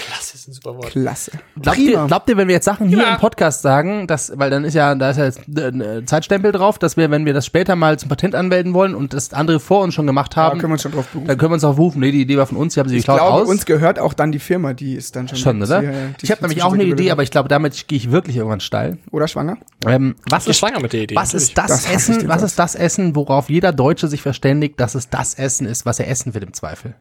S2: Das ist ein super Wort.
S4: Klasse.
S3: Glaubt
S4: Prima.
S3: ihr, glaubt ihr, wenn wir jetzt Sachen hier
S2: Ja.
S3: im Podcast sagen, dass, weil dann ist ja, da ist ja jetzt äh, ein Zeitstempel drauf, dass wir, wenn wir das später mal zum Patent anmelden wollen und das andere vor uns schon gemacht
S4: Da
S3: haben,
S4: können wir uns schon drauf berufen.
S3: dann können wir uns auch rufen, nee, die Idee war von uns, die haben sie
S4: Ich
S3: geklaut
S4: glaube,
S3: raus.
S4: uns gehört auch dann die Firma, die ist dann schon.
S3: schon,
S4: die-
S3: oder?
S4: ja, ja, die
S3: ich habe
S4: sich
S3: nämlich auch eine
S4: zwischendurch
S3: Idee, aber ich glaube, damit gehe ich wirklich irgendwann steil.
S4: gebildet hat. Oder schwanger?
S3: Ähm, was
S2: Ich bin
S3: ist,
S2: schwanger mit der Idee.
S3: was
S2: natürlich.
S3: ist das,
S4: Das hab ich
S3: Essen,
S4: dir
S3: was
S4: gesagt.
S3: ist das Essen, worauf jeder Deutsche sich verständigt, dass es das Essen ist, was er essen will im Zweifel?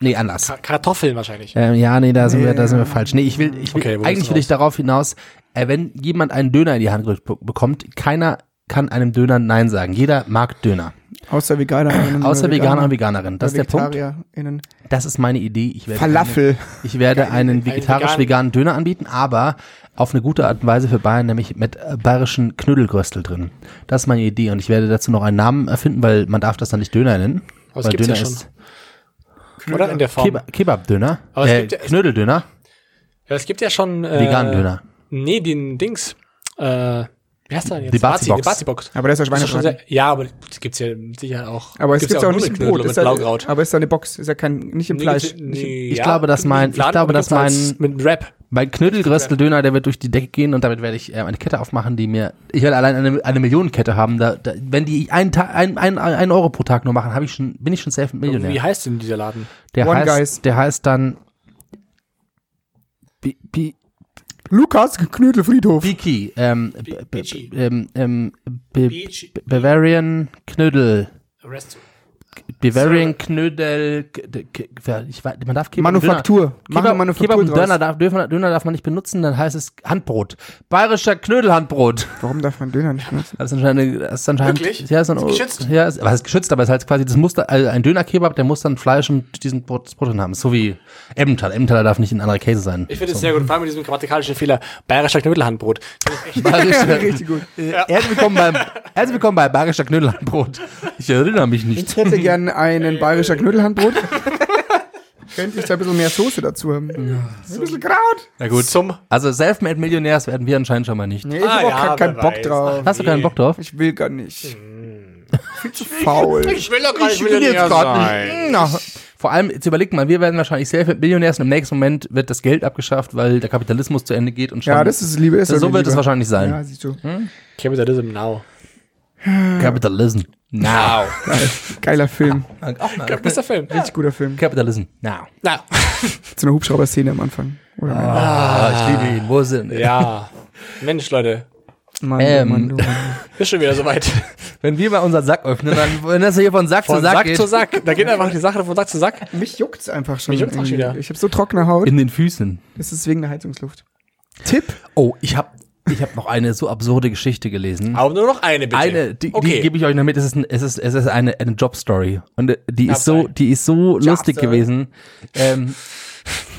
S3: Nee, anders.
S2: Ka- Kartoffeln wahrscheinlich.
S3: Ähm, ja, nee, da sind, wir, da sind wir falsch. Nee, ich will, ich will
S2: Okay, wo
S3: eigentlich
S2: bist du
S3: will ich darauf hinaus, äh, wenn jemand einen Döner in die Hand gedrückt be- bekommt, keiner kann einem Döner Nein sagen. Jeder mag Döner.
S4: Außer Veganer.
S3: Außer Veganer und Veganerin. Das ist der Punkt.
S4: VegetarierInnen.
S3: Das ist meine Idee. Ich werde
S4: Falafel.
S3: Einen, ich werde einen
S2: veganen-
S3: vegetarisch-veganen Döner anbieten, aber auf eine gute Art und Weise für Bayern, nämlich mit äh, bayerischen Knödelgröstel drin. Das ist meine Idee und ich werde dazu noch einen Namen erfinden, weil man darf das dann nicht Döner nennen.
S2: Aber es
S3: weil
S2: gibt's
S3: Döner
S2: ja schon.
S3: ist
S2: Oder in der Form.
S3: Keba Kebab-Döner,
S2: Aber es
S3: äh,
S2: gibt ja- es-
S3: Knödeldöner,
S2: Ja, es gibt ja schon. Äh,
S3: veganen Döner.
S2: Nee, den Dings. Äh, wie heißt der denn jetzt?
S3: Die Bazi-Box.
S2: Die Bazi-Box.
S4: Aber das ist ja
S2: Das ist schon
S4: Schweinebraten.
S2: sehr, ja, aber das gibt's ja sicher auch.
S4: Aber es
S2: gibt's
S4: gibt
S2: ja
S4: auch nicht im
S2: Nudelknödel
S4: Brot.
S2: mit
S4: Ist da,
S2: Blaukraut.
S4: aber ist da eine Box, ist ja kein, nicht im Fleisch.
S2: Nee,
S4: Nicht im-
S2: nee,
S3: Ich glaube, dass
S2: gibt's
S3: mein-
S2: im Laden
S3: ich glaube,
S2: und
S3: dass
S2: gibt's als-
S3: mein-
S2: Mit einem Rap.
S3: Mein Knödelgröstel-Döner, der wird durch die Decke gehen und damit werde ich äh, eine Kette aufmachen, die mir. Ich werde allein eine, eine Millionenkette haben. Da, da, wenn die einen, Ta- ein, ein, ein Euro pro Tag nur machen, hab ich schon, bin ich schon safe
S2: Wie
S3: Millionär.
S2: heißt denn dieser Laden?
S3: Der
S4: One
S3: heißt,
S4: Guys.
S3: der heißt dann. Bi- Bi-
S4: Lukas Knödelfriedhof.
S3: Biki. Ähm, b- b-
S2: Bici.
S3: ähm, ähm, b-
S2: Bici.
S3: Bavarian Knödel.
S2: Rest.
S3: Bavarian Knödel. K- d- k- wer- Ich weiß, man darf Kebab und
S4: Manufaktur.
S3: Döner,
S4: Machen eine
S3: Kebab, Kebab
S4: Manufaktur
S3: und Döner
S4: draus.
S3: darf, Döner, Döner darf man nicht benutzen, dann heißt es Handbrot. Bayerischer Knödelhandbrot.
S4: Warum darf man Döner nicht benutzen?
S3: Das ist anscheinend, das ist anscheinend
S2: Wirklich?
S3: Ja, ist ein,
S2: Ist geschützt?
S3: Ja, ist, was ist geschützt, aber es ist halt quasi das Muster, also ein Dönerkebab, der muss dann Fleisch und diesen Brot, das Brot drin haben. So wie Emmentaler. Emmentaler darf nicht in anderer Käse sein.
S2: Ich finde es
S3: so.
S2: sehr gut, vor allem mit diesem grammatikalischen Fehler. Bayerischer Knödelhandbrot.
S3: Bayerischer,
S4: Richtig gut.
S3: herzlich, willkommen beim, herzlich willkommen bei Bayerischer Knödelbrot. Ich erinnere mich
S4: Ich
S3: nicht.
S4: hätte
S2: Mhm.
S4: gern einen bayerischer Knödelhandbrot. Könnte ich da ein bisschen mehr Soße dazu haben. Ein bisschen Kraut.
S2: Ah,
S3: Na gut.
S2: Zum.
S3: Also Selfmade Millionärs werden wir anscheinend schon mal nicht.
S4: Nee, ich hab
S2: Ah,
S4: auch
S2: ja,
S4: keinen- keinen
S2: wer
S4: Bock
S2: weiß. Mhm.
S4: drauf.
S3: Hast du keinen Bock drauf?
S4: Ich will gar nicht. Viel zu faul.
S2: will doch gar nicht
S3: nicht. Na, vor allem, jetzt überlegt mal, wir werden wahrscheinlich Selfmade Millionärs und im nächsten Moment wird das Geld abgeschafft, weil der Kapitalismus zu Ende geht und schon Also
S4: Ja, das ist Liebe. Ist
S3: so
S4: mir
S3: wird es
S4: lieber.
S3: wahrscheinlich sein.
S4: Ja, siehst du.
S2: Capitalism now.
S3: Capitalism. Now. Hm?
S4: Geiler Film.
S3: Auch mal.
S2: Das ist der Film.
S4: Richtig guter Film.
S3: Capitalism. Now.
S2: Na,
S4: So eine Hubschrauber-Szene am Anfang. Oder am Ende.
S3: Ah, ich liebe ihn. Wo sind wir?
S2: ja. Mensch, Leute.
S4: Mann, oh
S3: ähm.
S4: Mann, du, Mann.
S2: Ist schon wieder soweit.
S3: Wenn wir mal unseren Sack öffnen, dann, wenn das hier von Sack
S2: Von
S3: zu Sack,
S2: Sack,
S3: geht,
S2: zu Sack. Da geht einfach die Sache von Sack zu Sack.
S4: Mich juckt's einfach schon.
S2: Mich juckt's auch
S4: irgendwie.
S2: schon wieder.
S4: Ich habe so trockene Haut.
S3: in den Füßen.
S4: Das ist wegen der Heizungsluft. Tipp.
S3: Oh, ich habe ich hab noch eine so absurde Geschichte gelesen.
S2: Aber nur noch eine, bitte.
S3: Eine, die, die
S2: okay.
S3: gebe ich euch noch mit. Es ist, ein, es ist, es ist eine, eine Jobstory. Und äh, die ist so,
S2: Jobstory.
S3: die ist so lustig
S4: Jobstory.
S3: gewesen. Ähm,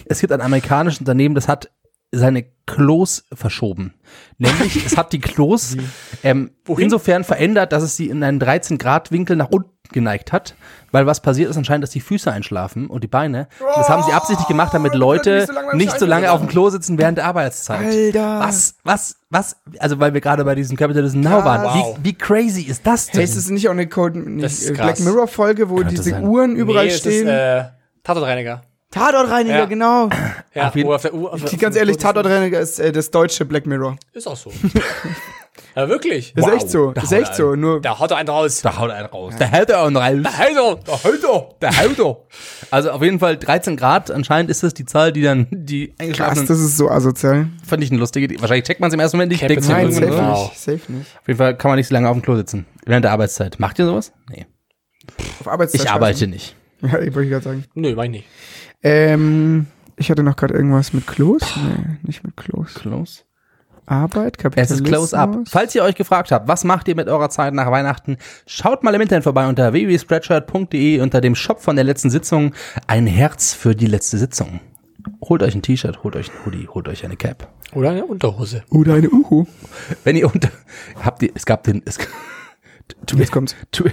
S3: es gibt ein amerikanisches Unternehmen, das hat seine Klos verschoben. Nämlich, es hat die Klos ähm,
S2: Wohin?
S3: insofern verändert, dass es sie in einen 13-Grad-Winkel nach unten geneigt hat. Weil was passiert ist anscheinend, dass die Füße einschlafen und die Beine. Und das haben sie absichtlich gemacht, damit Leute
S4: Oh, nicht so lange beim
S3: nicht so
S4: Scheißen
S3: lange auf dem
S4: sitzen.
S3: Klo sitzen während der Arbeitszeit.
S4: Alter.
S3: Was, was, was? Also, weil wir gerade bei diesem Capitalism Now waren.
S2: Wow.
S3: Wie, wie crazy ist das denn?
S4: Hey, ist das nicht auch eine Code,
S2: Das
S4: nicht,
S2: ist
S4: äh,
S2: krass.
S4: Black Mirror Folge, wo diese
S3: sein.
S4: Uhren überall
S2: es
S4: stehen?
S2: Ist, äh, Tatortreiniger.
S4: Tatortreiniger,
S2: Ja.
S4: genau.
S2: Ja,
S3: jeden-
S2: wo auf der, Uhr- auf
S4: Die,
S2: der,
S4: ganz ehrlich, Tatortreiniger ist äh, das deutsche Black Mirror.
S2: Ist auch so. ja, wirklich.
S4: Das ist echt so. Das ist echt so. Nur
S2: Da haut er einen raus.
S3: Da haut einen raus. Da hält er einen raus.
S2: Also, da
S3: haut er. Da haut er. Also, auf jeden Fall 13 Grad. Anscheinend ist das die Zahl, die dann die
S4: krass,
S3: eingeschlafenen.
S4: das ist so asozial.
S3: fand ich eine lustige Idee. Wahrscheinlich checkt man es im ersten Moment nicht.
S2: Capitalism
S3: denkt sich
S4: Nein,
S3: irgendwann,
S4: safe
S2: Genau.
S4: nicht. Safe nicht.
S3: Auf jeden Fall kann man nicht so lange auf dem Klo sitzen. Während der Arbeitszeit. Macht ihr sowas? Nee.
S4: Auf Arbeitszeit.
S3: Ich arbeite nicht.
S4: Ja, ich wollte gerade sagen.
S2: Nö, mach ich nicht.
S4: Ähm, ich hatte noch gerade irgendwas mit Klos. Nee, nicht mit Klos.
S3: Close.
S4: Arbeit,
S3: Es
S4: Kapitalismus.
S3: ist Close Up. Falls ihr euch gefragt habt, was macht ihr mit eurer Zeit nach Weihnachten, schaut mal im Internet vorbei unter www.spreadshirt.de unter dem Shop von der letzten Sitzung. Ein Herz für die letzte Sitzung. Holt euch ein T-Shirt, holt euch ein Hoodie, holt euch eine Cap.
S2: Oder eine Unterhose.
S4: Oder eine Uhu.
S3: Wenn ihr unter, habt ihr, es gab den, es, tu,
S4: Jetzt kommt's.
S3: tu,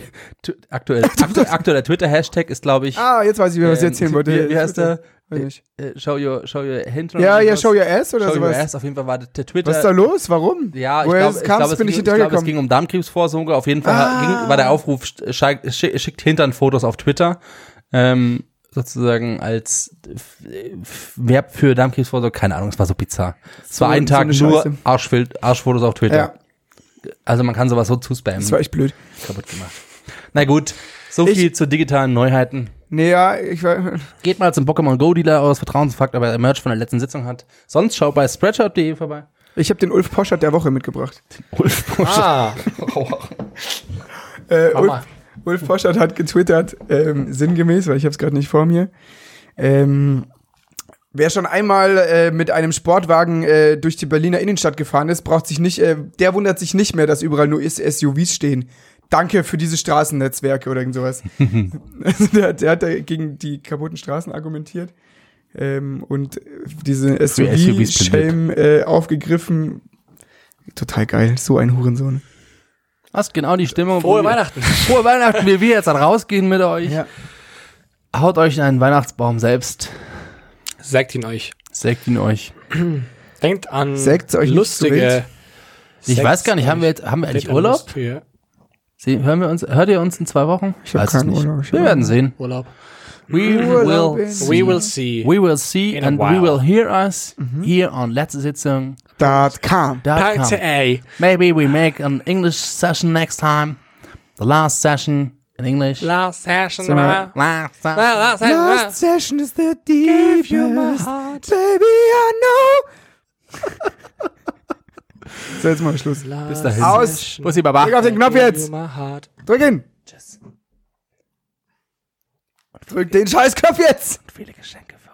S3: tu, aktuell, aktu, aktueller Twitter-Hashtag ist, glaube ich,
S4: Ah, jetzt weiß ich, was ich
S3: Ähm,
S4: erzählen
S3: wie-
S4: wollte.
S3: wie heißt der?
S4: Weiß ich.
S3: äh, show your, show your hand
S4: Ja, ja, show your ass oder
S3: show your
S4: sowas.
S3: ass. Auf jeden Fall war der Twitter.
S4: Was ist da los? Warum?
S3: Ja, ich
S4: Woher
S3: glaube,
S4: es
S3: ich
S4: kam,
S3: glaube, es,
S4: bin ich
S3: ging- ich glaube, es
S4: hinterhergekommen. Ah.
S3: ging um Darmkrebsvorsorge. Auf jeden Fall ging, war der Aufruf, sch- schick- schick- schickt hintern Fotos auf Twitter. Ähm, sozusagen als f- f- Verb für Darmkrebsvorsorge. Keine Ahnung, es war so bizarr. Es war
S4: So-
S3: einen
S4: so
S3: Tag
S4: eine
S3: nur
S4: Scheiße.
S3: Arschbild, Arschfotos auf Twitter.
S4: Ja,
S3: Also man kann sowas so zuspammen.
S4: das war echt blöd.
S3: kaputt gemacht. Na gut, so
S4: Ich-
S3: viel zu digitalen Neuheiten.
S4: Nee, ja, ich war.
S3: Geht mal zum Pokémon Go Dealer aus Vertrauensfakt, aber er Merch von der letzten Sitzung hat. Sonst schaut bei spreadshirt.de vorbei.
S4: Ich habe den Ulf Poschert der Woche mitgebracht.
S3: Ulf Busch.
S2: Ah,
S4: Äh,
S2: Mach mal.
S4: Ulf, Ulf Poschert hat getwittert, ähm, sinngemäß, weil ich habe es gerade nicht vor mir. Ähm, wer schon einmal äh, mit einem Sportwagen äh, durch die Berliner Innenstadt gefahren ist, braucht sich nicht, äh, der wundert sich nicht mehr, dass überall nur SUVs stehen. Danke für diese Straßennetzwerke oder irgend sowas. also der, hat- der hat da gegen die kaputten Straßen argumentiert ähm, und diese
S3: SUVs
S4: SUV-Schelm äh, aufgegriffen. Total geil, so ein Hurensohn.
S3: Hast genau die Stimmung.
S2: frohe Weihnachten.
S3: Frohe Weihnachten, wie wir jetzt dann rausgehen mit euch.
S4: Ja.
S3: Haut euch einen Weihnachtsbaum selbst.
S2: Sagt ihn euch.
S3: Sägt ihn euch.
S2: Denkt an
S4: Sägt's euch nicht
S2: lustige.
S4: zu wild.
S3: Ich
S2: Sägt's
S3: weiß gar nicht, haben wir
S2: euch.
S3: jetzt, haben wir
S2: Denkt
S3: eigentlich
S2: an
S3: Urlaub?
S2: lustige
S3: Sie, hören wir uns, hört ihr uns in zwei Wochen? Ich
S4: hab
S3: weiß
S4: keinen Urlaub, ich
S3: Wir
S4: hab-
S3: werden sehen.
S2: Urlaub.
S3: We
S4: Urlaub
S3: will
S4: in-
S2: We
S3: see.
S2: will see.
S3: We will see
S2: In a
S3: and we
S2: while. Mhm.
S3: will hear us here on letzte Sitzung.
S4: Dot com.
S2: Danke, ey.
S3: Maybe we make an English session next time. The last session in English.
S2: Last session.
S4: Sag
S2: ah.
S4: mal.
S3: Last
S2: Ah,
S3: session.
S2: Last
S4: Last
S2: session.
S4: session is the deepest. Baby, I know. So, jetzt mal Schluss.
S2: ah.
S3: Bis dahin.
S4: Aus.
S3: Bussi Baba.
S4: Drück auf den Knopf jetzt. Drück ihn. Drück den scheiß Knopf jetzt.
S3: Viele Geschenke für